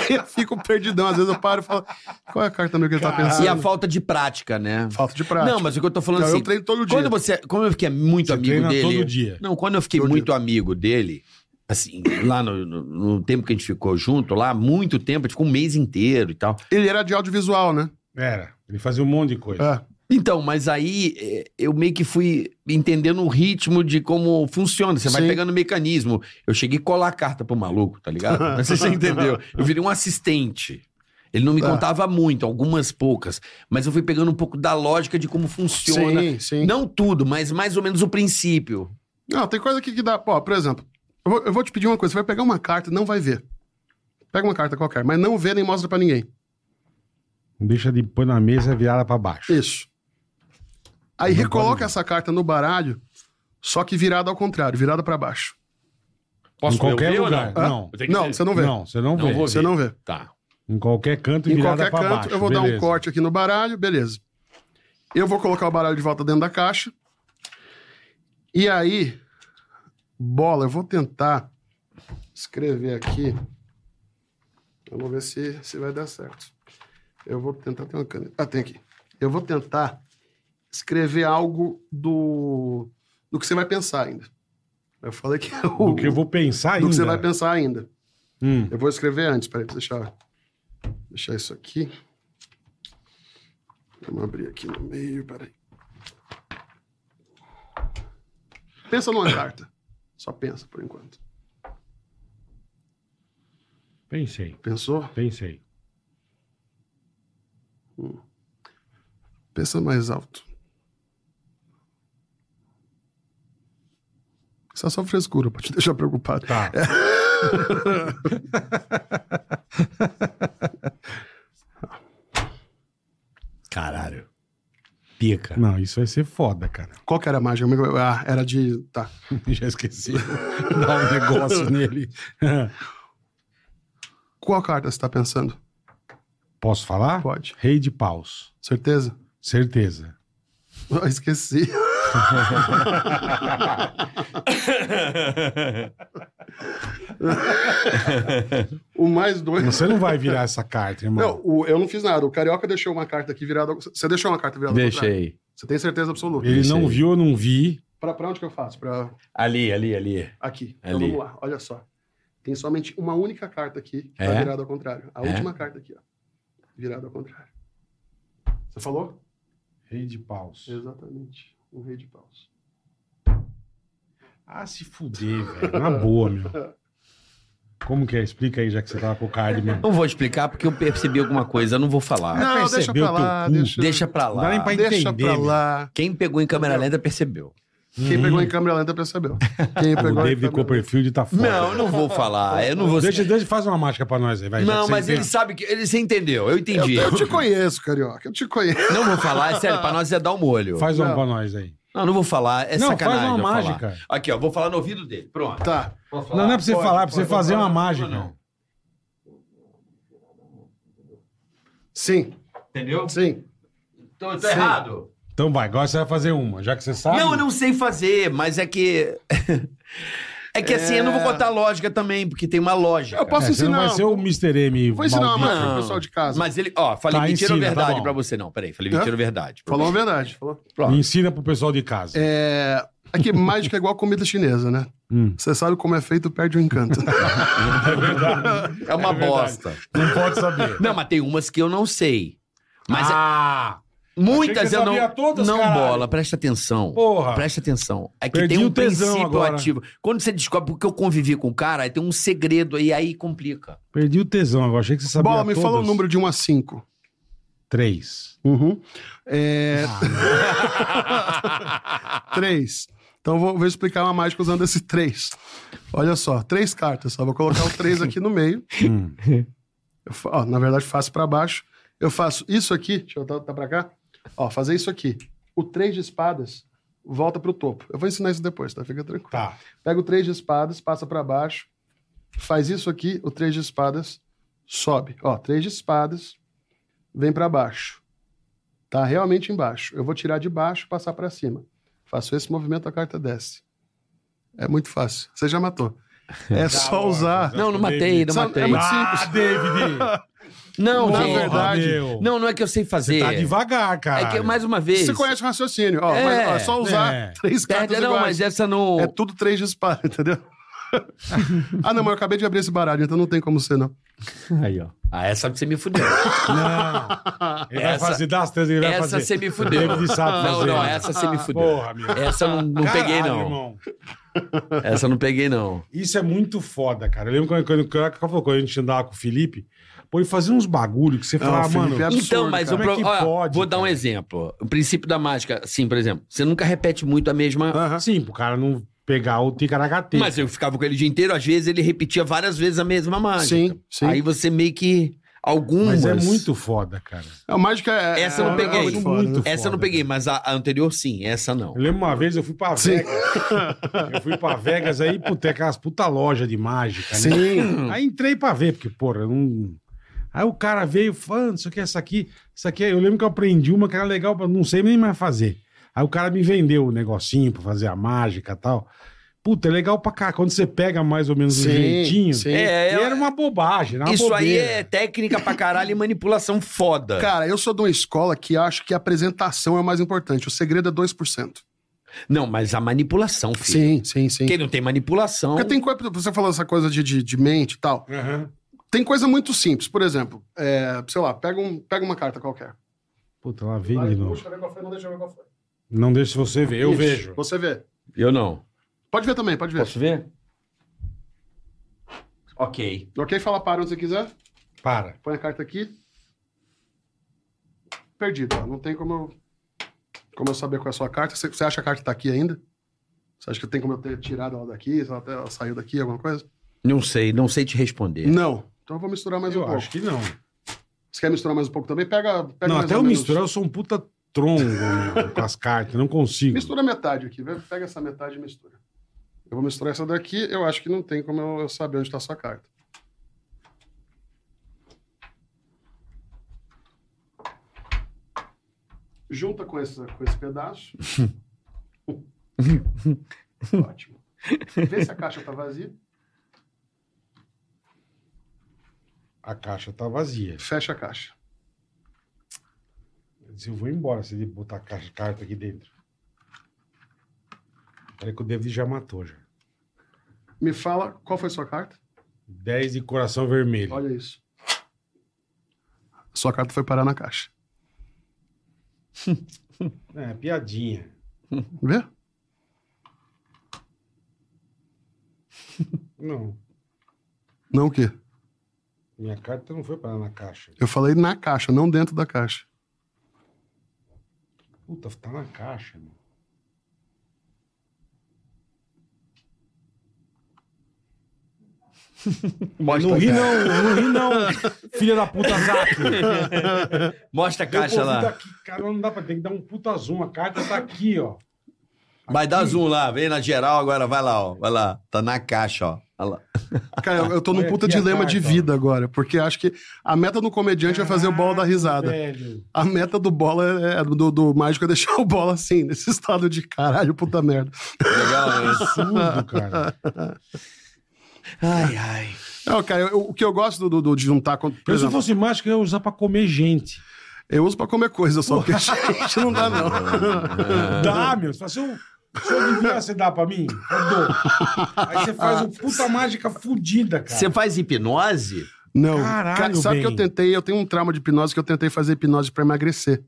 eu fico perdidão. Às vezes eu paro e falo, qual é a carta meu que ele tá pensando?
E a falta de prática, né?
Falta de prática.
Não, mas o que eu tô falando
Não, eu
assim.
treino todo dia.
quando Você, como eu fiquei muito
Você
amigo
treina
dele.
é-
todo dia.
Não, quando eu fiquei
Todo
muito amigo dele, assim, lá no, no- no tempo que a gente ficou junto, lá, muito tempo, a gente ficou um mês inteiro e tal.
Ele era de audiovisual, né?
Era. Ele fazia um monte de coisa.
É.
Então, mas aí é, eu meio que fui entendendo o ritmo de como funciona. Você vai
Sim.
pegando o mecanismo. Eu cheguei a colar a carta pro maluco, tá ligado? Não sei se você entendeu. Eu virei um assistente. Ele não me
É.
Tá.
contava muito, algumas poucas. Mas eu fui pegando um pouco da lógica de como funciona.
Sim, sim.
Não tudo, mas mais ou menos o princípio.
Não, tem coisa aqui que dá. Ó, por exemplo, eu vou, eu vou te pedir uma coisa: você vai pegar uma carta e não vai ver. Pega uma carta qualquer, mas não vê nem mostra pra ninguém.
Não deixa de pôr na mesa virada pra baixo.
Isso. Aí recoloca essa carta no baralho, só que virada ao contrário, virada pra baixo.
em qualquer
ver ou
lugar.
Hã?
Não.
Não, você não vê.
Não, você não,
Não
vê.
vou
você
ver.
não vê.
Tá.
Em qualquer canto
Em
virada
qualquer
pra
canto,
baixo.
eu vou dar um
beleza.
corte aqui no baralho, beleza. Eu vou colocar o baralho de volta dentro da caixa. E aí, bola, eu vou tentar escrever aqui. Eu vou ver se, se vai dar certo. Eu vou tentar ter uma caneta. Ah, tem aqui. Eu vou tentar escrever algo do, do que você vai pensar ainda. Eu falei que é o,
Do que eu vou pensar ainda.
do que você vai pensar ainda.
Hum.
Eu vou escrever antes, peraí, deixa eu deixar isso aqui. Vamos abrir aqui no meio, peraí. Pensa numa carta. Só pensa por enquanto.
Pensei,
Pensou?
pensei.
Pensa mais alto. Isso é só frescura pra te deixar preocupado.
Tá.
É,
Caralho. Pica.
Não, isso vai ser foda, cara.
Qual que era a mágica? Ah, era de. Tá.
Já esqueci. Dá um negócio nele.
Qual carta você tá pensando?
Posso falar?
Pode.
Rei de paus.
Certeza?
Certeza.
Eu Ah, esqueci. o mais doido.
Você não vai virar essa carta, irmão.
Não, o- eu não fiz nada. O Carioca deixou uma carta aqui virada. ao- Você deixou uma carta virada? ao contrário?
Deixei.
Você tem certeza absoluta?
Ele não viu, eu não vi.
Pra, pra onde que eu faço? Pra...
Ali, ali, ali.
Aqui. Então
Ali.
vamos lá. Olha só. Tem somente uma única carta aqui que tá
É?
virada ao contrário. A
É?
última carta aqui, ó. Virada ao contrário. Você falou?
Rei de paus.
Exatamente. Um rei de paus.
Ah, se fuder, velho. Na boa, meu. Como que é? Explica aí, já que você tava com o card mesmo.
Não vou explicar porque eu percebi alguma coisa, eu não vou falar.
Não,
Ah, percebeu
deixa
teu
pra lá.
cu.
Deixa,
Deixa pra
Dá
lá.
nem pra
Ah, Deixa
entender,
pra
meu. Uhum.
lá.
Quem pegou em câmera lenta percebeu.
Quem pegou em câmera lenta percebeu. Quem pegou
O
em
David
câmera-
Copperfield tá foda.
Não, eu não vou falar. Eu não vou.
Deixa, deixa, faz uma mágica pra nós aí, vai. já
não,
que você
mas ele
entende.
sabe que. Ele você entendeu, eu
Eu,
entendi.
eu te conheço, carioca. Eu te conheço.
Não vou falar, é sério, pra nós é dar o molho.
Faz uma
Não.
pra nós aí.
Não, não vou falar, é
Não, faz
sacanagem.
uma
eu falar.
mágica. Então,
Aqui, ó, vou falar no ouvido dele. Pronto.
Tá.
Posso
Não, não é pra você
Pode,
falar, é pra você
pode,
fazer
pode.
uma mágica.
Não, não.
Sim,
Entendeu?
sim.
Tô, tô
Sim.
errado.
Então vai, agora você vai fazer uma, já que você sabe.
Não, eu não sei fazer, mas é que. é que assim, eu não vou contar lógica também, porque tem uma lógica.
Eu posso
É, você não
ensinar.
vai ser o Mr. M.
Vou ensinar uma
maldito.
mágica pro
Não.
pessoal de casa.
Mas ele, ó, falei
Tá,
mentira ou
ensina, tá
verdade
bom.
pra você, não. Peraí, falei
Hã?
mentira ou verdade.
Falou a verdade. Falou.
Pronto.
Ensina pro pessoal de casa.
É... Aqui, mágica é igual comida chinesa, né?
Hum.
Você sabe como é feito, perde o encanto.
É uma
É verdade.
bosta.
Não pode saber.
Não, mas tem umas que eu não sei. Mas é-
ah, achei que
muitas
você
eu não.
sabia todas,
não
caralho.
bola, presta atenção.
porra.
Presta atenção. É que
Perdi
tem um
o tesão
princípio
agora.
ativo. Quando você descobre porque eu convivi com o cara, aí tem um segredo aí, aí complica.
Perdi o tesão agora, achei que você sabia
Bola, me
todas.
fala o número de 1 a 5.
Três.
Uhum. É... três. Então vou, vou explicar uma mágica usando esse três. Olha só, três cartas só. Vou colocar o três aqui no meio.
Hum.
Eu fa- ó, na verdade, faço pra baixo. Eu faço isso aqui. Deixa eu botar pra cá. Ó, fazer isso aqui. O três de espadas volta pro topo. Eu vou ensinar isso depois, tá? Fica tranquilo.
Tá.
Pega o três de espadas, passa pra baixo. Faz isso aqui, o três de espadas sobe. Ó, três de espadas, vem pra baixo. Tá realmente embaixo. Eu vou tirar de baixo, passar para cima. Faço esse movimento, a carta desce. É muito fácil. Você já matou. É só usar.
Não, não matei, não
Sabe,
matei.
é muito
Tá Ah,
simples.
David!
Não,
Na
gente.
verdade,
meu,
Não, não é que eu sei fazer.
tá devagar, cara.
é que, eu, mais uma vez.
Você conhece o raciocínio. Ó,
É.
mas, ó, é só usar
É.
três cartas
perde, não,
iguais.
mas essa não.
É tudo três disparos, entendeu? ah, não, mas eu acabei de abrir esse baralho, então não tem como ser, não.
Aí, ó.
Ah, essa você me fudeu.
Não. Ele vai
Essa-
fazer das três, ele vai
essa
fazer.
você me
O
fudeu.
David sabe
Não,
fazer. Ah,
não, essa você me fudeu.
Porra, meu.
Essa eu não, não
Caralho,
peguei, não.
irmão.
Essa eu não peguei, não.
Isso é muito foda, cara. Eu lembro quando, quando, quando, quando, a gente andava com o Felipe, pô, ele fazia uns bagulho que você
Não,
falava,
o Felipe
mano...
é absurdo,
então, mas
cara.
o
Como é que
pro- olha,
pode,
vou dar um
cara?
exemplo. O princípio da mágica, sim, por exemplo. Você nunca repete muito a mesma.
Aham.
Sim, pro cara não pegar o ticaracate.
Mas é eu ficava com ele o dia inteiro, às vezes ele repetia várias vezes a mesma mágica.
Sim, sim.
Aí você meio que. Algumas.
Mas é muito foda, cara.
A mágica é.
Essa eu não
é-
peguei.
É muito foda,
Muito
né?
Essa eu não
foda, É
peguei, mas a, a anterior sim, essa não.
Eu lembro uma vez eu fui pra
Sim.
Vegas. eu fui pra Vegas aí, puta, tem aquelas puta loja de mágica, né?
Sim.
Aí entrei pra ver, porque, porra, eu não. Aí o cara veio, falando, isso aqui, essa aqui, isso aqui. é-" Eu lembro que eu aprendi uma que era legal, pra- não sei nem mais fazer. Aí o cara me vendeu o negocinho pra fazer a mágica e tal. Puta, é legal pra cá. Quando você pega mais ou menos um jeitinho.
sim.
E
É,
era uma bobagem, era uma
isso aí
bobeira.
é técnica pra caralho e manipulação foda.
Cara, eu sou de uma escola que acho que a apresentação é o mais importante. O segredo é 2%.
Não, mas a manipulação, filho.
Sim, sim, sim.
Quem não tem manipulação.
Porque tem coisa. Você falou essa coisa de, de, de mente e tal.
Aham.
Tem coisa muito simples. Por exemplo, é, sei lá, pega, um, pega uma carta qualquer.
Puta, lá vem
Vai,
de novo.
deixa eu ver qual foi, não deixa eu ver qual foi.
Não deixa você ver, eu
Isso,
vejo.
Você vê.
Eu não.
Pode ver também, pode ver.
ver? Ok.
Ok, fala para onde você quiser.
Para.
Põe a carta aqui. Perdido. ó. Não tem como eu, como eu saber qual é a sua carta. Você, você acha que a carta tá aqui ainda? Você acha que tem como eu ter tirado ela daqui? Se ela, até- ela saiu daqui, alguma coisa?
Não sei, não sei te responder.
Não. Então eu vou misturar mais
eu
um pouco.
acho que não.
Você quer misturar mais um pouco também? Pega, pega
não,
mais
até
ou
eu
menos.
misturar, eu sou um puta trongo meu, com as cartas, não consigo.
Mistura metade aqui. vê? Pega essa metade e mistura. Eu vou misturar essa daqui. Eu acho que não tem como eu saber onde está a sua carta. Junta com esse, com esse pedaço. Ótimo. Vê se a caixa está vazia.
A caixa tá vazia.
Fecha a caixa.
Eu disse, eu vou embora se ele botar a caixa, carta aqui dentro. Olha que o David já matou já.
Me fala qual foi a sua carta.
10 de coração vermelho.
Olha isso. Sua carta foi parar na caixa.
É, piadinha.
Vê?
Não,
Não o quê?
minha carta não foi parar na caixa.
Eu falei na caixa, não dentro da caixa.
Puta, tá na caixa, meu.
Mostra,
Não
a
ri
caixa.
não, não ri não. Filha da puta Zac.
Mostra a caixa
Eu vou vir
lá.
daqui, cara, não dá pra ter que dar um puta zoom. A carta tá aqui, ó.
Vai dar zoom lá, vem na geral agora, vai lá, ó. Vai lá. Tá na caixa, ó. Olha lá.
Cara, eu, eu tô num
Olha
puta
aqui a
dilema de
carta,
vida agora, porque acho que a meta do comediante é fazer o bola da
Ah,
risada.
Velho.
A meta do bola é, é do, do mágico é deixar o bola assim, nesse estado de caralho, puta merda.
Legal, né?
Absurdo, cara.
Ai, ai.
Não, cara, eu- o que eu gosto do, do- de juntar com. Por
Eu, se eu
exemplo,
fosse mágico, eu ia usar pra comer gente.
eu uso pra comer coisa só, porque gente não dá, não.
É.
Dá, meu. Você fala, Se eu, se eu adivinhar, você dá pra mim? Eu dou. Aí você faz uma puta mágica fudida, cara.
Você é faz hipnose?
Não.
Caralho,
Cara, sabe
bem.
que eu tentei? Eu tenho um trauma de hipnose que eu tentei fazer hipnose pra emagrecer.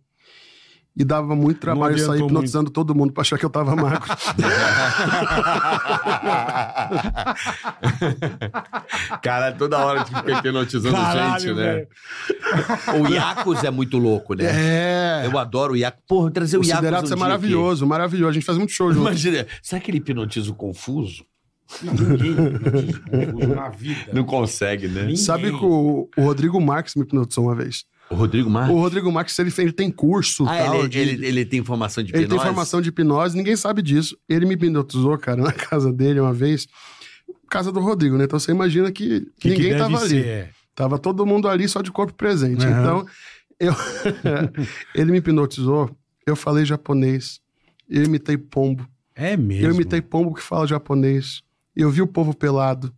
E dava muito trabalho
adiantou
sair hipnotizando todo mundo pra achar que eu tava magro.
Cara, toda hora que fica hipnotizando gente, né?
velho.
O Iacos é muito louco, né?
É.
Eu adoro o Iaco. Porra, trazer o,
O
Iacos.
Siderato
um
é
dia
maravilhoso, maravilhoso. A gente faz muito show
aqui.
junto.
Imagina, será que ele hipnotiza o confuso?
Ninguém hipnotiza o confuso na
É.
vida.
Não consegue, né?
Ninguém.
Sabe que o, o Rodrigo Marques me hipnotizou uma vez.
O Rodrigo
Ah.
Marques.
O Rodrigo Marques, ele, fez- ele tem curso
Ah,
tal.
é
ele,
de-
ele, ele tem formação de
ele
hipnose?
tem formação de hipnose, ninguém sabe disso. Ele me hipnotizou, cara, na casa dele uma vez. Casa do Rodrigo, né? Então você imagina que,
Que que
ninguém
deve
tava ali.
ser, é.
Tava todo mundo ali só de corpo presente.
Aham.
Então, Eu... ele me hipnotizou, eu falei japonês, eu imitei pombo.
É mesmo.
Eu imitei pombo que fala japonês. Eu vi o povo pelado.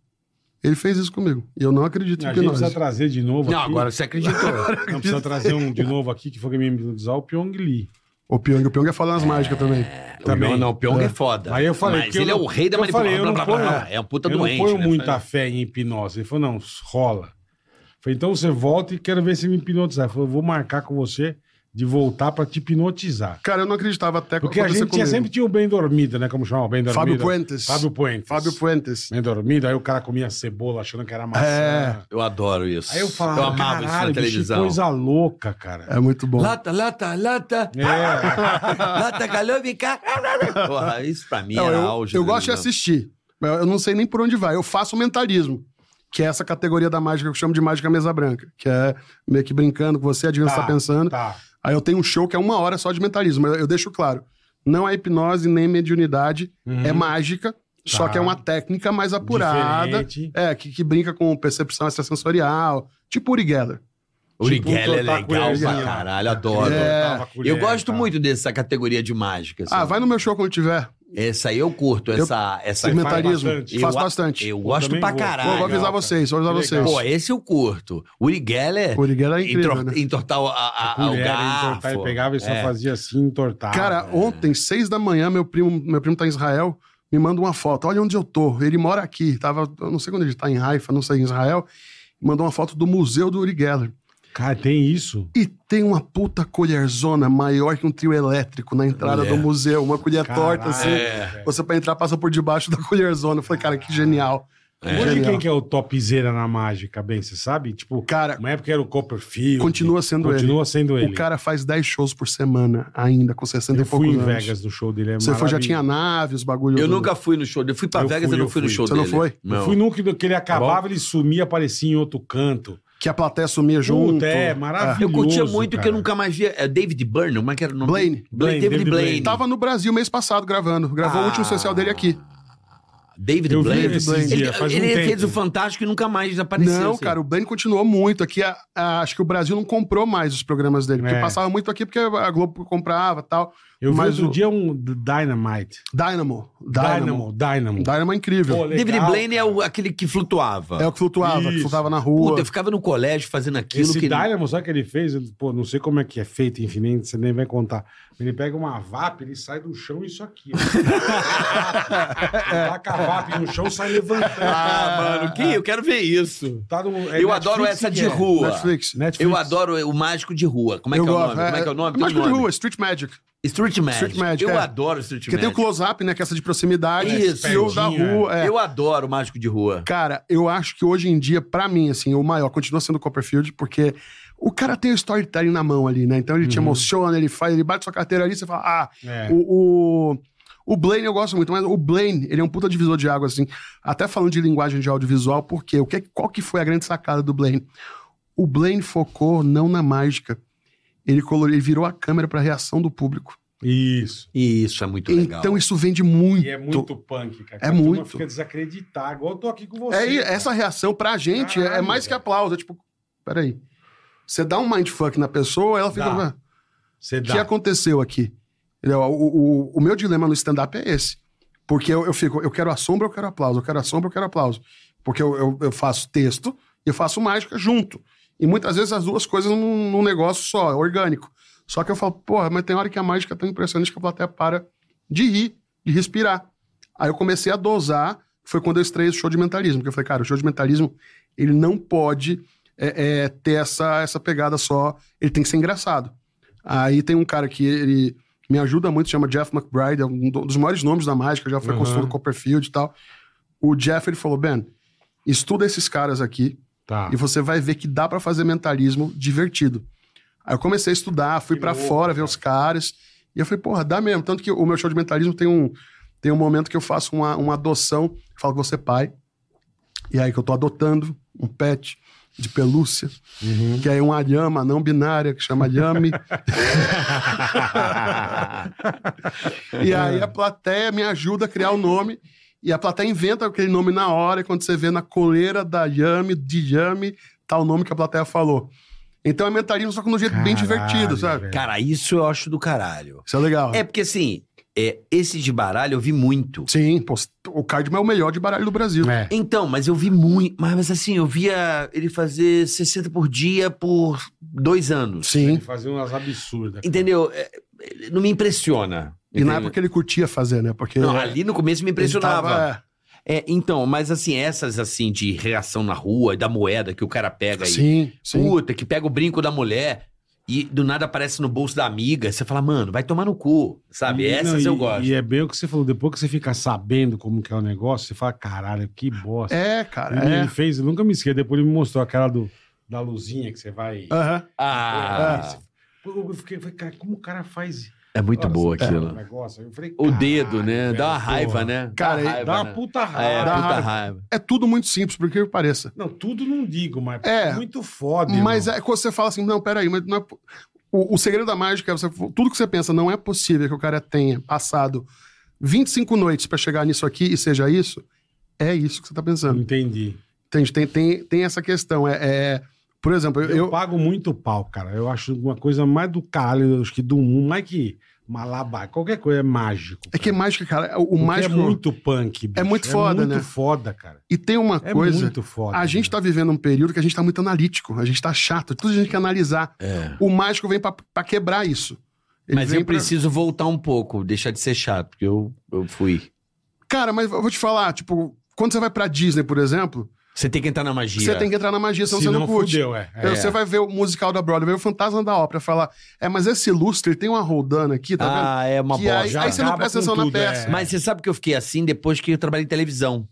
Ele fez isso comigo. E eu não acredito em
A gente
hipnose.
precisa trazer de novo
Não,
aqui.
agora você acreditou.
Não precisa trazer um de novo aqui que foi que me hipnotizar o Pyong Lee.
O Pyong, o Pyong ia falar
É.
umas mágicas também.
O
Também.
Pyong, não, o Pyong é, foda.
Aí eu falei
Mas
que eu
ele é
não-
o rei da
eu falei,
manipulação.
eu não
blá, blá, blá,
ponho-
blá. É um puta
eu
doente.
não ponho
né?
muita fé em hipnose. Ele falou, não, rola. Eu Falei, então você volta e quero ver se me hipnotizar. Ele falou, eu vou marcar com você de voltar pra te hipnotizar.
Cara, eu não acreditava até
Porque a
acontecer
gente tinha,
comigo.
sempre tinha o bem dormido, né? Como chama o bem dormido?
Fábio Puentes.
Fábio Puentes.
Fábio Puentes.
Bem dormido, aí o cara comia cebola achando que era maçã.
É.
Eu adoro isso.
Aí eu falava,
Eu amava isso
caralho,
na
bicho, que
televisão.
coisa louca, cara.
É muito bom.
Lata, lata, lata.
É.
Lata, calhou, vem cá. Porra, isso pra mim
Não,
era
eu,
auge.
eu
né,
gosto de
Leandro?
assistir, mas eu não sei nem por onde vai. Eu faço mentalismo, que é essa categoria da mágica que eu chamo de mágica mesa branca, que é meio que brincando com você, adivinha o que você tá pensando.
Tá.
Aí eu tenho um show que é uma hora só de mentalismo, mas eu deixo claro. Não é hipnose nem mediunidade, é mágica, só
Uhum. Tá.
que é uma técnica mais apurada.
Diferente.
É, que, que brinca com percepção extrasensorial, tipo Uri Geller.
O Uri
Tipo,
Geller é
cortar
legal pra
colherzinha.
caralho, adoro.
É.
Cortava a colher
Eu
e
gosto
tal.
muito dessa categoria de mágica. assim.
Ah, vai no meu show quando tiver.
Essa aí eu curto,
Eu-
essa. essa
Você faz
Segmentarismo.
bastante?
Faço
Eu a-
bastante.
Eu
Eu
gosto
também
pra
vou.
caralho.
Pô, vou avisar
legal, cara.
vocês, vou avisar
Que
vocês.
legal.
Pô, esse eu curto. Uri Geller.
O Uri Geller é incrível,
entor-
né?
Entortar o, a, a,
A colher,
o garfo.
entortar, ele pegava e só
É.
fazia assim, entortava.
Cara, ontem, seis da manhã, meu primo, meu primo tá em Israel, me manda uma foto. Olha onde eu tô. Ele mora aqui. Tava, eu não sei quando ele tá, em Haifa, não sei, em Israel. Mandou uma foto do museu do Uri Geller.
Cara, tem isso?
E tem uma puta colherzona maior que um trio elétrico na entrada
Mulher.
do museu. Uma colher
Caralho,
torta, assim.
É.
velho.
Você pra entrar, passa por debaixo da colherzona. Eu falei, cara, que genial.
Hoje
Genial.
quem que é o topzera na mágica, bem, você sabe? Tipo,
Cara,
uma época era o Copperfield.
continua sendo ele.
Continua sendo ele.
O cara tá faz 10 shows por semana ainda, com 60
Eu
e poucos
fui em
anos.
Vegas no show dele, é
Você foi, já tinha
maravilhoso.
nave, os bagulho.
Eu
do-
nunca fui no show dele. Eu fui pra
Eu
Vegas
fui,
e não
eu
fui no
fui.
show
Você não
dele.
foi?
Eu fui num que, que ele acabava, ele sumia, aparecia em outro canto.
Que a plateia sumia junto.
Puta, é,
maravilhoso.
Eu curtia
Curioso,
muito que eu
cara.
nunca mais via. É David Byrne, como é que era o nome?
Blaine.
dele? Blaine, David,
David
Blaine.
Blaine.
É. Tava no Brasil mês passado gravando. Gravou o último
Ah.
social dele aqui.
David
Eu vi
Blaine.
esses
Ele,
dias, faz um
ele
tempo.
fez o Fantástico e nunca mais apareceu.
não,
assim.
cara, o Blaine continuou muito aqui. A- a- acho que o Brasil não comprou mais os programas dele. Porque
É.
passava muito aqui porque a Globo comprava tal.
Eu vi
Mas
outro
o-
dia um Dynamite.
Dynamo. Dynamo.
Dynamo, Dynamo.
Dynamo é incrível.
Pô, legal,
David Blaine é
cara.
o- aquele que flutuava.
É o que flutuava, que
Isso.
flutuava na rua.
Puta, eu ficava no colégio fazendo aquilo
Esse
que.
Dynamo, sabe o que ele fez? Ele, pô, não sei como é que é feito, enfim, nem, você nem vai contar. Ele pega uma VAP, ele sai do chão isso aqui. ó. Ele Taca a VAP no chão, sai levantando.
Ah, mano, que eu quero ver isso.
Tá no- é
eu
Netflix
adoro essa
que
de
é.
rua.
Netflix. né?
Netflix.
Eu adoro o Mágico de Rua. Como é
eu
que é o
gosto.
nome? Como é que é o nome? Tem um
Mágico de
nome.
rua, Street Magic.
Street Magic.
Street Magic,
eu
é.
adoro Street
Porque tem o
Magic.
close-up, né? Que é essa de proximidade.
Isso.
E o da
Pertinho,
rua. é.
Eu adoro o Mágico de Rua.
Cara, eu acho que hoje em dia, pra mim, assim, o maior continua sendo o Copperfield, porque o cara tem o storytelling na mão ali, né? Então ele te emociona, ele faz, ele bate sua carteira ali, você fala, ah,
É.
o, o, o Blaine eu gosto muito, mas o Blaine, ele é um puta divisor de água, assim, até falando de linguagem de audiovisual, porque o que, qual que foi a grande sacada do Blaine? O Blaine focou não na mágica, ele, color, ele virou a câmera pra reação do público.
Isso.
E isso é muito legal.
Então isso vende muito.
E é muito punk, cara.
É
A turma
muito.
fica desacreditada. Igual eu tô aqui com você.
É, e
cara.
essa reação pra gente é
Caralho,
mais que
velho.
aplauso. É tipo, peraí. Você dá um mindfuck na pessoa, ela fica.
Dá.
"Ué,
Você
O
dá.
é
que aconteceu aqui? Entendeu? O, o- o meu dilema no stand-up é esse. Porque eu, eu fico, eu quero a sombra, eu quero aplauso, eu quero a sombra, eu quero aplauso. Porque eu, eu- eu faço texto e eu faço mágica junto. E muitas vezes as duas coisas num, num negócio só, é orgânico. Só que eu falo, porra, mas tem hora que a mágica é tão impressionante que a plateia para de rir, de respirar. Aí eu comecei a dosar, foi quando eu estrei esse show de mentalismo. Porque eu falei, cara, o show de mentalismo, ele não pode é, é, ter essa, essa pegada só, ele tem que ser engraçado. Aí tem um cara que ele me ajuda muito, chama Jeff McBride, é um do- dos maiores nomes da mágica, já foi
Uhum.
consultor do Copperfield e tal. O Jeff, ele falou, Ben, estuda esses caras aqui
Tá.
e você vai ver que dá pra fazer mentalismo divertido. Aí eu comecei a estudar, fui
Que
pra
louco,
fora ver
cara.
os caras e eu falei, porra, dá mesmo. Tanto que o meu show de mentalismo tem um, tem um momento que eu faço uma, uma adoção, eu falo que você é pai, e é aí que eu tô adotando um pet de pelúcia,
Uhum.
que é uma lhama não binária, que chama lhame. um E aí a plateia me ajuda a criar o nome. E a plateia inventa aquele nome na hora, e quando você vê na coleira da Yami, de Yami, tá o nome que a plateia falou. Então é mentalismo, só que de um jeito bem divertido, sabe?
Cara, isso eu acho do caralho.
Isso é legal.
É porque assim, é, esse de baralho eu vi muito.
Sim, pô, o Cardman é o melhor de baralho do Brasil.
É.
Então, mas eu vi muito. Mas, mas, assim, eu via ele fazer 60 por dia por dois anos.
Sim.
Ele fazia umas absurdas. cara.
Entendeu? É, é, Não me impressiona.
E na
entendeu?
época ele curtia fazer, né? Porque.
Não, ali no começo me
ele
impressionava.
tava-
É, então, mas assim, essas assim de reação na rua, da moeda que o cara pega aí.
Sim, sim.
Puta, que pega o brinco da mulher e do nada aparece no bolso da amiga. Você fala, mano, vai tomar no cu, sabe?
E,
essas
não,
eu
e-
gosto.
E é bem o que você falou. Depois que você fica sabendo como que é o negócio, você fala, caralho, que bosta.
É,
Ele,
cara. É.
ele fez, eu nunca me esqueci. Depois ele me mostrou aquela do, da luzinha que você vai.
Aham.
Ah,
Eu fiquei, eu falei, cara, como o cara faz
é muito
Nossa,
boa
cara,
aquilo.
o negócio? Eu falei,
O dedo,
caralho,
né?
velho,
Dá uma raiva,
porra.
né?
Cara,
dá
e
raiva,
Dá uma
né?
puta
É,
raiva.
dá
puta
raiva.
raiva.
É tudo muito simples, por que pareça.
Não, tudo não digo, mas
É.
muito foda.
Mas
irmão.
é quando você fala assim, não, peraí, mas não é po- o, o segredo da mágica é você, tudo que você pensa, não é possível que o cara tenha passado 25 noites pra chegar nisso aqui e seja isso, é isso que você tá pensando.
Entendi.
Entende? Tem, tem, tem essa questão. É, é- por exemplo,
Eu,
eu,
pago muito pau, cara. Eu acho uma coisa mais do caralho, eu acho que do mundo, mais que malabar, qualquer coisa é mágico.
é que
cara.
mágica, cara, o
Porque
mágico.
é muito punk, bicho. É
muito foda, né?
muito foda, cara.
E tem uma
É
coisa.
muito foda.
A gente tá vivendo um período que a gente tá muito analítico, a gente tá chato, tudo a gente quer analisar.
É.
O mágico vem pra pra quebrar isso. Ele
Mas
vem
eu
pra-
preciso voltar um pouco, deixar de ser chato, porque eu, eu fui.
Cara, mas eu vou te falar, tipo, quando você vai pra Disney, por exemplo,
Você tem que entrar na magia.
você tem que entrar na magia, senão
Se
você não,
não
curte.
fudeu, é.
Aí Você vai ver o musical da Broadway, o Fantasma da Ópera, falar, é, mas esse lustre tem uma rodana aqui, tá vendo?
Ah, é uma
Que aí,
bosta.
aí você não
acaba com
presta atenção na
tudo,
peça.
Mas você sabe que eu fiquei assim depois que eu trabalhei em televisão.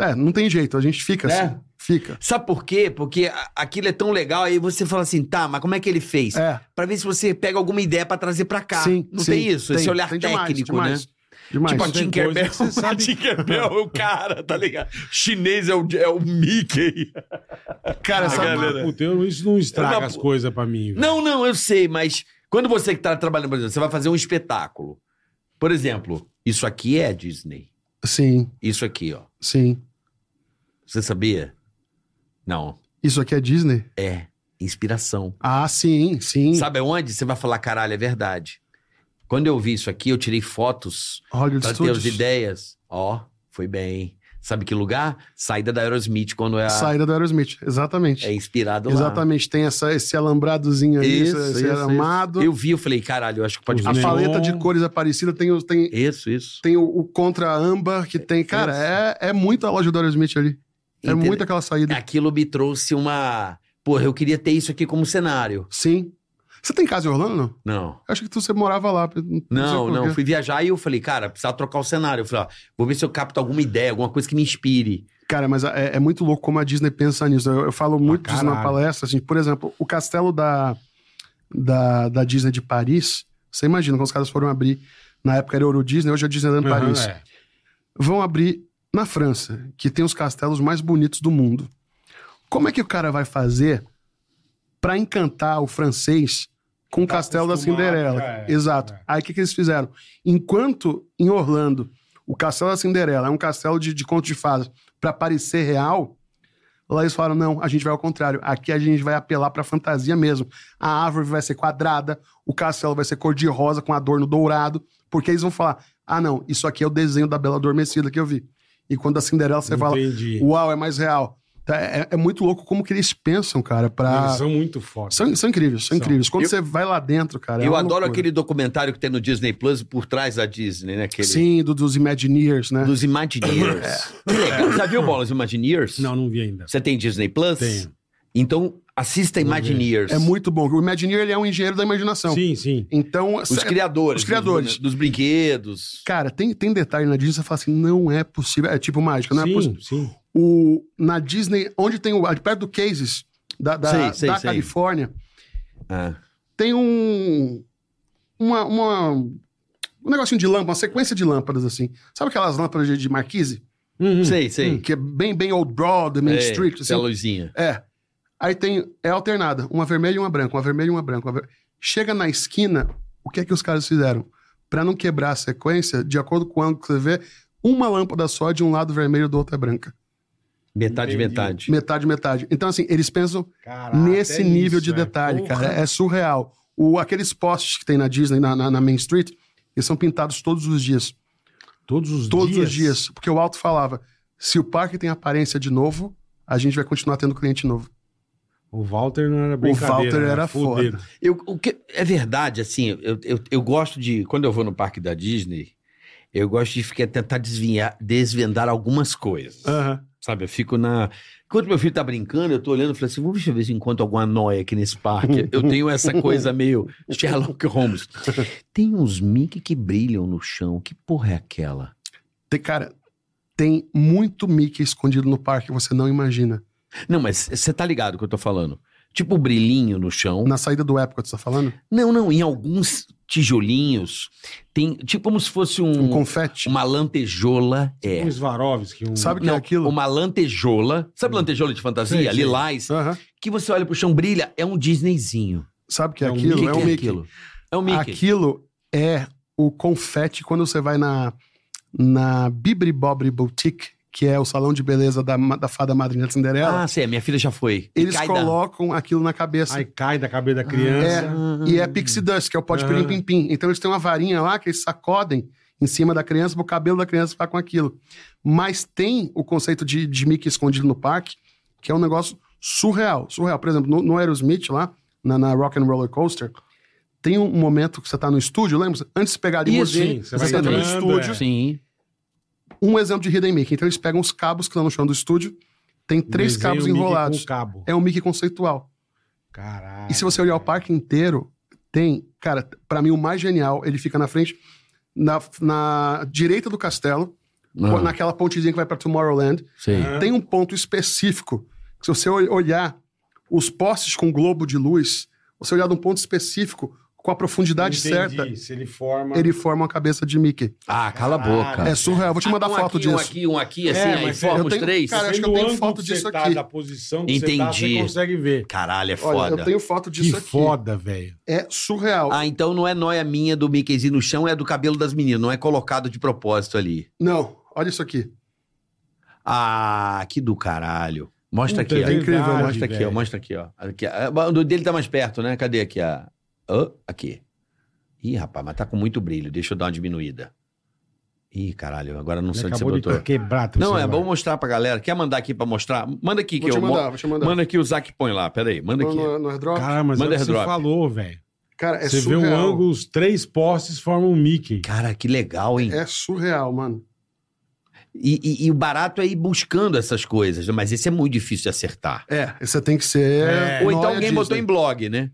É, não tem jeito, a gente fica
Né?
assim. Fica.
Sabe por quê? Porque a- aquilo é tão legal, aí você fala assim, tá, mas como é que ele fez?
É,
Pra ver se você pega alguma ideia pra trazer pra cá.
sim.
Não
sim,
tem isso, esse olhar
tem demais,
técnico,
demais,
né?
Demais.
tipo a
tem
Tinker
coisa
Bell,
que você
a
sabe.
Tinker Bell é o cara, tá ligado? Chinês é o, é o Mickey.
cara, essa
Ah,
galera.
Puta, eu- isso não estraga
Eu não-
as coisas pra mim. velho.
Não, não, eu sei, mas quando você que tá trabalhando, por exemplo, você vai fazer um espetáculo. Por exemplo, isso aqui é Disney.
Sim,
Isso aqui, ó.
sim.
Você sabia? Não.
Isso aqui é Disney?
É inspiração.
Ah, sim,
Hum.
sim.
Sabe aonde? Você vai falar, caralho, é verdade. Quando eu vi isso aqui, eu tirei fotos
Hollywood
pra ter as
Studios.
ideias. Ó, foi bem. Sabe que lugar? Saída da Aerosmith quando é, a-
Saída do Aerosmith, exatamente.
é inspirado lá.
Exatamente, é tem essa, esse alambradozinho ali,
Isso,
esse
isso,
alamado.
Eu vi, eu falei, caralho, eu acho que pode
Os
A
Neon.
paleta de cores aparecida tem, os- tem,
Isso, isso.
tem o, o contra âmbar que tem. Cara, é, é muito a loja do Aerosmith ali. É
Entendeu?
muito aquela saída.
Aquilo me trouxe uma. Porra, eu queria ter isso aqui como cenário.
Sim. Você tem casa em Orlando, não?
Não.
Eu acho que tu, você morava lá.
Não,
sei é.
não.
porquê.
Fui viajar e eu falei, cara, precisava trocar o cenário. Eu falei, ó, vou ver se eu capto alguma ideia, alguma coisa que me inspire.
Cara, mas é, é muito louco como a Disney pensa nisso. Eu, eu falo muito disso na
caralho.
palestra. Assim, por exemplo, o castelo da, da, da Disney de Paris. Você imagina quando os caras foram abrir. Na época era Euro Disney, hoje é Disneyland
Aham,
Paris.
é.
vão abrir na França, que tem os castelos mais bonitos do mundo. Como é que o cara vai fazer pra encantar o francês com o
Tá
castelo da
acostumado,
Cinderela?
já é,
Exato.
já é.
Aí o que, que eles fizeram? Enquanto em Orlando o castelo da Cinderela é um castelo de, de conto de fadas pra parecer real, lá eles falaram não, a gente vai ao contrário. Aqui a gente vai apelar pra fantasia mesmo. A árvore vai ser quadrada, o castelo vai ser cor de rosa com adorno dourado, porque eles vão falar ah, não, isso aqui é o desenho da Bela Adormecida que eu vi. E quando a Cinderela você fala,
Entendi.
uau, é mais real. Tá, É, é muito louco como que eles pensam, cara, pra...
Eles são muito foda.
São, são incríveis,
São.
são, incríveis. Quando
Eu-
você vai lá dentro, cara... é
eu
uma
adoro
loucura.
aquele documentário que tem no Disney Plus por trás da Disney, né? Aquele,
Sim, do- dos Imagineers, né? É.
Dos Imagineers. Que legal. Já viu Bola, os Imagineers?
Não, não vi ainda.
Você tem Disney Plus?
Tenho.
Então, assista
Vou ver.
Imagineers.
É muito bom. O Imagineer, ele é um engenheiro da imaginação.
Sim, sim.
Então,
Os
cê-
criadores.
Os criadores.
Dos, dos brinquedos.
cara, tem, tem detalhe na Disney, você fala assim, não é possível. É tipo mágica, não é possível.
Sim, sim.
o, na Disney, onde tem o. perto do Cases, da, da,
Sei, sei,
da
sei.
Califórnia,
Ah.
tem um. Uma, uma- um negocinho de lâmpada, uma sequência de lâmpadas assim. Sabe aquelas lâmpadas de, de marquise?
Uhum.
Sei, sei.
Que é bem, bem Old Broad, Main
Hum, É,
Street.
tem a
Assim.
luzinha.
É. Aí tem. É alternada. Uma vermelha e uma branca, uma vermelha e uma branca. uma ver- Chega na esquina, o que é que os caras fizeram? Pra não quebrar a sequência, de acordo com o ângulo que você vê, uma lâmpada só é de um lado vermelho do outro é branca.
Metade,
Entendi.
metade.
Metade, metade. Então, assim, eles pensam
Caraca,
nesse
é
nível
isso,
de
é.
detalhe,
Porra.
cara. É surreal. O, aqueles postes que tem na Disney, na, na- na Main Street, eles são pintados todos os dias.
Todos os
é. Todos
dias.
os dias. Porque o alto falava: se o parque tem aparência de novo, a gente vai continuar tendo cliente novo.
O Walter não era brincadeira.
Walter
né?
era
Fudido.
Eu, o que, é verdade, assim, eu, eu, eu gosto de. Quando eu vou no parque da Disney, eu gosto de ficar, tentar desvinhar, desvendar algumas coisas.
Ah.
Aham.
Sabe, eu fico na. Enquanto meu filho tá brincando, eu tô olhando e falo assim: vamos ver se eu encontro alguma noia aqui nesse parque. Eu tenho essa coisa meio Sherlock Holmes. Tem uns Mickey que brilham no chão. Que porra é aquela?
Tem, cara, tem muito Mickey escondido no parque, você não imagina.
Não, mas você tá ligado que eu tô falando. Tipo brilhinho no chão.
Na saída do Epcot, você tá falando?
Não, não, em alguns tijolinhos tem. Tipo como se fosse
Um
um.
confete.
Uma lantejola. É.
Um Svarovski, um...
Sabe o que
Não,
é aquilo?
Uma lantejola. Sabe lantejola de
Sim,
fantasia?
sim.
Lilás.
Aham.
Que você olha pro chão, brilha. É um Disneyzinho.
Sabe o que é
É um
aquilo?
Que
é
que
o Mickey.
aquilo? É o Mickey.
Aquilo é o confete quando você vai na, na Bibri Bobri Boutique, que é o salão de beleza da, ma- da fada madrinha de Cinderela.
Ah, sei, minha filha já foi. E
é eles
cai da-
colocam aquilo na cabeça.
Aí cai da cabeça da
é,
criança.
Ah.
e é pixie dust, que é o pó de
Ah.
pirim pim pim. Então eles têm uma varinha lá que eles sacodem em cima da criança, pro cabelo da criança ficar com aquilo. Mas tem o conceito de, de Mickey escondido no parque, que é um negócio surreal, surreal. Por exemplo, no, no Aerosmith lá, na, na Rock and Roller Coaster, tem um momento que você tá no estúdio, lembra? Antes de pegar a
Sim,
limusine,
você vai
você entra no
entrando,
estúdio,
é.
Sim.
um exemplo de Hidden Mickey. Então eles pegam os cabos que estão no chão do estúdio, tem três
Desenha
cabos
o Mickey
enrolados.
um Com o cabo.
É um Mickey conceitual.
Caralho.
E se você olhar o parque inteiro, tem, cara, pra mim o mais genial, ele fica na frente, na, na direita do castelo,
Não,
naquela pontezinha que vai pra Tomorrowland,
sei.
Ah.
tem um ponto específico. que Se você ol- olhar os postes com globo de luz, você olhar de um ponto específico, com a profundidade
Entendi.
certa,
Se ele forma...
ele forma a cabeça de Mickey.
Ah, cala a
Ah,
boca.
é surreal, vou te mandar
Ah, um aqui,
foto disso.
Um aqui, um aqui,
É,
assim, aí
mas
forma
eu
os
tenho-
três.
cara, acho que eu
Pelo
tenho
ângulo
foto
que
disso
você tá,
aqui.
da posição que você tá, você
Entendi.
consegue ver.
Caralho, é
Olha,
foda.
eu tenho foto
Que
disso aqui.
foda, velho.
É surreal.
Ah, então não é noia minha do Mickeyzinho no chão, é do cabelo das meninas. Não é colocado de propósito ali.
Não, olha isso aqui.
Ah, que do caralho. Mostra
Puta,
aqui,
é
ó.
incrível,
mostra aqui, ó.
velho.
Mostra aqui, ó. Aqui, ó. O do dele tá mais perto, né? Cadê aqui a... Hã? aqui. Ih, rapaz, mas tá com muito brilho. Deixa eu dar uma diminuída. Ih, caralho, agora não
Ele
sei onde você
acabou de
botou.
quebrar teu
Não, é
celular.
bom mostrar pra galera. Quer mandar aqui pra mostrar? Manda aqui
Vou
que
te
eu mo-
mandar, vou te mandar.
Manda aqui o Zac põe lá, peraí, manda aqui.
no, no airdrop.
Cara, mas
Manda
é o que você
airdrop.
falou, velho.
Cara, é
você
surreal.
vê um ângulo, os três postes formam um Mickey.
Cara, que legal, hein?
É surreal, mano.
E, e- e o barato é ir buscando essas coisas, né? mas esse é muito difícil de acertar.
É, você tem que ser.
É.
Ou então
nóia
alguém
Disney.
botou em blog, né?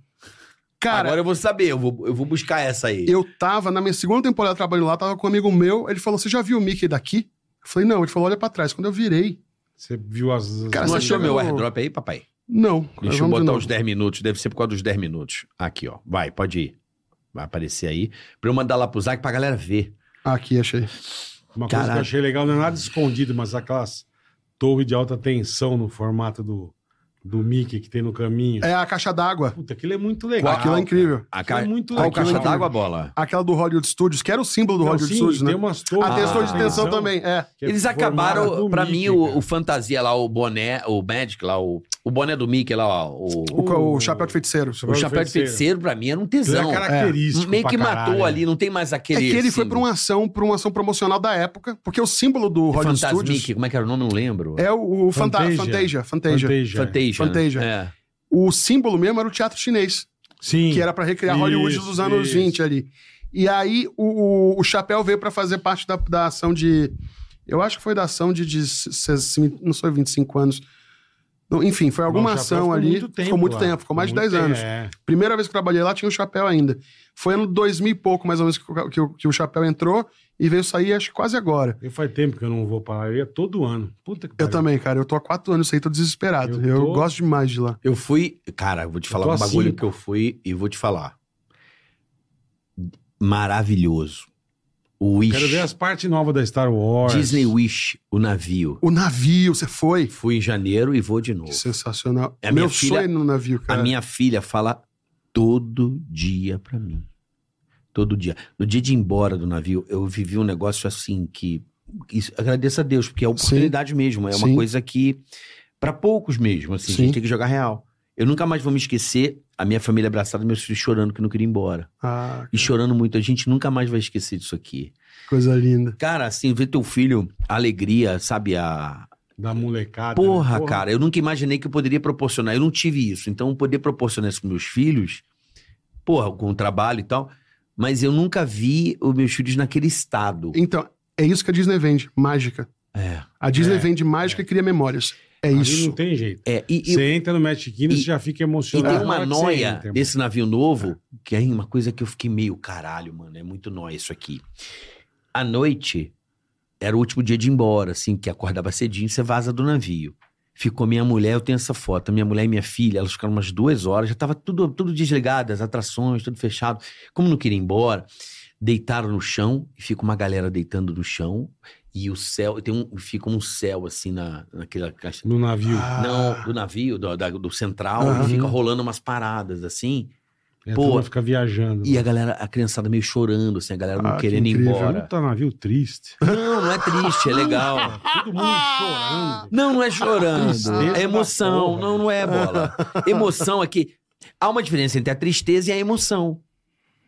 Cara,
Agora eu vou saber, eu vou, eu vou buscar essa aí.
eu tava na minha segunda temporada trabalhando lá, tava com um amigo meu, ele falou: Você já viu o Mickey daqui? Eu falei: Não, ele falou: Olha pra trás. Quando eu virei,
Você viu as... as-
Cara,
Não
você
achou
chegou-
meu airdrop aí, papai?
não.
Deixa eu
Vamos de
botar
novo.
os 10 minutos, deve ser por causa dos 10 minutos. Aqui, ó. Vai, pode ir. Vai aparecer aí. Pra eu mandar lá pro Zac pra galera ver.
Ah, Aqui, achei.
Uma coisa que
Caralho.
eu achei legal, não é nada escondido, mas aquelas torres de alta tensão no formato do, do Mickey que tem no caminho.
É a caixa d'água.
Puta, aquilo é muito legal.
Aquilo é incrível.
A
Aquilo
ca...
é muito
Qual
legal.
caixa
Aquilo é
d'água, bola?
Aquela do Hollywood Studios, que era o símbolo do
Não,
Hollywood
sim,
Studios,
tem
né?
umas torres.
A tensão de
Ah.
tensão também, é.
que é
Eles
formado
acabaram,
do
pra
Mickey,
mim, o,
cara.
o fantasia lá, o boné, o Magic lá, o, o boné do Mickey lá, ó, o,
O,
O-
o chapéu de feiticeiro. É
o chapéu de
feiticeiro.
feiticeiro, pra mim, era um
Aquilo
tesão.
é característico.
Meio que
pra
matou
caralho.
ali, não tem mais
É
aquele...
que ele
assim,
foi pra uma ação, pra uma ação promocional da época, porque o símbolo do Hollywood Studios
Fantasmic, como é que era o nome? Não lembro.
é o, o Fanta-
Fantasia.
Fantasia, Fantasia.
Fantasia.
Fantasia.
Fantasia.
É.
O símbolo mesmo era o teatro chinês,
Sim.
que era pra recriar Hollywood
Isso,
dos anos
isso.
20 ali. E aí o, o- o chapéu veio pra fazer parte da, da ação de. Eu acho que foi da ação de. de se- se- não sei, 25 anos. Não, enfim, foi alguma
Não, o chapéu
ação
ficou
ali.
muito tempo
ficou muito
lá.
tempo, ficou mais de
Muito
10 anos.
tempo, é.
Primeira vez que eu trabalhei lá, tinha o chapéu ainda. Foi ano 2000 e pouco, mais ou menos, que, o- que o- que o chapéu entrou e veio sair, acho que quase agora.
Eu é. faz tempo que eu não vou pra lá. Eu ia todo ano. Puta que
Eu
pariu.
também, cara. Eu tô há quatro anos aí, tô desesperado.
Eu
Eu,
tô-
gosto demais de lá.
Eu fui. Cara, eu vou te falar
tô
um
assim,
bagulho
pô.
que eu fui e vou te falar. Maravilhoso. O
Quero ver
Wish.
as partes novas da Star Wars.
Disney Wish, o navio.
O navio, você foi?
Fui em janeiro e vou de novo.
Que sensacional.
Tipo, É a
Meu
minha filha-
sonho no navio,
A
cara.
minha filha fala todo dia pra mim. Todo dia. No dia de ir embora do navio, eu vivi um negócio assim que isso, agradeço a Deus, porque é oportunidade mesmo. É uma
Sim.
coisa que, pra poucos mesmo, assim, a
Sim.
gente tem que jogar real. Eu nunca mais vou me esquecer a minha família abraçada, meus filhos chorando que não queria ir embora.
Ah,
E chorando muito. A gente nunca mais vai esquecer disso aqui.
coisa linda.
Cara, assim, ver teu filho, a alegria, sabe? A,
Da molecada.
Porra,
né?
cara, eu nunca imaginei que eu poderia proporcionar. Eu não tive isso. Então, poder proporcionar isso com meus filhos, porra, com o trabalho e tal. Mas eu nunca vi os meus filhos naquele estado.
Então, é isso que a Disney vende, mágica.
É.
A Disney
É,
vende mágica e cria memórias. É
Ali
isso.
não tem jeito.
é e, e-
Você entra no Magic Kingdom,
e-
você já fica
e
emocionado.
tem
na hora
uma
que você
noia
entra, irmão.
desse navio novo, que é uma coisa que eu fiquei meio caralho, mano. É muito nóia isso aqui. À noite, era o último dia de ir embora, assim, que acordava cedinho, você vaza do navio. Ficou minha mulher, eu tenho essa foto, minha mulher e minha filha, elas ficaram umas duas horas, já tava tudo, tudo desligado, as atrações, tudo fechado. Como não queria ir embora, deitaram no chão, e fica uma galera deitando no chão, e o céu, tem um, fica um céu assim na, naquela caixa.
No navio.
Ah,
Não, do navio, do, da- do central,
Aham.
e fica rolando umas paradas assim.
E a
Pô.
turma fica viajando.
E a galera, a criançada meio chorando, assim, a galera não
Ah, que
querendo ir
incrível.
Não
embora.
tá navio triste.
Não, não é triste, é legal.
Todo mundo chorando.
Não, não é chorando.
Tristeza
É
da
emoção.
porra.
Não, não é bola. Emoção é que. Há uma diferença entre a tristeza e a emoção.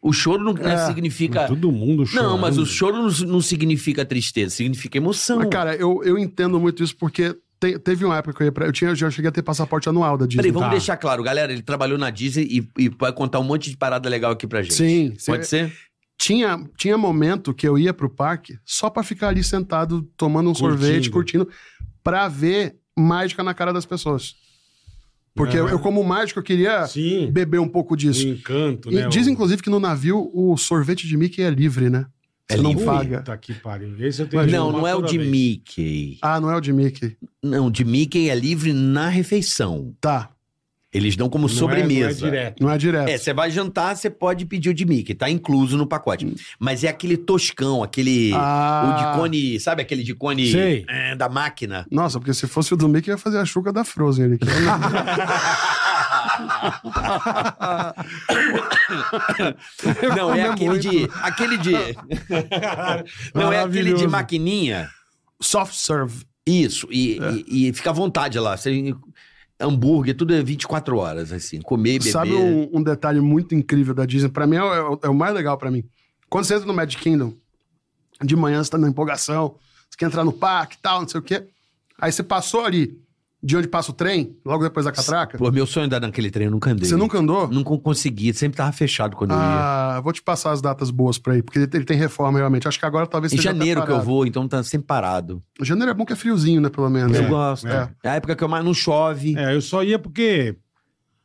O choro não, não
É.
significa.
Todo mundo chorando.
Não, mas o choro não, não significa tristeza, significa emoção.
Mas, cara, eu, eu entendo muito isso porque te- teve uma época que eu ia pra. Eu, tinha, eu já cheguei a ter passaporte anual da Disney.
Peraí, vamos
Tá.
deixar claro, galera. Ele trabalhou na Disney e, e vai contar um monte de parada legal aqui pra gente.
Sim, sim.
Pode ser?
Tinha, tinha momento que eu ia pro parque só pra ficar ali sentado, tomando um
Curtindo.
sorvete, curtindo, pra ver mágica na cara das pessoas.
É.
Porque eu, eu, como mágico, eu queria
Sim,
beber um pouco disso.
o encanto,
E
né?
diz,
o-
inclusive, que no navio o sorvete de Mickey é livre, né?
É
Você não
livre?
paga.
Puta que pariu. Esse eu tenho que
Não,
arrumar
não é o
toda
de
vez.
Mickey.
Ah, não é o de Mickey.
Não, de Mickey é livre na refeição.
Tá,
Eles dão como
Não é-
sobremesa.
Não é direto.
não é direto.
É, você vai jantar, você pode pedir o de Mickey, tá incluso no pacote.
Hum.
Mas é aquele toscão, aquele. O de
ah,
cone, sabe aquele de cone
Sei.
é, da máquina?
Nossa, porque se fosse o do Mickey, eu ia fazer a chuca da Frozen ali. que é eu não-
Não, é
comia
aquele
muito.
de. Aquele de. Não, é aquele de
Maravilhoso.
maquininha.
Soft serve.
Isso, e,
É.
e- e fica à vontade lá. Você, hambúrguer, tudo é 24 horas, assim. Comer, beber.
Sabe um, um detalhe muito incrível da Disney? Pra mim é, o- é o- é o mais legal pra mim. Quando você entra no Magic Kingdom, de manhã você tá na empolgação, você quer entrar no parque e tal, não sei o quê. Aí você passou ali, de onde passa o trem, logo depois da catraca.
Pô, meu sonho é andar naquele trem, eu nunca andei.
Você nunca andou?
Nunca consegui, sempre tava fechado quando eu ia.
Ah, vou te passar as datas boas pra ir, porque ele tem- ele tem reforma realmente. Acho que agora talvez
Em
esteja até
janeiro que eu
parado.
vou, então tá sempre parado.
Janeiro é bom que é friozinho, né, pelo menos.
eu
É.
gosto. É.
é.
a época que eu mais não chove. É,
É, eu só ia porque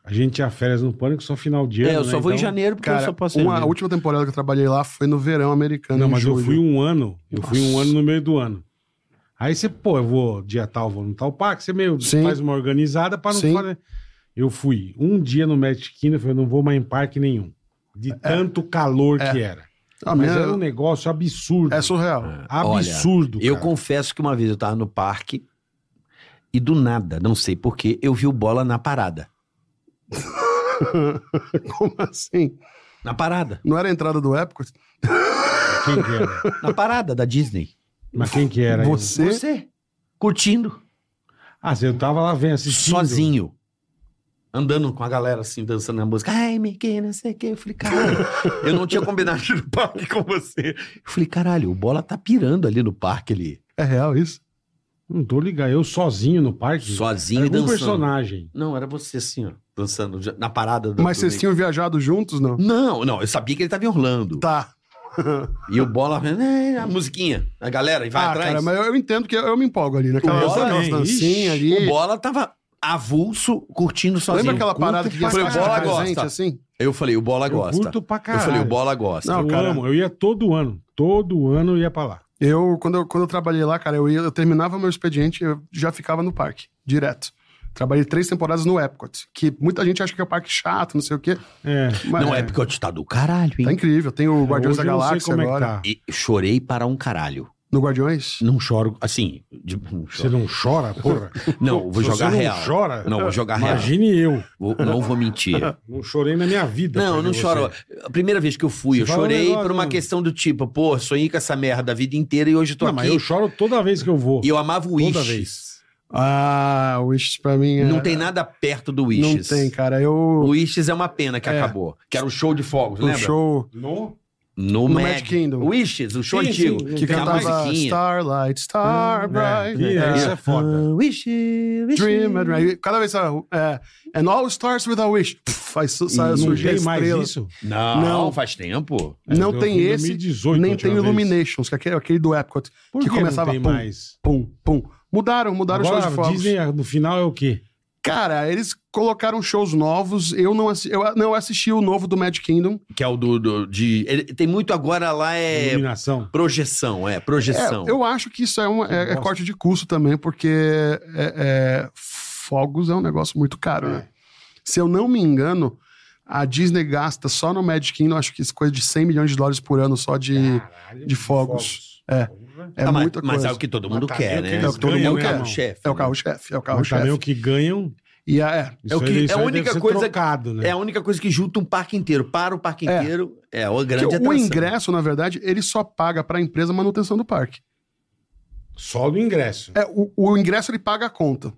a gente tinha férias no Pânico só final de ano.
É, eu
né?
só vou em
Então-
janeiro porque eu
Cara,
só posso ir.
uma, a
mesmo.
última temporada que eu trabalhei lá foi no verão americano.
Não,
em
mas eu
julho.
fui um ano. Eu fui um
Nossa.
ano no meio do ano. Aí você, pô, eu vou dia tal, vou no tal parque, você meio
Sim.
faz uma organizada pra não
Sim.
falar. Eu fui um dia no Magic Kingdom, eu falei, não vou mais em parque nenhum.
É.
De tanto calor que era.
Ah,
Mas
minha-
era um negócio absurdo.
É surreal.
Absurdo,
Eu
cara.
confesso que uma vez eu tava no parque e do nada, não sei porquê, eu vi o bola na parada.
Como assim?
Na parada.
Não era a entrada do Epcot?
Quem que era?
Na parada da Disney.
Mas quem que era? Eu-
Você?
Você. Curtindo.
Ah, você tava lá vendo assistindo.
Sozinho. Andando com a galera assim, dançando na música. Ai, Mickey, não sei o que. Eu falei, caralho, eu não tinha combinado de ir no parque com você. Eu falei, caralho, o bola tá pirando ali no parque ali.
É real isso?
Não tô ligado. Eu sozinho no parque.
Sozinho
Era
e
um
dançando.
personagem.
Não, era você assim, ó. Dançando já- na parada. do-
Mas
do
vocês
Mickey.
tinham viajado juntos, não?
Não, não, eu sabia que ele tava em Orlando.
Tá.
E o bola, né, a musiquinha, a galera, e vai
ah,
atrás.
cara, mas eu, eu entendo que eu, eu me empolgo ali. Naquela
Bola
aquelas
também, ixi.
dancinhas ali.
O bola tava avulso, curtindo sozinho.
Lembra aquela
Curto
parada que
pra
ia
caralho.
ficar
o bola
de presente,
gosta.
assim?
Eu falei, o bola
Eu
gosta.
curto pra
Eu
caralho.
falei, o bola gosta.
Não,
eu
cara.
amo. Eu ia todo ano. Todo ano eu ia pra lá.
Eu quando, eu, quando eu trabalhei lá, cara, eu, ia, eu terminava meu expediente eu já ficava no parque, direto. Trabalhei três temporadas no Epcot, que muita gente acha que é um parque chato, não sei o quê.
É.
Mas
Não é porque eu te tá do caralho,
Tá
hein?
incrível. Tem o Guardiões
Hoje
da
eu não sei
Galáxia
como é que
agora.
tá.
E chorei para um caralho.
No Guardiões?
Não choro, assim. de- não,
Você
choro.
não chora, porra?
Não, vou
Se
jogar
você não
real.
chora,
Não, vou jogar real.
Imagine eu.
Vou- não vou mentir.
Não chorei na minha vida.
Não,
pra
eu não
ver
choro.
você.
A primeira vez que eu fui,
Você
eu
fala um
chorei
negócio,
por uma
né?
questão do tipo, pô, sonhei com essa merda a vida inteira e hoje eu tô
Não,
aqui.
mas eu choro toda vez que eu vou.
E eu amava o
Toda
Wishes.
vez.
Ah, o Wishes pra mim é...
Não tem nada perto do
Não
Wishes.
tem, cara. Eu...
O Wishes é uma pena que
É.
acabou. Que era o show de fogos,
O
lembra?
show
No?
No,
no
Magic.
Mad Kingdom.
Wishes, o show
Sim, sim,
antigo.
não
que
tem a
cantava
musiquinha.
Starlight, Star Bright.
É,
É.
Isso é foda.
Wishes, wishes.
Dream, and- aí cada vez sabe, é, and all starts with a wish. Pff, Aí su- sai a
Não
surgir a
tem mais
estrela.
isso?
Não,
Não.
faz tempo.
É,
Não
eu
tem
fui em
esse,
2018 a
nem
última
tem
vez.
Illuminations, que é aquele, aquele do Epcot.
Por
que
que, não
começava
tem
pum,
mais?
Pum, pum. Mudaram, mudaram os shows de
Agora,
fogos.
Disney, no final, é o quê?
Cara, eles colocaram shows novos. Eu não, assi- eu, não eu assisti o novo do Magic Kingdom.
Que é o do. do- de, ele- tem muito agora lá, é.
Iluminação.
Projeção, é,
É,
projeção.
eu acho que isso é, um, é- é
bosta.
corte de custo também, porque é, é, fogos é um negócio muito caro, né? Se eu não me engano, a Disney gasta só no Magic Kingdom, acho que isso é coisa de 100 milhões de dólares por ano só de.
Caralho,
de fogos. É.
Porra.
É
Ah, mas,
muita
mas
coisa.
é o que todo mundo
Mas
quer,
também
né?
É o que todo mundo
É
quer.
o carro-chefe.
É o
né?
carro-chefe, é o
Mas também o
carro-chefe.
que ganham.
E é, é,
Isso
o que.
aí-
é
isso
a
aí
única
deve ser
coisa-
Trocado, né?
É a única coisa que junta um parque inteiro. Para o parque
É.
inteiro, é, o grande
Porque
atração.
o ingresso, na verdade, ele só paga para a empresa a manutenção do parque.
Só do ingresso.
É, o, o ingresso ele paga a conta.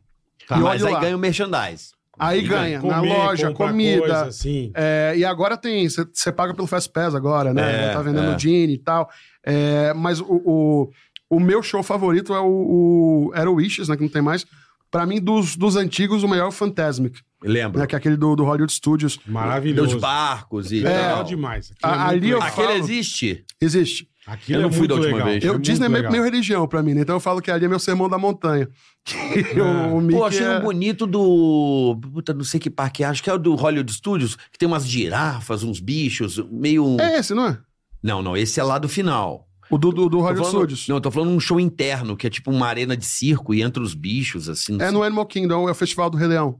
Tá,
E
mas
olha
aí
lá.
ganha o merchandise.
Aí
E
ganha, na
Comer,
loja,
comprar
comida.
coisa, assim.
É, e agora tem, você paga pelo Fast Pass agora, né?
É,
Já tá vendendo
é.
Gini e tal. É, mas o, o, o meu show favorito é o, o- era o Wishes, né? Que não tem mais. Pra mim, dos, dos antigos, o melhor é o Fantasmic,
Lembra?
né? Que é aquele do, do Hollywood Studios.
Dos
Maravilhoso.
barcos e
Legal
tal.
demais. é
A-
muito
ali É. eu-
legal.
Aquele
falo.
existe.
Existe.
Aquilo
eu não
é
fui da
muito
última
legal.
vez.
É
Eu,
muito
Disney é meio,
legal.
meio religião pra mim, né? Então eu falo que ali é meu sermão da montanha. Que
Ah.
o, o Mickey
Pô, achei
é-
um bonito do. Puta, não sei que parque é, acho que é o do Hollywood Studios, que tem umas girafas, uns bichos, meio.
É esse, não é?
Não, não, esse é lá do final.
O do, do, do
Tô
Hollywood
falando-
Studios.
Não, eu tô falando um show interno, que é tipo uma arena de circo e entra os bichos, assim. Não
É
sei,
no Animal Kingdom, é o Festival do Rei Leão.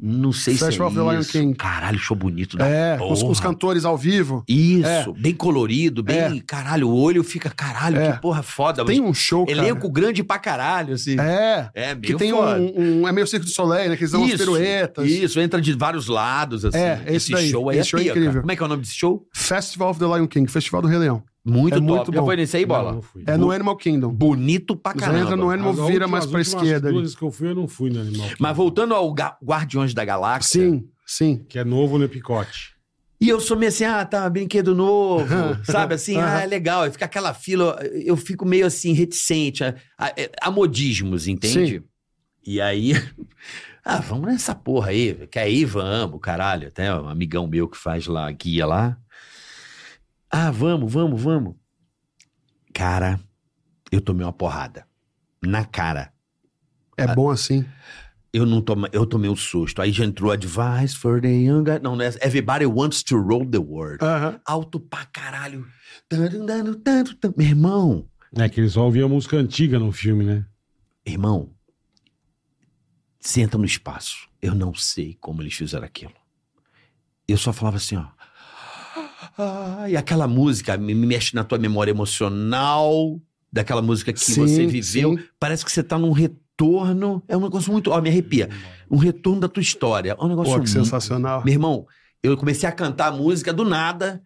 não sei se é
Festival of the Lion
isso.
King.
Caralho, show bonito da
É, com os, com os
Ah, porra.
cantores ao vivo.
Isso, bem colorido, bem. Caralho, o olho fica, caralho,
É.
que porra foda.
Tem
mas
um show, cara.
elenco grande pra caralho, assim.
É.
É, meio
Que tem
foda.
um, um- É meio Circo do Soleil, né? Que eles dão umas piruetas.
Isso, entra de vários lados, assim.
É, esse daí.
show aí
Esse show é
pica.
incrível.
Como é que é o nome desse show?
Festival of the Lion King, Festival do Rei Leão.
Muito
É
top.
muito
Já
bom.
foi nesse aí, Bola?
Não, não fui.
É no Animal Kingdom.
Bonito pra
Você
caramba.
entra no
As
Animal, vira
últimas-
mais pra
as últimas
esquerda
duas
ali.
vezes que eu fui, eu não fui no Animal Kingdom.
Mas voltando ao Ga- Guardiões da Galáxia.
Sim, sim.
Que é novo no picote.
E eu sou meio assim, ah, tá, brinquedo novo, sabe assim,
Aham.
ah, é legal. E fica aquela fila, eu fico meio assim, reticente, a, a- a modismos, entende? E aí, ah, vamos nessa porra aí, que aí vamos, caralho. Até um amigão meu que faz lá, guia lá. Ah, vamos, vamos, vamos. Cara, eu tomei uma porrada. Na cara.
É bom assim.
Eu não toma, eu tomei um susto. Aí já entrou Advice for the Younger. Não, não é. Everybody wants to roll the world
Aham.
alto pra caralho. Tanto, tanto, tanto, tanto. Meu irmão,
É que eles só ouviam música antiga no filme, né?
irmão, senta no espaço. Eu não sei como eles fizeram aquilo. Eu só falava assim, ó. Ah, e aquela música me me mexe na tua memória emocional, daquela música que
Sim,
você viveu.
sim.
Parece que você tá num retorno. É um negócio muito. Ó, me arrepia. Um retorno da tua história. É um negócio
Pô, que
muito
sensacional.
Meu irmão, eu comecei a cantar a música do nada.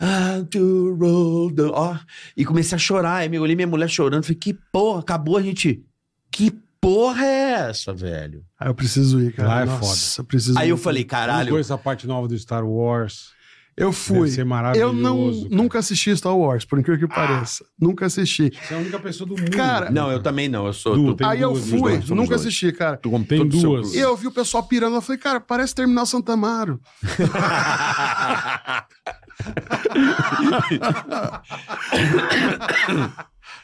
Ah, to roll the- ó, e comecei a chorar. Aí eu olhei minha mulher chorando. Falei, que porra, acabou a gente. Que porra é essa, velho?
Aí eu preciso ir, cara.
Lá é
Nossa, eu preciso
Aí eu
ir.
falei,
Depois
caralho.
essa parte nova do Star Wars.
Eu
Deve
fui.
ser maravilhoso.
Eu não,
cara. Ah.
nunca assisti Star Wars, por incrível que pareça. Nunca assisti.
Você é a única pessoa do mundo.
Cara,
Não, eu também não. Eu sou.
Du,
tu-
tem
Aí eu
duas,
fui,
dois, somos
nunca
dois.
assisti, cara.
tu- tu-
tem
tu-
duas.
E eu vi o pessoal pirando, eu falei, cara, parece Terminal Santa Amaro.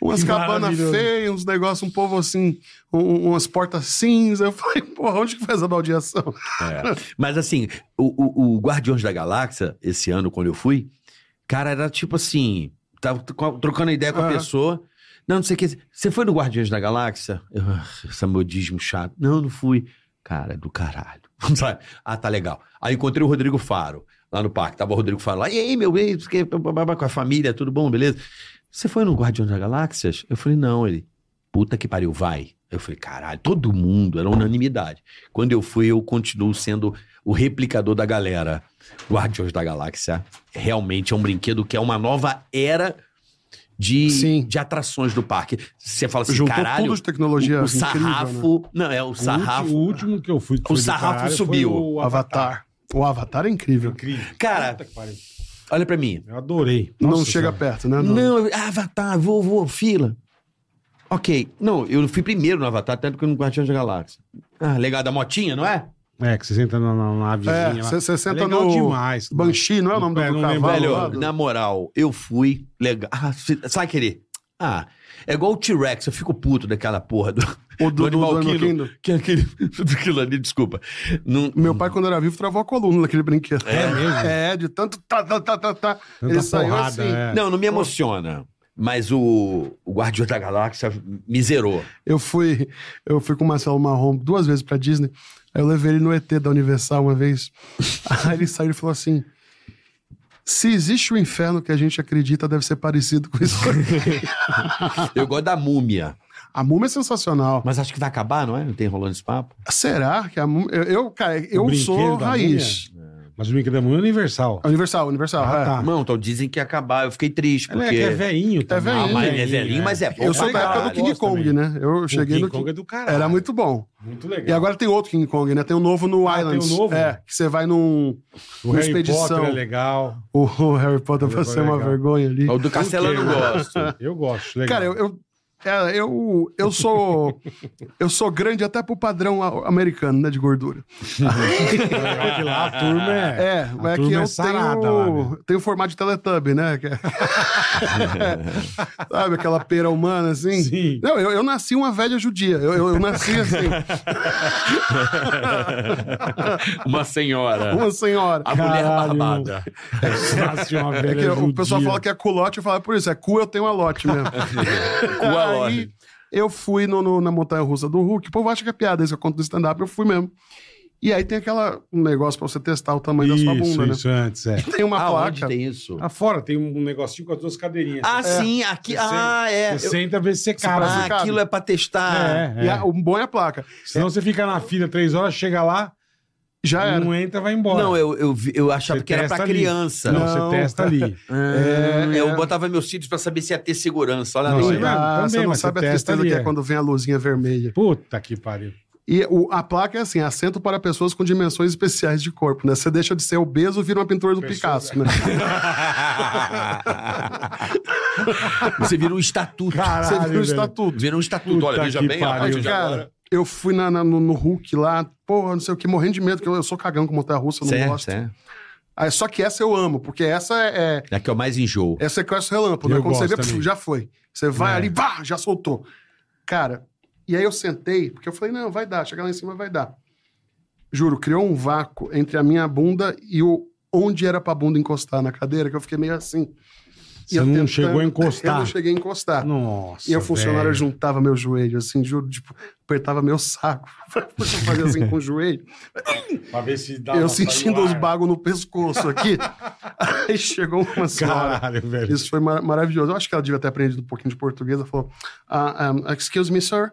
Umas
Que
cabanas
maravilhoso.
feias, uns negócios, um povo assim, um- umas portas cinza. Eu falei, porra, onde que faz a baldeação?
Mas assim, o, o- o Guardiões da Galáxia, esse ano, quando eu fui, cara, era tipo assim: tava t- com a- trocando ideia com a
Aham.
pessoa. Não, não sei o que. Você foi no Guardiões da Galáxia? Eu, "Ah, esse modismo chato. Não, não fui. Cara, é do caralho. Sabe? Ah, tá legal. Aí encontrei o Rodrigo Faro lá no parque. Tava o Rodrigo Faro lá. E aí, meu bem, não sei o quê, blá, blá, blá, com a família, tudo bom, beleza? Você foi no Guardião das Galáxias? Eu falei, não. Ele, puta que pariu, vai. Eu falei, caralho, todo mundo, era unanimidade. Quando eu fui, eu continuo sendo o replicador da galera. Guardiões da Galáxia realmente é um brinquedo que é uma nova era de,
Sim.
de atrações do parque. Você fala assim,
Juntou
caralho,
tudo de tecnologia
o, o
assim,
incrível, né?
sarrafo... Não, é o
O último-
sarrafo...
O último que eu fui. que
O
foi do
sarrafo
caralho
subiu.
foi
O
o Avatar.
Avatar. O Avatar é incrível.
Incrível.
Cara,
Puta que pariu.
olha pra mim.
Eu adorei.
não
Nossa
chega
senhora.
perto, né? Não.
Não, eu- "Ah, Avatar, vou, vou, fila. Ok. Não, eu fui primeiro no Avatar, tanto que no Guardião da Galáxia. Ah, legal, da motinha, não é?
É, que você senta na, na navezinha
É,
lá.
você- você senta
legal
no
demais. cara.
Banshee, não é o nome
É,
do
não
cavalo?
lembro.
Velho,
Velho,
lá do-
na moral, eu fui legal. Ah, se- sabe aquele? Ah, é igual o T-Rex, eu fico puto daquela porra do,
o
do Animal
Animal
Kingdom.
Kingdom.
que é aquele, do aquilo ali, desculpa. Não,
Meu pai, quando era vivo, travou a coluna naquele brinquedo.
É mesmo?
É, de tanto tá, tá, tá, tá, tá.
Tanta
Ele saiu
porrada,
assim.
é.
não, não me emociona. Mas o, o Guardião da Galáxia me zerou.
Eu fui, eu fui com o Marcelo Marrom duas vezes pra Disney. Aí eu levei ele no ET da Universal uma vez. Aí ele saiu e falou assim: Se existe o inferno que a gente acredita, deve ser parecido com isso. aqui."
Eu gosto da múmia.
a múmia é sensacional.
Mas acho que vai acabar, não é? Não tem rolando esse papo?
Será que a múmia. Eu, eu, cara, eu
brinquedo
sou
da
raiz.
Mas o Mickey da Mão é universal.
Universal, Universal.
Ah,
é.
tá.
Não, então dizem que ia acabar. Eu fiquei triste,
Ela
porque...
é, que é velhinho. tá?
velhinho.
Ah, mas é
velhinho,
velhinho, mas é bom
Eu sou
pra
da época do
caralho.
King Kong,
também.
né? Eu
O
cheguei
King
no.
Kong é do caralho.
Era muito bom.
Muito
E
legal.
agora tem outro King Kong, né? Tem um novo no
Ah, tem
Islands.
um novo?
É, que você vai num.
o Harry
expedição.
Potter é legal.
O o Harry Potter
Harry Potter
vai ser uma
legal.
vergonha ali.
é O do Castelo eu não gosto.
Eu gosto. Legal.
Cara, eu. eu... é, eu, eu sou eu sou grande até pro padrão a- americano, né, de gordura.
Legal que lá a turma é...
É,
a
mas é que
turma
eu
é sarada
tenho,
lá, né?
tenho o formato de Teletubby, né? que é- Sabe aquela pera humana, assim?
Sim.
Não, eu, eu nasci uma velha judia. Eu, eu, eu nasci assim,
Uma senhora.
uma senhora.
A mulher
Caralho.
barbada.
Nasce uma
É
velha
que o
judia.
pessoal fala que é culote, eu falo, por isso, é cu, eu tenho a lote mesmo.
a
Aí
lote.
eu fui no- no- na montanha russa do Hulk, o povo acha que é piada isso, eu conto do stand-up, eu fui mesmo. E aí tem aquela um negócio pra você testar o tamanho da sua
Isso,
bunda,
isso antes, é.
né? Tem uma
Aonde
placa.
Ah, tem isso?
Lá fora tem um negocinho com as duas cadeirinhas.
Ah, sim, aqui. Ah, é.
Você
Eu-
senta a ver se você cabe.
parece
Ah,
cabe.
aquilo é pra testar.
É,
E
é.
a- o bom é a placa.
Senão você fica na fila três horas, chega lá,
Já era.
não entra, vai
é.
embora.
Não, eu, eu, vi- eu achava
Você
que era
testa
pra
ali.
criança.
Não,
Não.
você testa ali.
Ah,
É,
eu
é.
botava meus filhos pra saber se ia ter segurança. Olha
Não,
lá.
isso
Sim,
é
olha.
verdade.
ah,
também,
você não
mas
sabe a
você testa
tristeza que
ali,
é
é.
quando vem a luzinha vermelha.
Puta que pariu.
E o- a placa é assim, assento para pessoas com dimensões especiais de corpo, né? Você deixa de ser obeso, vira uma pintura do Picasso, né?
Você vira um estatuto.
Você vira
velho.
o estatuto.
Vira um estatuto.
Puta
Olha, veja
que
bem, a
pariu.
partir
Aí,
de agora.
cara, eu fui na, na- no, no Hulk lá, porra, não sei o que, morrendo de medo, porque eu, eu sou cagão com montanha russa, eu não
Certo,
gosto.
certo.
Aí, só que essa eu amo, porque essa é, é,
É que eu mais enjoo.
é sequestro relâmpago,
Eu
né? Quando você
gosto
vê,
também.
puf, já foi. Você vai
É.
ali, vá, já soltou. Cara, e aí eu sentei, porque eu falei, não, vai dar, chegar lá em cima vai dar. Juro, criou um vácuo entre a minha bunda e o onde era pra bunda encostar na cadeira, que eu fiquei meio assim. E
Você
eu
não
tentando-
chegou a encostar.
Eu não cheguei a encostar.
Nossa.
E a funcionária
velho.
juntava meu joelho, assim, juro, tipo, apertava meu saco. Fazia assim com o joelho.
Pra ver se dá
eu
uma-
sentindo
sai o
os
ar.
bagos no pescoço aqui. Aí chegou uma senhora.
Caralho, velho.
né? Isso foi mar- maravilhoso. Eu acho que ela devia ter aprendido um pouquinho de português. Ela falou: "Ah, um, Excuse me, sir.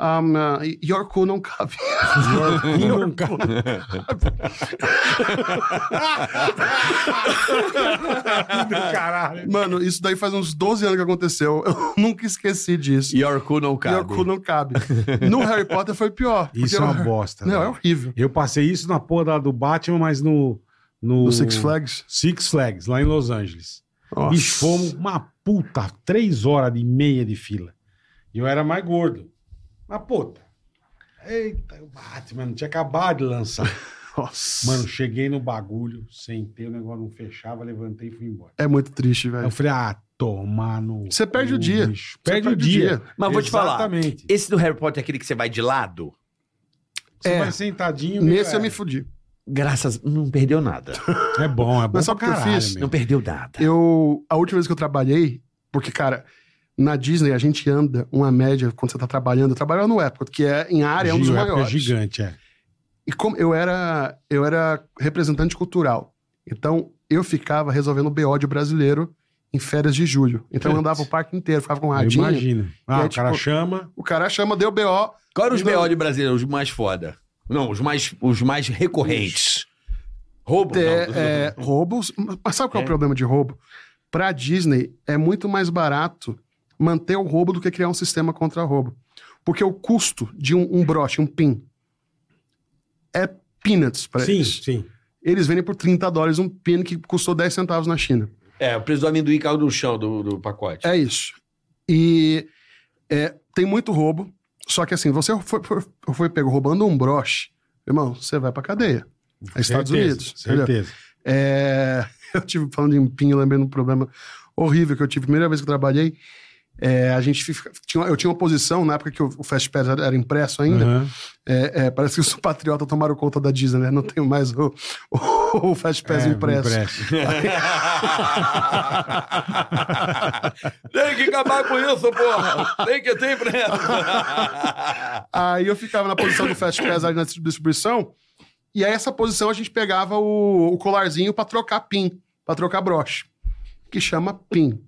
Um, uh, your cu não cabe.
Nunca. Caralho.
Mano, isso daí faz uns 12 anos que aconteceu. Eu nunca esqueci disso.
Your cu não cabe.
Your cu não cabe. No Harry Potter foi pior.
Isso é
porque
uma
eu-
bosta.
Não,
velho.
é horrível.
Eu passei isso na porra da- do Batman, mas no. No
No Six Flags.
Six Flags, lá em Los Angeles.
Nossa.
E fomos uma puta, três horas e meia de fila. E eu era mais gordo. Uma puta. Eita, o Batman, não tinha acabado de lançar.
Nossa.
Mano, cheguei no bagulho, sentei, o negócio não fechava, levantei e fui embora.
É muito triste,
Aí eu
velho.
falei, ah, toma no.
Você
cu,
perde o dia.
bicho.
Você
Perde, o dia.
Mas vou te falar.
Exatamente.
Esse do Harry Potter é aquele que você vai de lado?
Você
É.
vai sentadinho.
Nesse
meu,
eu me
é.
fudi.
Graças. Não perdeu nada.
É bom, é bom.
Mas sabe
pra
o que eu
caralho,
fiz?
meu.
Não perdeu
Tá.
nada.
Eu, a última vez que eu trabalhei, porque, cara, na Disney a gente anda uma média quando você tá trabalhando. Eu trabalhava no Epcot, que é em área é um dos
Gil, época
maiores.
gigante, é.
E como eu era, eu era representante cultural. Então, eu ficava resolvendo BO de brasileiro em férias de julho. Então eu
Putz.
andava o parque inteiro, ficava com um
Eu
radinho.
imagino. Ah,
aí,
o cara
tipo,
chama.
O cara chama, deu BO.
Qual era os
E não-
BO de Brasília? Os mais foda. Não, os mais, os mais recorrentes. Roubo?
Te-
não.
é, roubos. Mas sabe qual é. o problema de roubo? Pra Disney, é muito mais barato manter o roubo do que criar um sistema contra roubo. Porque o custo de um, um broche, um pin, é peanuts pra
Sim,
eles.
sim.
Eles vendem por 30 dólares um pin que custou 10 centavos na China.
É, o preço do amendoim caiu no chão do, do pacote.
É isso. E é, tem muito roubo. Só que assim, você foi, foi- foi pego roubando um broche, irmão, você vai pra cadeia. É Estados
Certeza,
Unidos. entendeu?
Certeza.
É, eu tive falando em PIN, eu lembrei de um problema horrível que eu tive. Primeira vez que eu trabalhei, é, a gente fica- tinha, eu tinha uma posição na época que o, o Fast Pass era, era impresso ainda.
Aham.
É, é, parece que os patriotas tomaram conta da Disney, né? Não tenho mais o, o, Fast Pass
É,
impresso.
Tem que acabar com isso, porra! Tem que ter preço!
Aí eu ficava na posição do Fast Pass ali na distribuição. E aí essa posição a gente pegava o, o colarzinho pra trocar PIN, pra trocar broche, que chama PIN.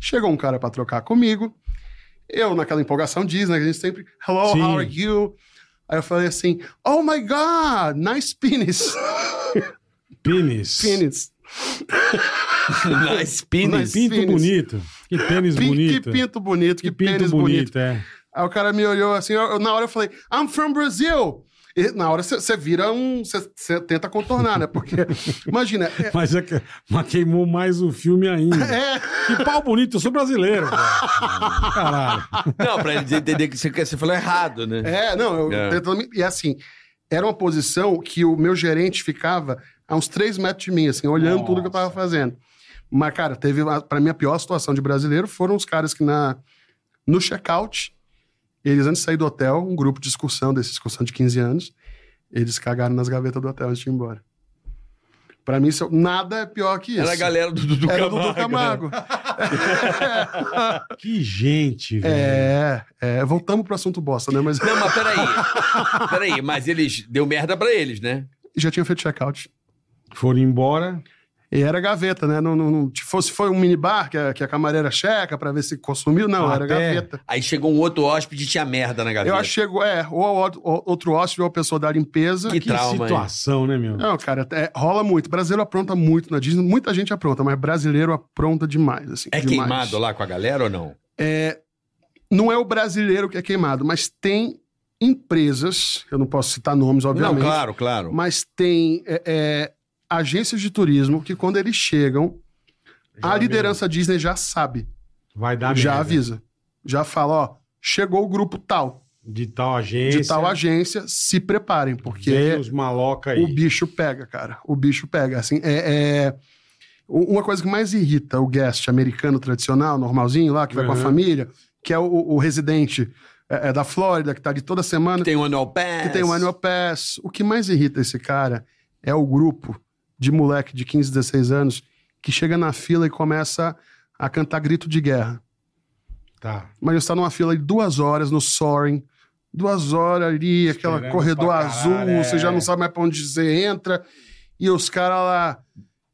Chegou um cara pra trocar comigo. Eu, naquela empolgação Disney, né, que a gente sempre, hello,
Sim.
how are you? Aí eu falei assim, oh my god, nice penis.
Pênis.
penis.
nice penis.
Nice
Pinto
Pênis.
bonito. Que pênis
Pin- que
bonito.
pinto bonito, que,
Que pinto
pênis bonito.
bonito, é.
Aí o cara me olhou assim, eu- eu- na hora eu falei, I'm from Brazil. E na hora você vira um. Você tenta contornar, né? Porque, imagina. é-
Mas, é que- mas queimou mais o filme ainda.
é-
Que pau bonito, eu sou brasileiro. velho. Caralho.
Não, pra eles entenderem que você, que você falou errado, né?
É, não, eu
É.
tentando me- E assim, era uma posição que o meu gerente ficava a uns três metros de mim, assim, olhando tudo que eu tava fazendo. Mas, cara, teve. a- Pra mim, a pior situação de brasileiro foram os caras que na, no check-out, eles antes de sair do hotel, um grupo de excursão, desse excursão de 15 anos, eles cagaram nas gavetas do hotel antes de ir embora. Pra mim, isso, é- nada é pior que isso. É.
Era a galera do Dudu
Era o
Camargo. né?
Dudu Camargo.
Que gente, velho.
É, é, voltamos pro assunto bosta, né? Mas
Não, mas peraí. Peraí, mas eles... Deu merda pra eles, né?
já tinha feito check-out.
Foram embora.
E era gaveta, né? Não, não, não- se fosse foi um minibar que a, que a camareira checa pra ver se consumiu, não,
Ah,
era
até.
gaveta.
Aí chegou um outro hóspede e tinha merda na é? gaveta.
Eu acho que chegou, é, ou, a outro- ou outro hóspede ou a pessoa da limpeza.
Que
Que
trauma, hein?
situação, né, meu?
Não, cara, é, rola muito. Brasileiro apronta muito na Disney. Muita gente apronta, mas brasileiro apronta demais. Assim,
É
demais.
queimado lá com a galera ou não?
Não é o brasileiro que é queimado, mas tem empresas, eu não posso citar nomes, obviamente.
Não, claro, claro.
Mas tem é, é, agências de turismo que quando eles chegam,
Já
a
viu.
liderança Disney já sabe.
Vai dar
já
merda.
avisa. Já fala, ó, chegou o grupo tal,
De tal agência.
de tal agência, se preparem,
Vem
porque
os maloca é- aí.
o bicho pega, cara. O bicho pega, assim, é... é- u- Uma coisa que mais irrita o guest americano tradicional, normalzinho lá, que vai com
Uhum.
a família, que é o, o residente é, é da Flórida, que tá ali toda semana,
Tem um annual pass.
que tem o annual pass. O que mais irrita esse cara é o grupo de moleque de 15, 16 anos que chega na fila e começa a cantar grito de guerra.
Tá.
Mas eu estava numa fila de duas horas no Soaring. Duas horas ali, aquele
Esperando
corredor
pra
azul,
caralho,
você já
é.
não sabe mais pra onde você entra. E os caras lá.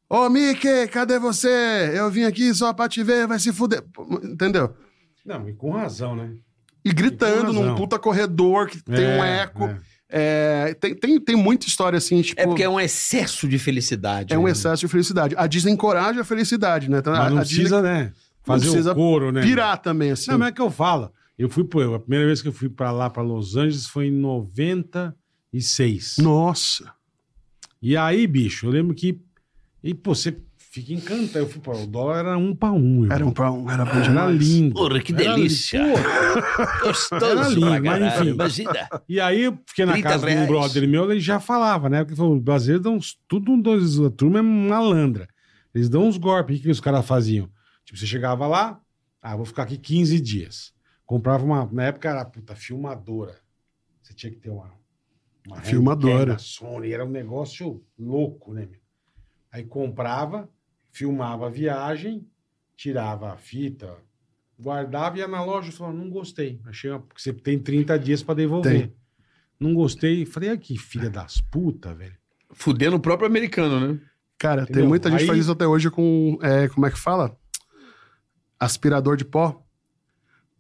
Ô, Mickey, cadê você? Eu vim aqui só pra te ver, vai se fuder. Pô, Entendeu?
Não, e com razão, né?
E gritando
razão.
num puta corredor que tem um
É,
eco.
é.
É, tem, tem, tem muita história assim, tipo.
É porque é um excesso de felicidade.
é um
né?
excesso de felicidade. A Disney encoraja a felicidade, né? Então, a,
Mas não
a Disney
precisa, né? Fazer
precisa
o couro, né?
pirar também, assim.
Não, mas é que eu falo. Eu fui, pô, a primeira vez que eu fui pra lá, pra Los Angeles, foi em 96.
Nossa.
E aí, bicho, eu lembro que. E, pô, você fica encantado. Eu fui, pô, o dólar era um pra um. irmão.
Era um pra um, era bom
Era
demais.
lindo.
Porra, que
Era
delícia.
lindo. Pô, Era
Gostoso
lindo,
pra
mas
caralho.
enfim.
Imagina.
E aí eu fiquei na
30
casa de um
reais.
brother meu, ele já falava, né? Porque falou, o brasileiro dá uns. Tudo um dois. A turma é malandra. Eles dão uns golpes. O que, que os caras faziam? Tipo, você chegava lá, ah, vou ficar aqui 15 dias. Comprava uma. Na época era, puta, filmadora. Você tinha que ter uma. uma Handcam
Filmadora.
da Sony, era um negócio louco, né, meu? Aí comprava, filmava a viagem, tirava a fita, guardava e ia na loja e falava, não gostei. Achei uma- porque você tem 30 dias pra devolver.
Tem. É.
Não gostei. Falei, ah, que filha das putas, velho.
Fudendo o próprio americano, né?
Cara,
Entendeu?
tem muita gente que
Aí-
faz isso até hoje com. é, como é que fala? aspirador de pó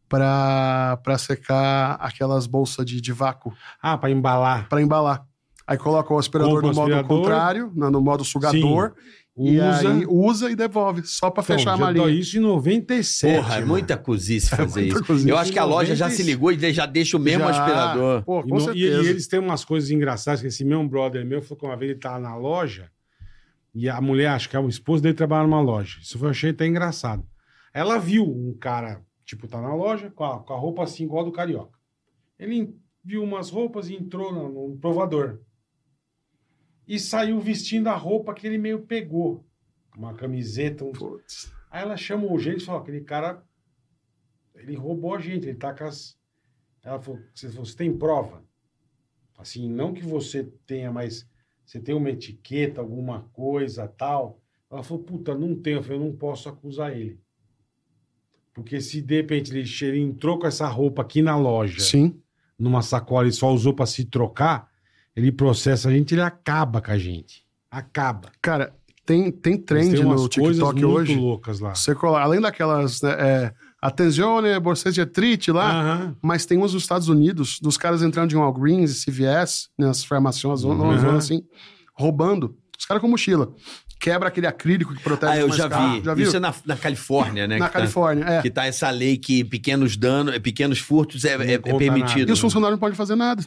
pra, pra secar aquelas bolsas de, de vácuo,
Ah, pra embalar.
pra embalar. Aí coloca o aspirador
Compra o
no modo
aspirador.
contrário, no, no modo sugador, e
Usa.
aí usa e devolve, só pra
Então,
fechar a
já dou
malinha.
isso em 97.
Porra, é
mano.
muita cozice fazer
muita
isso.
cozice.
Eu acho que a loja já se ligou e já deixa o mesmo
Já.
aspirador.
Pô,
E,
com
não- e-
certeza.
e eles têm umas coisas engraçadas, que esse meu brother meu falou que uma vez ele tava na loja e a mulher, acho que é o esposo dele, trabalha numa loja. Isso eu achei até engraçado. Ela viu um cara, tipo, tá na loja com a, com a roupa assim, igual a do carioca. Ele en- viu umas roupas e entrou no, no provador. E saiu vestindo a roupa que ele meio pegou. Uma camiseta, um
Putz.
Aí ela chama o gerente e fala: aquele cara, ele roubou a gente, ele tá com as. Ela falou: você, você tem prova? Assim, não que você tenha, mas você tem uma etiqueta, alguma coisa tal. Ela falou: puta, não tenho. Eu falei: eu não posso acusar ele. Porque se de repente ele, che- ele entrou com essa roupa aqui na loja,
Sim.
numa sacola e só usou pra se trocar, ele processa a gente, ele acaba com a gente. Acaba.
Cara, tem, tem
Eles
trend
têm
no TikTok hoje.
loucas lá.
Você cola, além daquelas, né, é, Attenzione, Borsete Trite lá,
Aham.
mas tem uns nos Estados Unidos, dos caras entrando em Walgreens e CVS, nas farmácias, umas zonas
Uhum.
assim, roubando. Os caras com mochila. Quebra aquele acrílico que protege
Ah, eu
tá mais
já
carro.
vi.
Já viu?
Isso é na, na Califórnia, né?
Na
que tá-
Califórnia, é.
Que tá essa lei que pequenos danos, pequenos furtos é, é- é
conta
permitido.
E os funcionários não podem fazer nada.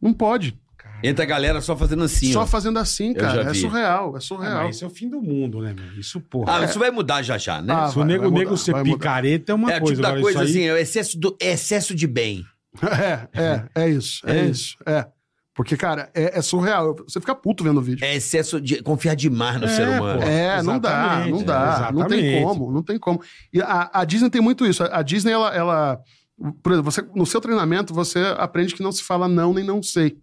Não pode.
Entra a galera só fazendo assim.
Só
ó.
fazendo assim,
já
cara. É
vi.
surreal, é
Ah,
surreal.
mas isso é o fim do mundo, né, meu? Isso, porra.
Ah, isso vai mudar já já, né?
É. Ah,
Se o
vai-
nego,
vai
nego
mudar,
ser
vai mudar.
picareta é uma
é o
coisa.
tipo da
agora,
coisa
isso
assim,
aí-
é o excesso, do, é excesso de bem.
É, é, é isso, é,
É.
isso, é. Porque, cara, é, é surreal. Você fica puto vendo o vídeo.
É excesso de confiar demais no
É,
ser humano.
pô.
É, não dá,
Exatamente,
não dá,
é,
não tem
exatamente.
como, não tem como. E a, a Disney tem muito isso. A, a Disney, ela, ela- por exemplo, você, no seu treinamento você aprende que não se fala não nem não sei,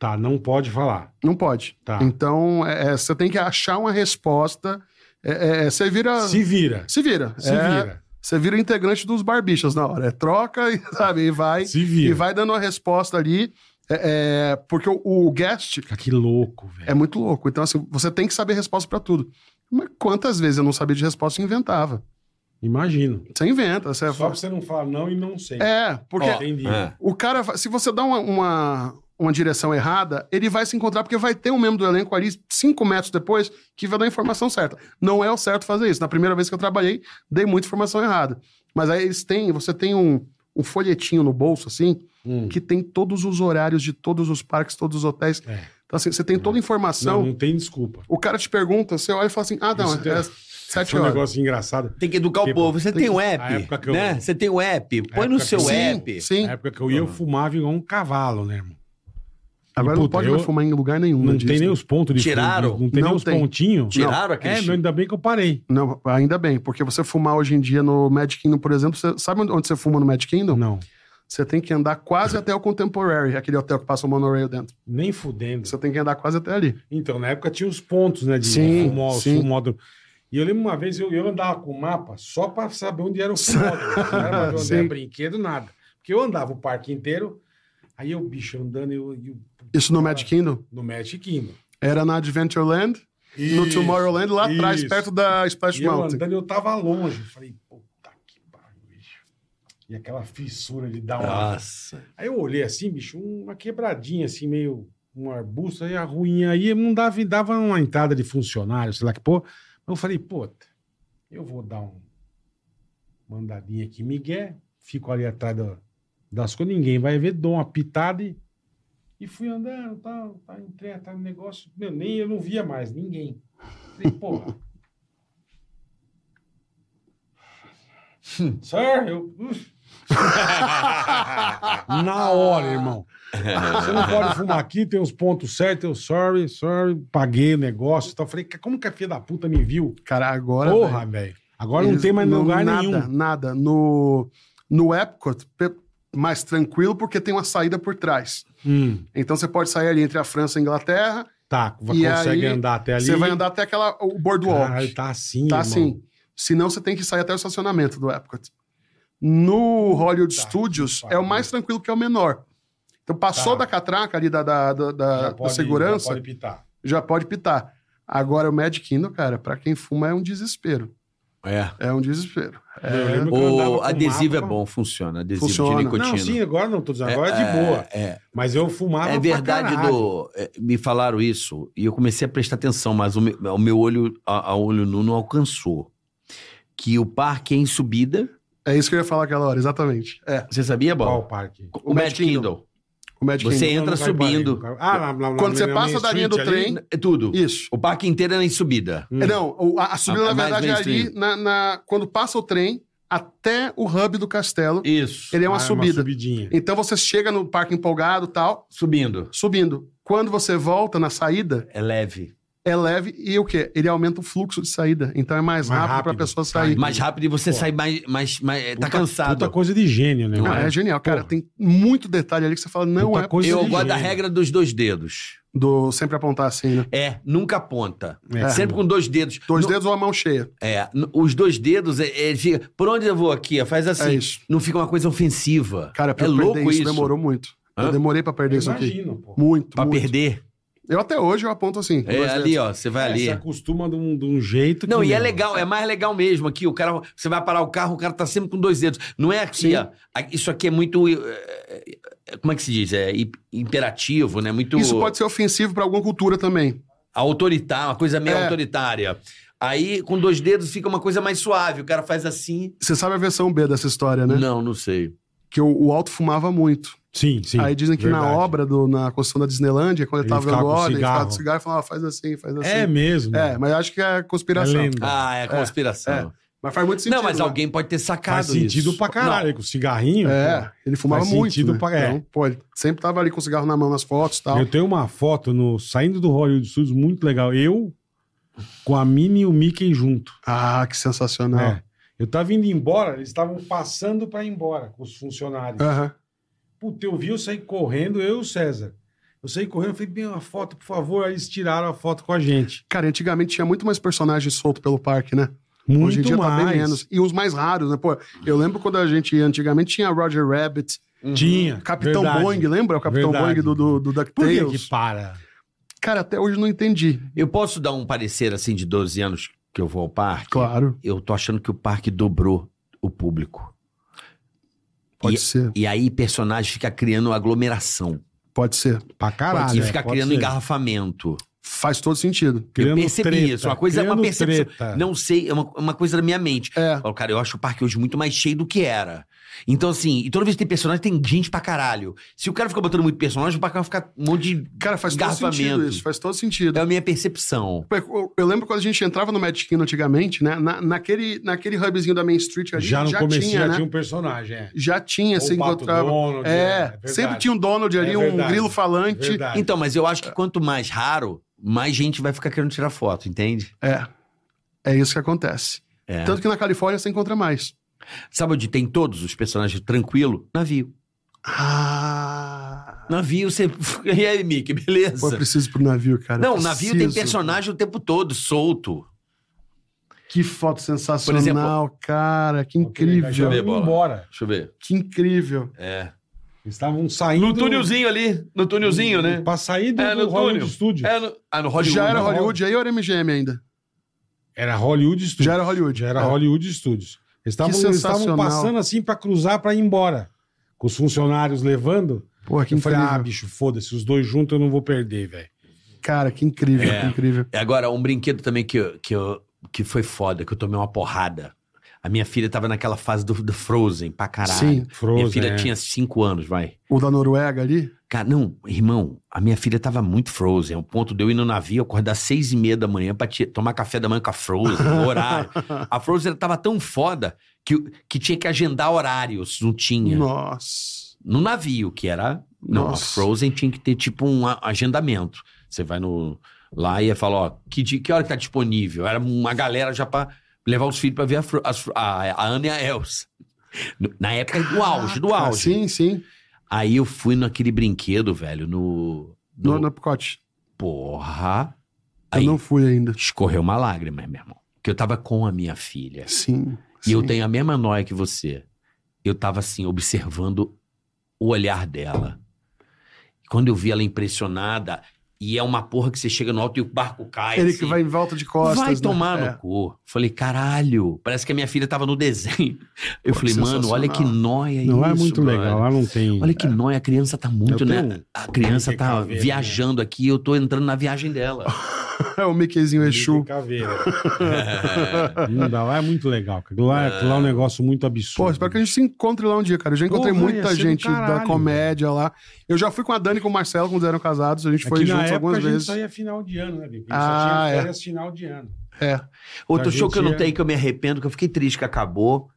Tá, não pode falar.
não pode.
Tá.
Então é, é, você tem que achar uma resposta. É, é, você vira, se,
Se vira.
vira,
Se
É,
vira.
Você vira integrante dos barbichas na hora. É troca e sabe e vai
Se
e
vira.
vai dando uma resposta ali, é, é, porque o, o guest
Cara, que louco,
É
velho.
muito louco. Então, assim, você tem que saber resposta pra tudo. Mas quantas vezes eu não sabia de resposta e inventava?
Imagino.
Você inventa, você
Só
É, fala.
pra você não falar não e não sei.
É, porque
Ó,
Entendi.
é.
o cara, fa- se você dá uma, uma, uma direção errada, ele vai se encontrar, porque vai ter um membro do elenco ali cinco metros depois que vai dar a informação certa. Não é o certo fazer isso. Na primeira vez que eu trabalhei, dei muita informação errada. Mas aí eles têm, você tem um, um folhetinho no bolso, assim,
Hum.
que tem todos os horários de todos os parques, todos os hotéis.
É.
Então, assim, você tem toda a
Não,
informação.
não tem desculpa.
O cara te pergunta, você olha e fala assim: ah, não,
Isso
é
tem-
sete
Foi um
horas.
negócio engraçado.
Tem que educar o
Tipo,
povo. Você
tem
tem
que-
um
a época
app,
que eu-
né? Você tem um app. Põe no
época que
seu
eu-
app.
Sim,
Na época que
Ah.
eu ia, eu fumava igual um cavalo, né, irmão?
Agora
E,
não
puta,
pode
eu-
mais fumar em lugar nenhum.
Não
né,
tem
Disney.
nem os pontos de
Tiraram?
Não tem
Não
nem os
tem.
pontinhos.
Tiraram aquele
É,
chi-
meu, ainda bem que eu parei.
Não, ainda bem, porque você fumar hoje em dia no Magic Kingdom, por exemplo, você sabe onde você fuma no Magic Kingdom?
Não.
Você tem que andar quase até o Contemporary, aquele hotel que passa o monorail dentro.
Nem fudendo.
Você tem que andar quase até ali.
Então, na época tinha os pontos, né? De
Sim,
fumó-
sim.
fumódromo. E eu lembro uma vez, eu, eu andava com o mapa só pra saber onde era o fumódromo. Não era pra ver onde
Sim.
era brinquedo, nada. Porque eu andava o parque inteiro, aí eu, bicho, andando eu, eu,
Isso no Magic Kingdom?
no Magic Kingdom.
Era na Adventureland, no Tomorrowland, lá atrás,
isso.
perto da Splash
E eu
Mountain.
andando, eu tava longe. Falei, puta que pariu, bicho. E aquela fissura de dar
Ah,
uma...
Nossa.
Aí eu olhei assim, bicho, uma quebradinha assim, meio um arbusto, aí a ruinha aí não dava, dava uma entrada de funcionário, sei lá que pô. Eu falei, puta, eu vou dar um uma andadinha aqui, Miguel, fico ali atrás da- das coisas, ninguém vai ver, dou uma pitada e, e fui andando, tá, tá, entrei atrás do negócio, meu, nem eu não via mais ninguém. Falei, porra. Sir, eu. uf. Na hora, irmão. Você
É.
não pode fumar aqui, tem uns pontos certos, eu sorry, sorry, paguei o negócio. Então, eu falei, como que a filha da puta me viu?
Cara, agora.
Porra,
velho,
velho. Agora não
eles-
tem mais lugar
nada,
nenhum.
Nada. No, no Epcot, pe- mais tranquilo, porque tem uma saída por trás.
Hum,
Então você pode sair ali entre a França e a Inglaterra,
tá,
E
consegue
aí,
andar até ali.
Você vai andar até aquela, o boardwalk.
Caralho, tá assim,
tá
irmão.
assim. Senão você tem que sair até o estacionamento do Epcot. No Hollywood
Tá,
Studios,
que
é
pariu.
o mais tranquilo que é o menor. Então passou
Tá.
da catraca ali da, da, da, da-
Já
da
pode-
segurança,
já
já
pode
pode...
pitar.
pitar. Agora o Magic Kingdom, cara, pra quem fuma é um desespero.
É.
É um desespero.
Eu lembro que eu andava
O
com
adesivo é
mapa-
bom, funciona. Adesivo
Funciona.
de
Não,
nicotina.
sim, agora não tô dizendo, agora é, de boa.
É,
Mas eu fumava
É
pra
verdade,
caralho.
do, é, me falaram isso e eu comecei a prestar atenção, mas o meu, o meu olho a, a olho nu não alcançou. Que o parque é em subida.
É isso que eu ia falar aquela hora, exatamente. É.
Você sabia,
Qual
Bob?
o parque?
O, Mad Kindle.
O médico
Você
Kindle.
entra
Não, não cai
subindo.
parque. Ah, na- na- na-
Quando você
na
passa
Main
da linha do
Street ali?
trem-
É tudo.
Isso.
O parque inteiro é em subida.
Hum.
É, Não, o- a, a
A-
subida, na
a Ah, mais
verdade, é ali
mainstream.
na, na- quando passa o trem até o hub do castelo.
Isso.
Ele é uma
Ah,
subida.
subidinha.
então você chega no parque empolgado e tal,
Subindo.
subindo. Quando você volta na saída,
É leve.
é leve e o quê? Ele aumenta o fluxo de saída. Então é mais,
Mais
rápido pra
rápido.
pessoa sair.
Ah, Mais rápido e você
Pô.
sai mais. mais, mais é, tá
Puta-
cansado.
Puta coisa de gênio, né?
Não
Ah,
mano?
é genial, cara.
Porra.
Tem muito detalhe ali que você fala, não
Puta
é
coisa
eu
de
gosto da
gênio.
regra dos dois dedos.
do sempre apontar assim, né?
É, nunca aponta.
É.
Sempre com dois dedos.
Dois
Nu-
dedos ou a mão cheia.
É, n- os dois dedos, é, é, fica, por onde eu vou aqui? ó, Faz
É
assim.
isso.
não fica uma coisa ofensiva.
Cara, pra
é
eu perder
louco isso.
demorou muito.
Hã?
Eu demorei pra perder isso aqui.
Imagino, pô.
Muito,
Pra
muito.
perder.
Eu até hoje eu aponto assim.
É
dois
ali, ó. Você vai
É, Se
ali.
acostuma de um, de um jeito
Não,
que-
e é legal, é mais legal mesmo aqui. O cara, você vai parar o carro, o cara tá sempre com dois dedos. Não é aqui,
Sim.
ó. A- Isso aqui é muito. é, é, Como é que se diz? É hi- imperativo, né? Muito
Isso pode ser ofensivo pra alguma cultura também.
autoritário, uma coisa meio
É.
autoritária. Aí, com dois dedos, fica uma coisa mais suave. O cara faz assim.
Você sabe a versão B dessa história, né?
Não, não sei.
Que o, o alto fumava muito.
Sim, sim.
Aí dizem que na
verdade.
obra, do, na construção da Disneylândia, quando ele,
Ele
tava
ficava
dando
com
ordem, ele
cigarro.
ficava com cigarro e falava, ó, faz assim, faz assim.
É mesmo.
É, mas acho que é
É
conspiração.
lenda.
Ah, é conspiração.
é. mas faz muito sentido.
não, mas
né?
alguém pode ter sacado
Faz sentido
isso.
pra caralho, com cigarrinho.
É, ele fumava
Faz
muito.
sentido
né?
pra- é.
Então, pô, ele sempre tava ali com o cigarro na mão nas fotos e
pô.
tal.
Eu tenho uma foto no saindo do Hollywood Studios muito legal. Eu com a Minnie e o Mickey junto.
Ah, que sensacional.
É. Eu tava indo embora, eles estavam passando pra ir embora com os funcionários.
Aham.
Puta, eu vi, eu saí correndo, eu e o César. Eu saí correndo, eu falei, bem, uma foto, por favor. Aí eles tiraram a foto com a gente.
Cara, antigamente tinha muito mais personagens solto pelo parque, né?
Muito
Hoje em dia
mais.
tá bem menos. E os mais raros, né? Pô, eu lembro quando a gente ia antigamente, tinha Roger Rabbit,
Tinha.
Capitão
Uhum. verdade.
Boeing, lembra? O Capitão
Verdade.
Boeing do, do, do
Por que que
DuckTales.
para?
Cara, até hoje eu não entendi.
Eu posso dar um parecer assim de 12 anos que eu vou ao parque?
Claro,
Eu tô achando que o parque dobrou o público.
pode
E-
ser,
E aí personagem fica criando aglomeração.
pode ser.
Pra caralho.
e
é,
fica
pode
criando
ser.
engarrafamento.
Faz todo sentido.
Eu
Criando
percebi
treta,
isso. Uma coisa é uma
criando
percepção.
treta.
Não sei, é uma, uma coisa da minha mente.
É,
Falo, cara, eu acho o parque hoje muito mais cheio do que era. Então, assim, e toda vez que tem personagem, tem gente pra caralho. Se o cara ficar botando muito personagem, o parque vai ficar um monte de.
cara, faz todo
Engarrafamento.
sentido isso, faz todo sentido.
É a minha percepção.
Pô, Eu, eu lembro quando a gente entrava no Magic Kingdom antigamente, né? Na- naquele, naquele hubzinho da Main Street ali,
Já no começo
tinha,
já
né?
tinha um personagem, é.
Já tinha,
Ou
você
o Pato
encontrava.
Donald, é, é
é,
verdade.
sempre tinha um Donald ali,
É
um
verdade, é
grilo falante.
Verdade.
Então, mas eu acho que quanto mais raro, mais gente vai ficar querendo tirar foto, entende?
É. É isso que acontece.
É.
Tanto que na Califórnia você encontra mais.
Sabe onde tem todos os personagens tranquilo? Navio.
Ah.
Navio, você. E aí, Mickey, beleza?
Pô, eu preciso ir pro navio, cara.
Não,
Eu
o navio tem
preciso.
personagem o tempo todo, solto.
Que foto sensacional,
Por exemplo-
cara. Que
Olha que legal, já
incrível.
ver,
iam
bola.
embora.
Deixa eu ver.
Que incrível.
É.
Eles estavam saindo.
No túnelzinho ali, no túnelzinho, né?
Pra sair do,
É, no
do Hollywood
túnel.
Studios.
É no... Ah, no Hollywood.
Já
né?
era Hollywood aí ou era MGM ainda?
Era Hollywood Studios.
Já era Hollywood.
Já era
É.
Hollywood Studios. Eles estavam- eles estavam
sensacional.
passando assim pra cruzar pra ir embora. Com os funcionários levando.
Porra, que
eu falei,
incrível.
ah, bicho, foda-se, os dois juntos eu não vou perder, velho.
"Ah, Cara, que incrível,
É.
que incrível.
Agora, um brinquedo também que, eu- que, eu- que foi foda, que eu tomei uma porrada. A minha filha tava naquela fase do, do Frozen, pra caralho.
Sim,
Minha
Frozen,
filha
é.
tinha cinco anos, vai.
o da Noruega ali.
Cara, não, irmão, a minha filha tava muito Frozen. O ponto de eu ir no navio, acordar às seis e meia da manhã pra ti- tomar café da manhã com a Frozen, no horário. A Frozen tava tão foda que, que tinha que agendar horários, não tinha.
Nossa.
No navio, que era. É. Não, a
Nossa.
Frozen tinha que ter tipo um a- agendamento. Você vai no lá e fala, ó, que, di- que hora que tá disponível? Era uma galera já pra levar os filhos pra ver a, Fro- as Fro- a, a Ana e a Elsa. No- Na época do auge, do
Caraca,
auge.
Ah, Sim, sim.
Aí eu fui naquele brinquedo, velho, no.
No,
no-
no Epcot.
Porra!
Eu
Aí
não fui ainda.
escorreu uma lágrima, meu irmão. Porque eu tava com a minha filha.
Sim.
E eu
sim.
tenho a mesma noia que você. Eu tava assim, observando o olhar dela. Quando eu vi ela impressionada, E é uma porra que você chega no alto e o barco cai.
Ele
assim.
que vai em volta de costas.
Vai
né?
tomar
É.
no cu. Falei, caralho, parece que a minha filha tava no desenho. Eu
Pô,
falei, mano,
sensacional.
olha que nóia
Não
isso.
é muito
brother.
legal, lá não tem.
Olha que
É.
nóia, a criança tá muito,
Eu
né?
tenho-
A criança
tem
tá
caveira,
viajando aqui, eu tô entrando na viagem dela.
É o Mickeyzinho Exu.
Tem Caveira. não dá, lá é muito legal. cara. Lá, é- lá é um negócio muito
Pô,
absurdo.
espero que a gente se encontre lá um dia, cara. Eu já encontrei
Porra, ia
muita
ser do
gente da
caralho,
comédia lá. Eu já fui com a Dani e com o Marcelo quando eles eram casados. A gente
É
foi
que na
juntos
época
algumas
a gente
vezes.
só ia final de ano, né, Bico? A gente
Ah,
só
é.
tinha férias final de ano.
É.
Outro
A
show que eu
gente
não
é-
tenho, que eu me arrependo, que eu fiquei triste que acabou,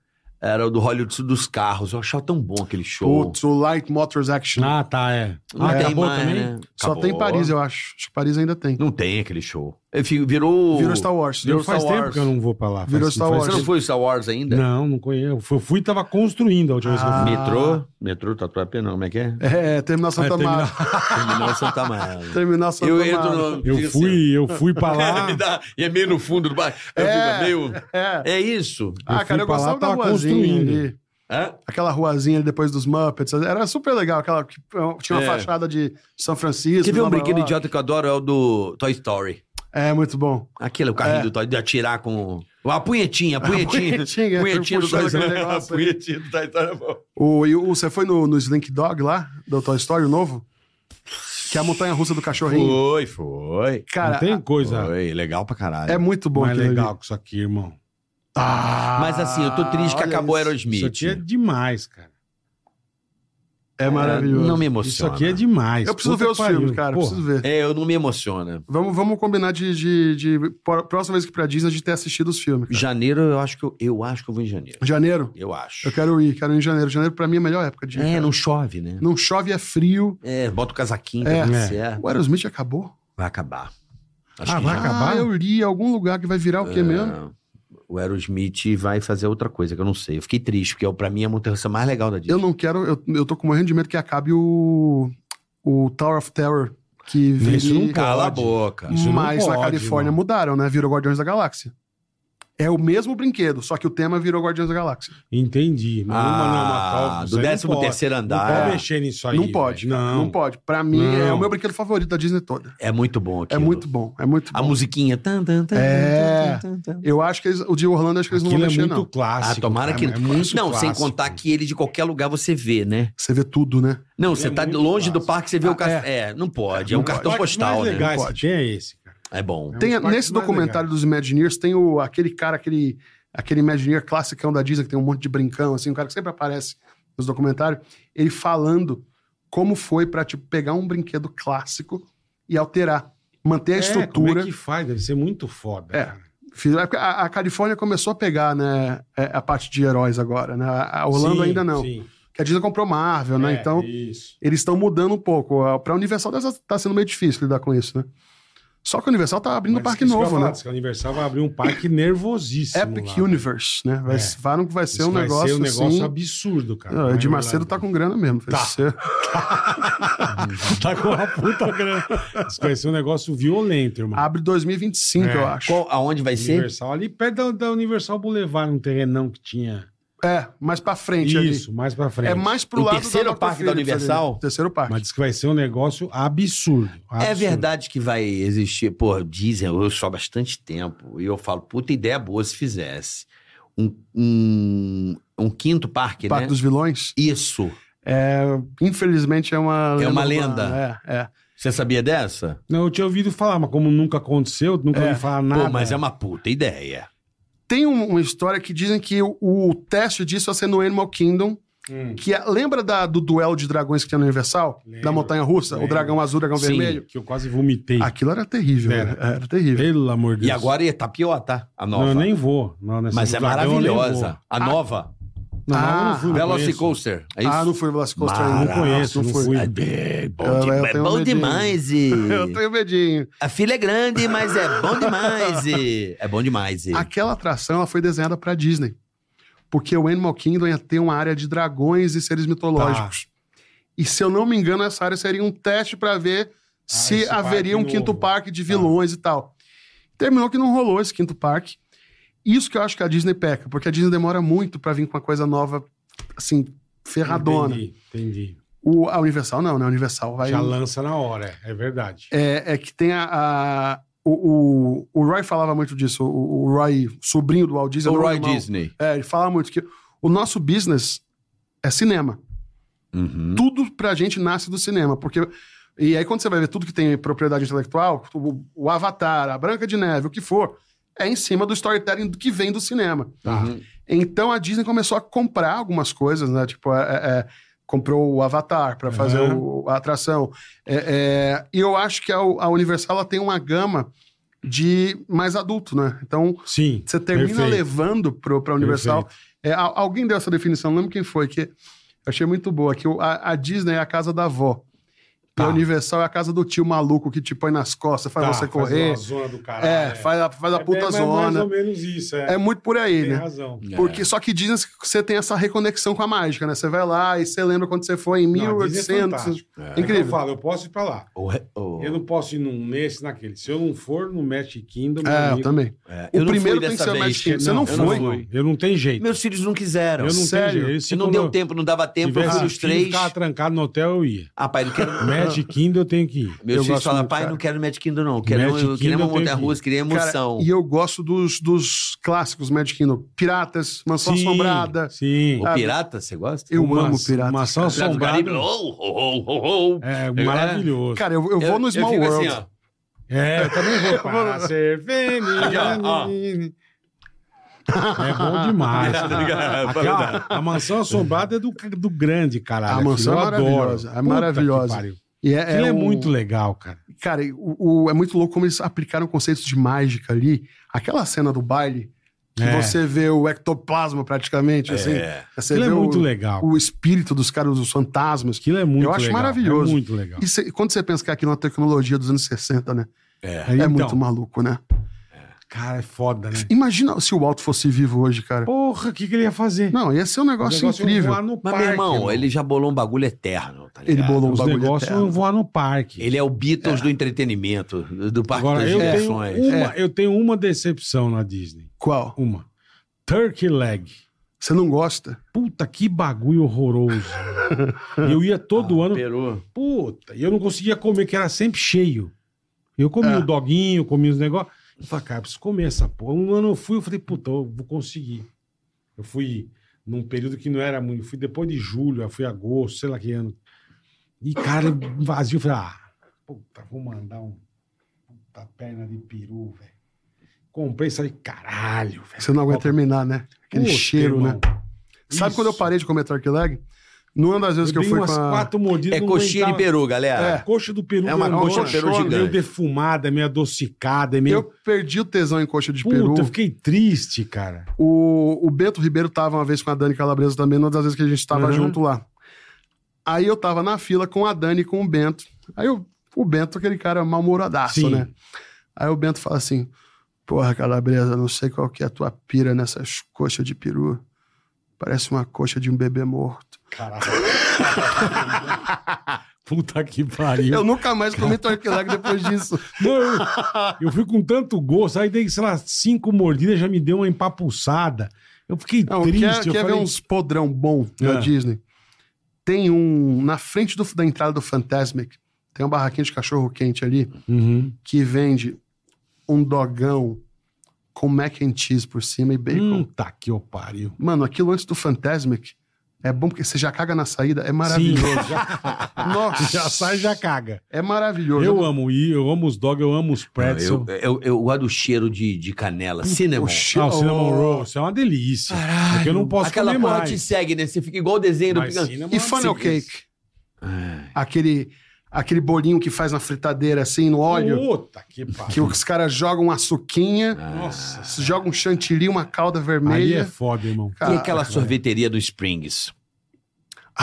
era o do Hollywood dos carros. Eu achava tão bom aquele show.
Putz, o Light Motors Action.
Ah, tá, é.
não
Ah,
tem
acabou
mais,
também?
né?
Só
Acabou.
tem em Paris, eu acho. Acho que Paris ainda tem.
Não tem aquele show. Enfim, virou...
Virou Star Wars. né?
Virou
Faz
Star
tempo
Wars.
que eu não vou pra lá. Faz-
Virou Star
faz-
Wars.
Você não foi o Star Wars ainda?
Não, não conheço. Eu fui e tava construindo a última vez que eu fui.
Ah.
Metrô? Metrô, Tatuapé não, como é que é?
É, terminar Santa
É, terminar-
Mara.
Terminal Santa Maria.
Terminar Santa
Eu
Mara.
entro no...
Eu
fica assim,
fui, Ah. eu fui pra lá.
me dá, e é meio no fundo do bairro. Eu
É.
fico meio.
É.
É isso.
Ah,
fui
cara, eu
pra lá,
gostava da
tava
ruazinha
construindo.
ali.
Hã?
Aquela ruazinha ali depois dos Muppets. Era super legal. Aquela que eh, tinha uma
É.
fachada de São Francisco.
Quer ver um
Nova
brinquedo
York.
idiota que eu adoro? É o do Toy Story.
É, muito bom.
Aquele, o carrinho
É.
do Toy de atirar com. A punhetinha, a punhetinha.
punhetinha,
punhetinha do Toy Story.
puxando é, aquele
A
negócio ali.
punhetinha do Toy Story é bom.
O, e o- você foi no, no Slink Dog lá, do Toy Story, o novo? Que é a montanha russa do cachorrinho.
Foi, foi.
Cara,
não tem coisa
Foi, legal pra caralho.
é muito bom
mais
aquilo ali.
legal que isso aqui, irmão.
Ah,
Mas assim, eu tô triste que
olha
acabou o
isso.
Isso
Aerosmith.
aqui é demais, cara.
É maravilhoso.
Não me
Isso
emociona.
aqui é demais.
Eu preciso
Puta
ver
que
os
pariu,
filmes, cara.
porra.
Preciso ver.
É, eu não me emociona.
Vamos, vamos combinar de, de, de- por- Próxima vez que pra Disney, a gente ter assistido os filmes. cara.
Janeiro, eu acho que eu, eu acho que eu vou em janeiro.
Janeiro?
Eu acho.
Eu quero ir, quero ir em janeiro. Janeiro pra mim é a melhor época de ir,
É,
cara.
não chove, né?
Não chove, é frio.
É, bota o casaquinho,
É.
tá tudo
É.
certo.
O Aerosmith acabou?
Vai acabar.
Ah, vai
já.
acabar?
Ah, eu li em algum lugar que vai virar
É.
o quê mesmo?
Ah, O Aerosmith vai fazer outra coisa que eu não sei. Eu fiquei triste, porque pra mim é a montanha mais legal da Disney.
Eu não quero, eu, eu tô com morrendo de medo que acabe o, o Tower of Terror, que vire,
Isso não cabe,
Cala a
pode.
boca.
Isso não
mas na
pode,
Califórnia
irmão.
mudaram, né? Virou Guardiões da Galáxia. É o mesmo brinquedo, só que o tema virou Guardiões da Galáxia.
Entendi. Mas uma, não,
Ah,
uma tal, isso
do
aí não
13
pode.
terceiro andar. é.
Não pode mexer nisso aí.
não pode,
velho.
cara, não.
Não.
pode. Pra mim é
Não.
o meu brinquedo favorito da Disney toda.
É muito bom
É
aquilo.
muito bom, é muito
A
bom.
musiquinha. Tan, tan, tan,
É.
tan, tan, tan.
Eu acho que eles, o de Orlando acho que eles não
Aquilo
vão
é
mexer
muito
não.
Ah, clássico.
Ah, tomara
cara,
que.
é muito
não, sem
clássico.
contar que ele de qualquer lugar você vê, né?
Você vê tudo, né?
Não,
Ele
você
é
tá
muito
longe do
clássico.
parque, você vê o
Ah,
cartão. É. não pode. É um
Não
cartão
pode.
postal,
mais
né?
legais
Pode.
que tem é esse, cara.
É bom.
um
Tem,
dos parques
nesse
mais
documentário dos Imagineers tem o, aquele cara, aquele, aquele Imagineer classicão da Disney, que tem um monte de brincão, assim, um cara que sempre aparece nos documentários, ele falando como foi pra tipo, pegar um brinquedo clássico e alterar. Manter a
É, como
estrutura.
é que faz? Deve ser muito foda.
É.
cara.
Fiz- é porque A, a Califórnia começou a pegar né, é, a parte de heróis agora, né? A a Orlando
Sim,
ainda não.
Sim.
Porque a Disney comprou Marvel, né?
É,
Então,
Isso.
eles estão mudando um pouco. A- Pra Universal tá- tá sendo meio difícil lidar com isso, né? Só que a Universal tá abrindo um
Mas
parque
isso que eu ia
novo,
falar,
né? É,
diz que a Universal vai abrir um parque nervosíssimo.
Epic
lá.
Universe, né? Vai,
É.
Falam que vai ser
Isso
um
vai
negócio,
ser um negócio
assim...
absurdo, cara. é
Não, o
Vai
Edir
lá,
Macedo tá com grana mesmo. Vai
Tá.
ser-
tá com uma puta grana. Isso vai ser um negócio violento, irmão.
Abre 2025,
É.
eu acho.
Qual, aonde vai ser?
Universal ali perto da, da Universal Boulevard, um terrenão que tinha.
É, mais pra frente
Isso, mais pra
ali.
frente.
É mais pro
O
lado
terceiro
Dr.
parque da
Phillips ali.
Universal?
Terceiro parque.
Mas diz que vai ser um negócio absurdo.
É
absurdo.
verdade que vai existir, pô, dizem, eu sou há bastante tempo, e eu falo, puta ideia boa se fizesse. Um, um, um quinto parque,
parque
né?
dos vilões.
Isso.
É, infelizmente é uma
É uma
urbana.
lenda.
É, é.
Você sabia dessa?
Não, eu tinha ouvido falar, mas como nunca aconteceu, nunca
É.
ouvi falar nada.
Pô, mas é uma puta ideia.
Tem um- uma história que dizem que o, o teste disso vai ser no Animal Kingdom.
Hum.
Que é- lembra da- do duelo de dragões que tinha no Universal?
Lembro.
da montanha russa? O
Lembro.
dragão azul, o dragão
Sim.
vermelho?
Que eu quase vomitei.
Aquilo era terrível.
Era.
Era, era terrível.
Pelo amor de
E
Deus.
agora ia tá pior, tá? A
Não,
nova.
eu nem vou. Não, nessa
Mas é
do dragão eu nem
maravilhosa. A
Ah,
nova.
vou. Não, mas eu não fui, não conheço.
Velocicoaster. É isso?
Ah, não fui no Velocicoaster
Maravilha.
ainda.
Não conheço,
Não
não
fui.
fui.
É bem- bom,
Eu-
de-
eu
é
tenho
bom
medinho.
demais. e-
Eu tenho medinho.
A fila é grande, mas é bom demais. e- É bom demais. e-
Aquela atração ela foi desenhada pra Disney. Porque o Animal Kingdom ia ter uma área de dragões e seres mitológicos.
Tá.
E se eu não me engano, essa área seria um teste pra ver se
Ah, esse parque Tá.
haveria um
novo.
quinto parque de vilões e tal. Terminou que não rolou esse quinto parque. Isso que eu acho que a Disney peca, porque a Disney demora muito pra vir com uma coisa nova, assim, ferradona.
Entendi, entendi.
O, a Universal não, né? A Universal vai.
Já lança na hora, é, é verdade.
É, é que tem a. a- o, o, o Roy falava muito disso, o, o Roy, sobrinho do Walt Disney.
O
não
Roy
irmão.
Disney.
É, ele fala muito que o nosso business é cinema.
Uhum.
Tudo pra gente nasce do cinema, porque... E aí quando você vai ver tudo que tem propriedade intelectual, o, o Avatar, a Branca de Neve, o que for, é em cima do storytelling que vem do cinema.
Uhum.
Então a Disney começou a comprar algumas coisas, né? Tipo, é- é- é, comprou o Avatar pra fazer
Aham.
o- a atração. É- é, e eu acho que a, a Universal ela tem uma gama de mais adulto, né? Então
Sim.
você termina
Perfeito.
levando pro, pra Universal. É, al- alguém deu essa definição, não lembro quem foi, que eu achei muito boa, que o- a, a Disney é a casa da avó. E
Tá.
a Universal é a casa do tio maluco que te põe nas costas, faz
Tá,
você correr.
Faz uma zona do caralho.
é, faz a, faz a
É,
puta
mas É mais
zona.
ou menos isso, é.
É muito por aí,
Tem
né?
razão. É.
Porque só que dizem que você tem essa reconexão com a mágica, né? Você vai lá e você lembra quando você foi em
Não, a Disney é
1800.
fantástico.
É
É que Eu
incrível.
falo, eu posso ir pra lá.
O re- o-
Eu não posso ir num nesse, naquele. Se eu não for no Magic Kingdom, meu
É, eu
amigo-
também.
é,
O
eu não fui
primeiro tem que
dessa
ser o
vez.
Magic Kingdom. Você não
eu
foi.
fui.
Eu não tenho jeito.
Meus filhos não quiseram.
eu não
sério.
tenho jeito. Eles
E não
ficam
deu
no-
tempo, não dava tempo.
tivesse
Eu
filho,
os três.
Ficava trancado no hotel, eu ia.
Ah, pai, não quero.
Magic Kingdom eu tenho que ir.
Eu
Meus filhos
gosto
falam,
muito,
pai,
cara.
não quero Magic Kingdom, não. Eu Quero,
Magic
eu queria uma
Kingdom eu
montanha
tenho que ir.
russa, queria emoção.
E eu gosto dos, dos clássicos Magic Kingdom. Piratas, Mansão
Sim,
Assombrada.
Sim.
O Pirata, você gosta?
Eu
Uma-
amo Piratas.
Maçã
Pirata do Caribe.
assombrada.
Oh, oh, oh, oh.
É
É.
maravilhoso.
Cara, eu, eu vou no Small
fico
World.
assim, ó.
É, eu também vou para ser feliz.
ó, ó.
É bom demais.
Tá ligado?
Aquela, a mansão assombrada é do, do grande, caralho.
A mansão
Aquilo eu
é
adoro.
maravilhosa, é
Puta que
maravilhosa.
pariu.
E é,
Aquilo é,
o-
muito legal, cara.
Cara, o, o- é muito louco como eles aplicaram conceitos de mágica ali. Aquela cena do baile, que
É.
você vê o ectoplasma praticamente, assim. Você
Aquilo
vê
é muito
o,
legal.
o espírito dos caras, os fantasmas.
Aquilo é muito
Eu acho
legal.
maravilhoso.
É muito legal.
E cê- quando você pensa que aquilo é uma tecnologia dos anos 60, né?
Aí,
É
então,
muito maluco, né?
Cara, é foda, né?
Imagina se o Walt fosse vivo hoje, cara.
Porra, o que, que ele ia fazer?
Não, ia ser um
Os
negócio,
negócios iam
incrível.
voar no
Mas,
parque,
meu irmão, ele já bolou um bagulho eterno, tá ligado?
Ele bolou um
Os
bagulho
negócios
eterno.
vão voar no parque.
Ele é o Beatles do entretenimento, do do Parque
Agora,
das É.
eu tenho,
Gerações.
uma,
É.
eu tenho uma decepção na Disney.
Qual?
Uma. Turkey Leg.
Você não gosta?
Puta, que bagulho horroroso. eu ia
Ah,
todo ano.
Peru.
Puta, e eu não conseguia comer, que era sempre cheio. Eu comia
É.
o doguinho, comia os negócios. Eu falei, cara, eu preciso comer essa porra. Um ano eu fui, eu falei, puta, eu vou conseguir. Eu fui num período que não era muito. Eu fui depois de julho, eu fui agosto, sei lá que ano. E, cara, eu vazio. Eu falei, ah, puta, vou mandar um. Puta perna de peru, velho. Comprei e falei, caralho, velho.
Você não aguenta
Puta,
terminar, né? Aquele
puta,
cheiro,
irmão.
né? Sabe
Isso.
quando eu parei de comer turkey leg? Numa das vezes
Eu
que eu
dei
fui com
umas
a...
quatro mordidas.
É
não
coxinha de
aguentava.
peru, galera.
Coxa do peru
É uma
grandona,
coxa de peru
meio
gigante.
defumada, meio adocicada, meio...
Eu perdi o tesão em coxa de
Puta,
peru.
eu fiquei triste, cara.
O, o Bento Ribeiro tava uma vez com a Dani Calabresa também, uma das vezes que a gente tava
Uhum.
junto lá. Aí eu tava na fila com a Dani e com o Bento. Aí eu- o Bento, aquele cara mal-humoradaço,
Sim.
né? Aí o Bento fala assim: Porra, Calabresa, não sei qual que é a tua pira nessas coxas de peru. Parece uma coxa de um bebê morto.
Caralho. Puta que pariu.
Eu nunca mais comi torquilag depois disso.
Não, eu, eu fui com tanto gosto, aí dei, sei lá, cinco mordidas, já me deu uma empapuçada. Eu fiquei
Não,
triste.
quer,
eu
quer
falei,
ver uns podrão bom da
É.
Disney? Tem um. Na frente do- da entrada do Fantasmic, tem uma barraquinha de cachorro quente ali.
Uhum.
que vende um dogão com mac and cheese por cima e bacon.
Puta que eu pariu.
Mano, aquilo antes do Fantasmic é bom porque você já caga na saída, é maravilhoso.
Sim, já,
Nossa,
já sai, já caga.
é maravilhoso.
Eu amo ir, eu amo os dog, eu
Ah,
amo os pretzel.
Eu, eu, eu gosto do cheiro de, de canela. Cinnamon.
Ah, o Cinnamon
Oh.
Roll, isso é uma delícia. Porque eu não posso
Aquela
comer
porra
mais.
te segue, né? Você fica igual o desenho do Ah.
Mas
Picante.
cinnamon
E
é
funnel
delícia.
cake, aquele, aquele bolinho que faz na fritadeira assim, no óleo,
Puta que pariu.
que os caras jogam uma
É.
suquinha,
Nossa.
jogam um chantilly, uma calda
Aí é
vermelha.
foda, irmão.
Cara,
e aquela sorveteria do Springs?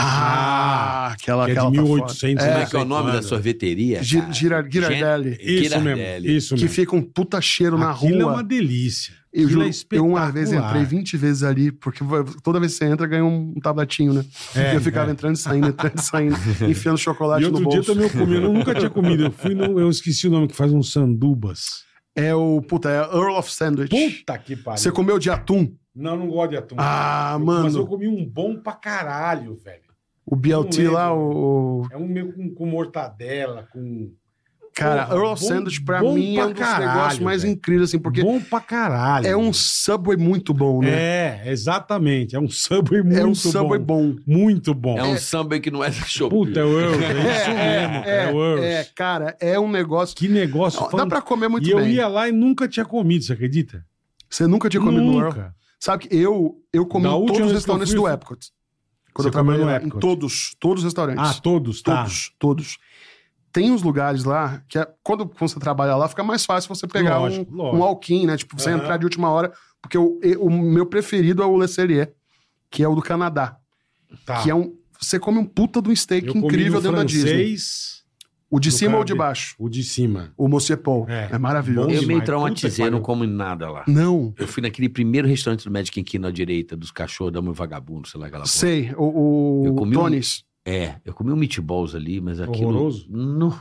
Ah, aquela,
Que é de
aquela tá foda.
1800,
É,
Como é que é o nome da sorveteria?
Gi-
cara?
Gira- Girardelli.
Gen-
Isso mesmo,
Girardelli.
isso
que
mesmo.
fica um puta cheiro na
Aquilo
rua.
é uma delícia.
Eu,
Aquilo
juro,
é
eu uma vez
espetacular.
entrei 20 vezes ali, porque vo- toda vez que você entra, ganha um um tabletinho, né?
É,
e eu ficava
é.
entrando e saindo, entrando e saindo, enfiando chocolate
E
no
outro dia
bolso.
também eu comi, eu nunca tinha comido. Eu fui no, eu esqueci o nome, que faz um sandubas.
É o, puta, é Earl of Sandwich.
Puta que pariu.
você comeu de atum?
Não, eu não gosto de atum.
Ah,
Eu- Mas eu
mano.
comi um bom pra caralho, velho.
o BLT
Não
lá,
lembro.
o. o-
É um meio com, com mortadela, com.
Cara,
Porra,
Earl
bom-
of Sandwich, pra
bom
mim, é
pra
um dos
caralho,
negócios mais
velho.
incríveis, assim, porque
Bom pra caralho.
é um Subway muito bom, né?
É, exatamente. É um Subway muito
É,
bom.
um Subway bom.
Muito bom.
É um samba que não é da show.
Puta, é o Earls. É isso mesmo. É, o Earls.
é, cara, é um negócio.
Que negócio
Ó,
fantástico.
Dá pra comer muito
e eu
bem.
ia lá e nunca tinha comido, você acredita?
Você nunca tinha comido no Earl?
nunca.
Sabe que eu, eu comi
Da
em todos
última
os
vez que eu
restaurantes
fui,
do
eu fui-
Epcot. Quando
Você
eu trabalhei
comeu no
lá, em
Epcot?
todos, todos os restaurantes.
Ah, todos, tá.
Todos, todos. Tem uns lugares lá que é, quando, quando você trabalha lá, fica mais fácil você pegar
Lógico,
um,
lógico.
um walk-in, né? Tipo, você
Aham.
entrar de última hora. Porque o, e- o meu preferido é o Le Cellier, que é o do Canadá.
Tá.
Que é um... Você come um puta de um steak
Eu comi
incrível
no
dentro da Disney.
francês,
O de
no
cima ou de
Canadá.
baixo?
O de cima.
O Monsieur Paul. É,
É.
maravilhoso.
Bom
Eu me
demais. Puta
traumatizei,
que
eu não
pariu.
como nada lá.
Não,
Eu fui naquele primeiro restaurante do Magic King na direita, dos cachorros, da mãe vagabundo, sei lá
Tá
aquela porra.
sei. O,
Eu
o
comi um-
Tony's.
É, eu comi um meatballs ali, mas aquilo...
Horroroso.
Não.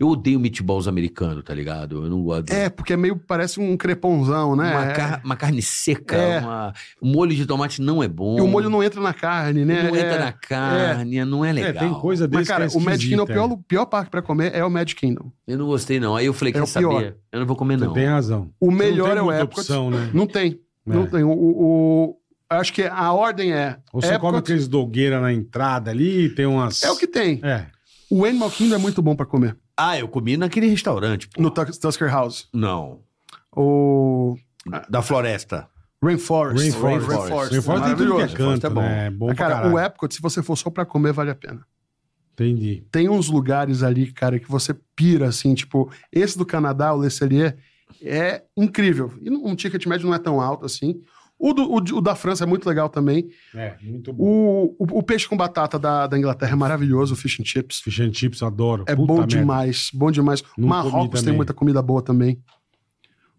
Eu odeio meatballs americano, tá ligado? Eu não gosto.
É, porque é meio, parece um crepãozão, né?
Uma,
É.
car- uma carne seca,
É.
uma- o molho de tomate não é bom.
E o molho não entra na carne, né?
não entra
É.
na carne, não é
É,
legal.
tem coisa desse
Mas, cara,
que é
o Magic Kingdom, o
esquisita,
pior, o pior parque pra comer é o Magic Kingdom.
Eu não gostei, não. Aí eu falei,
É
quer
o pior.
saber? Eu não vou comer,
é. Você
não.
tem razão.
O
Você não
melhor
tem
é o
muita
Epcot.
opção, né?
Não tem, não
É.
tem. O, o- o- acho que a ordem é
Ou você come
Epcot
aqueles dogueira na entrada ali, tem umas...
é o que tem.
É.
O Animal Kingdom é muito bom pra comer,
Ah, eu comi naquele restaurante, pô.
no Tus- Tusker House.
Não.
O
Da floresta.
Rainforest.
Rainforest.
Rainforest.
Reforça tem tudo que é
Maravilhoso.
canto,
Reforça é bom.
né? É bom pra
Cara,
caralho.
o Epcot, se você for só pra comer, vale a pena.
Entendi.
Tem uns lugares ali, cara, que você pira, assim, tipo, esse do Canadá, o Le Cellier, é incrível. E um ticket médio não é tão alto assim. O, do- o de- o da França é muito legal também.
É, muito bom.
O, o, o peixe com batata da, da Inglaterra é maravilhoso, o fish and chips.
Fish and chips, eu adoro.
É
Puta
bom
merda.
demais, bom demais.
Não comi
Marrocos
também.
tem muita comida boa também.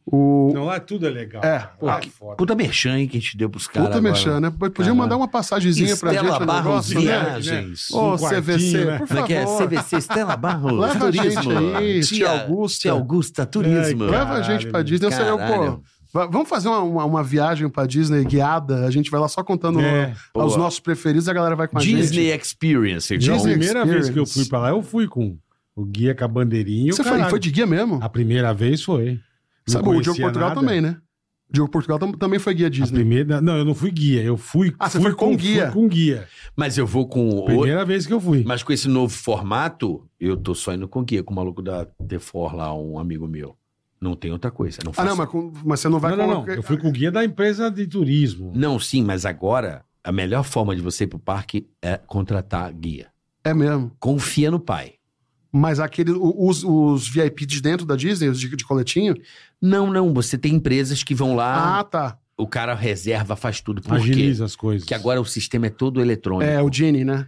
O
Não, lá tudo é legal.
É,
cara.
pô,
Lá
que-
foda.
Puta merchan, hein, que a gente deu pros caras
puta
agora.
merchan, né? Podia
Caralho.
mandar uma passagemzinha pra gente.
Estela
no
Barros
negócio, né?
Viagens.
Ô,
Um quartinho,
CVC,
né?
por
Como é
favor.
que é? CVC Estela Barros.
Leva a gente
turismo.
aí, tia Augusta. É,
Augusta. Tia Augusta, turismo.
Ai, cara.
Leva a gente pra
Caralho,
Disney. Eu sei, eu, pô,
Caralho.
va- vamos fazer uma, uma, uma viagem pra Disney guiada. A gente vai lá só contando né,
É,
aos
boa.
nossos preferidos e a galera vai com a gente.
Disney Experience, então.
a
Disney
primeira vez que eu
Experience.
fui pra lá, eu fui com o guia com a bandeirinha. e o
Você foi,
caralho.
foi de guia mesmo?
A primeira vez foi. Não
Sabe, o Diogo
conhecia
Portugal
nada.
também, né? O Diogo Portugal tam- também foi guia
A
Disney.
primeira... Não, eu não fui guia. Eu fui,
Ah, você
fui
foi com guia.
Fui com guia.
Mas eu vou com o-
Primeira vez que eu fui.
Mas com esse novo formato, eu tô só indo com o guia, com o maluco da Tefor lá, um amigo meu. Não tem outra coisa. Não,
Ah,
faço...
não, mas, com- mas você não vai
não, não, não.
colocar-
Eu fui com o guia da empresa de turismo.
não, sim, mas agora a melhor forma de você ir pro parque é contratar guia.
É mesmo.
Confia no pai.
Mas aquele, o- os, os VIP de dentro da Disney, os de, de coletinho?
Não, não, você tem empresas que vão lá,
Ah, tá.
o cara reserva, faz tudo. Por quê?
Agiliza as coisas.
Porque agora o sistema é todo eletrônico.
É, o Genie, né?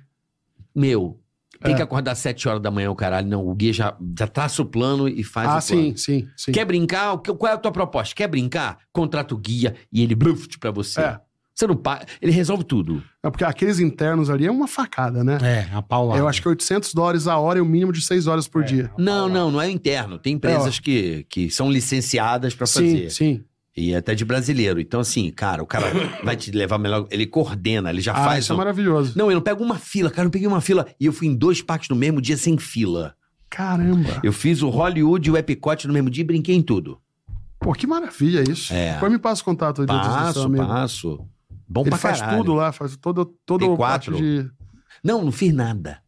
Meu, tem
É.
que acordar às 7 horas da manhã, o caralho. Não, o guia já, já traça o plano e faz
ah,
o um plano.
sim, sim, sim.
Quer brincar? O que- Qual é a tua proposta? Quer brincar? Contrata o guia e ele bluft pra você.
É.
Você não paga. Ele resolve tudo.
É porque aqueles internos ali é uma facada, né?
É, a Paula.
Eu acho que 800 dólares a hora e o mínimo de 6 horas
É,
por dia.
Não, não, não é interno. Tem empresas que, que são licenciadas pra
É, Sim,
fazer.
sim.
E até de brasileiro. Então, assim, cara, o cara vai te levar melhor. Ele coordena, ele já
Ah,
faz.
isso é
um-
maravilhoso.
Não, eu não pego uma fila, cara. Eu peguei uma fila e eu fui em dois parques no mesmo dia sem fila.
Caramba.
Eu fiz o Hollywood e o Epcot no mesmo dia e brinquei em tudo.
Pô, que maravilha isso.
É.
Depois me passa o contato aí do do seu
Passo,
amigo.
passo. Bom
Ele
pra
faz
caralho.
tudo lá, faz todo, todo
Tem
o parte
quatro?
de...
Não, não fiz nada.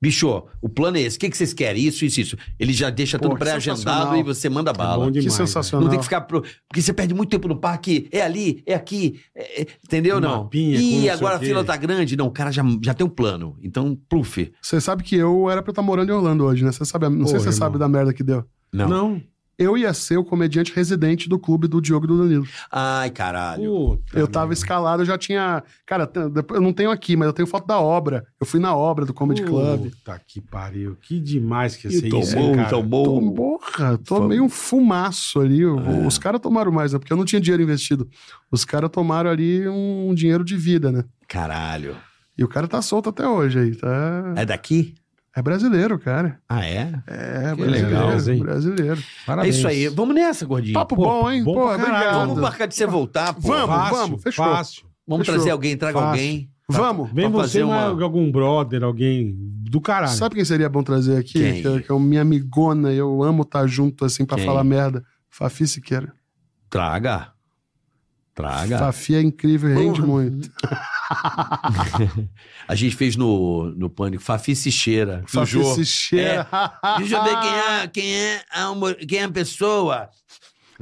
Bicho, o plano é esse. O que, que vocês querem? Isso, isso, isso. Ele já deixa
Pô,
tudo
que
pré-agendado
sensacional.
e você manda
É bom
bala.
demais,
que
velho.
sensacional.
não tem que ficar. Pro... Porque você perde muito tempo no parque. É ali, é aqui. é- é- Entendeu?
Um
Não.
mapinha com não
Ih,
sei
agora
o
a
quê.
fila tá grande. Não, o cara já, já tem um plano. Então, pluf.
Você sabe que eu era pra estar morando em Orlando hoje, né? Você sabe, não sei
Pô,
se você
irmão.
sabe da merda que deu.
Não.
né? Não.
Eu ia ser o comediante residente do clube do Diogo e do Danilo.
Tá Ai, caralho.
Puta
Eu tava
merda.
escalado, eu já tinha. Cara, t- depois- eu não tenho aqui, mas eu tenho foto da obra. Eu fui na obra do Comedy Club.
Puta que pariu. Que demais que ia ser isso, hein,
tomou,
cara.
Tô,
tomou.
porra, tô
Fam- É.
meio um fumaço ali. O- Os caras tomaram mais, né? Porque eu não tinha dinheiro investido. Os caras tomaram ali um dinheiro de vida, né?
Caralho.
E o cara tá solto até hoje aí, tá?
É daqui?
É brasileiro, cara.
Ah, é?
É,
Que
brasileiro,
legal, hein?
brasileiro.
Parabéns.
É isso aí. Vamos nessa, gordinho.
Papo
pô,
bom, hein?
bom pra
Porra,
caralho.
obrigado.
Vamos marcar de você voltar, pô.
Vamos,
Fácil,
vamos, fechou.
Fácil.
Vamos
Fechou.
trazer alguém, traga
Fácil.
alguém. Tá
Vamos.
Vem
Pra
você
fazer
uma-
uma-
algum brother, alguém do caralho.
Sabe quem seria bom trazer aqui?
Quem?
Que é, que é uma minha amigona, eu amo estar junto assim pra
Quem?
falar merda. Fafi Siqueira.
Traga. Traga.
Fafi é incrível, rende
Porra.
muito.
A gente fez no, no Pânico Fafi Sicheira. do
Fafi
Jô.
se cheira.
Deixa eu ver quem é, quem é, a, homo- quem é a pessoa.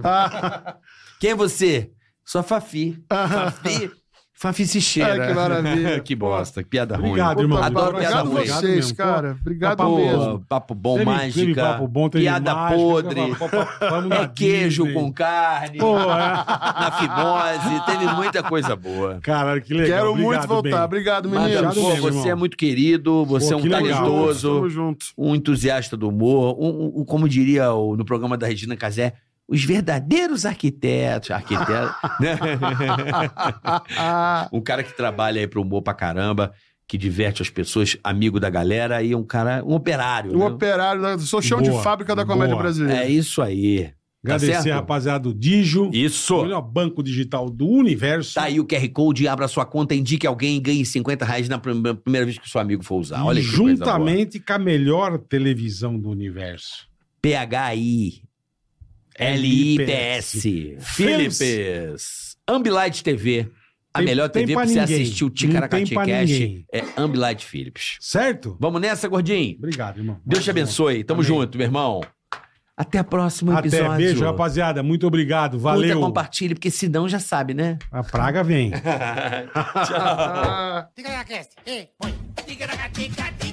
Ah,
Quem é você? Sou a Fafi. Fafi, Fafi Sicheira.
Ai, que maravilha.
que bosta, que piada
Obrigado,
ruim.
é irmão.
Adoro piada
Obrigado
ruim.
Obrigado
vocês,
mesmo, pô. tá
cara. Obrigado
Papo,
mesmo.
papo bom,
Teve-
mágica.
teve papo bom, teve
piada
mágica,
podre.
pa- pa- pa- vamos na
É queijo
Disney.
com carne.
Pô, é.
Na fimose. Teve muita coisa boa.
Caralho, que legal.
Quero
Obrigado,
muito voltar.
Ben.
Obrigado,
Mas,
meninos.
Obrigado
pô,
mesmo,
você
irmão.
é muito querido, você
Pô,
é um
que legal.
talentoso,
Tamo junto.
um entusiasta do humor, um, um- como diria o- no programa da Regina Casé, os verdadeiros arquitetos. Arquitetos, né?
Ah,
Um cara que trabalha aí pro humor pra caramba, que diverte as pessoas, amigo da galera, e um cara, um operário.
o
né?
operário, da- sou chão
Boa,
de fábrica da comédia
boa.
brasileira.
É isso aí.
Agradecer,
Tá certo?
rapaziada, do Dijo. O
Isso!
melhor banco digital do universo.
Tá aí o QR Code, abra sua conta, indique alguém e ganhe 50 reais na prim- primeira vez que seu amigo for usar. Ah, Olha
E
que coisa boa.
juntamente com a melhor televisão do universo.
PHI. LIPS. Philips. Ambilight TV. A
Tem-
melhor
tem
TV pra
pra
você
ninguém.
assistir o
Não
Ticaracati
tem pra
Cash
ninguém.
é Ambilight Philips.
Certo?
Vamos nessa, gordinho?
Obrigado, irmão.
Deus te
Valeu.
abençoe. Tamo
Amém.
junto, meu irmão. Até o próximo
Até,
episódio.
beijo, rapaziada. Muito obrigado. Valeu.
Curta, compartilhe, porque senão já sabe, né?
A praga vem.
Ah.
Tigaracast, hey, boy. Tigaracati,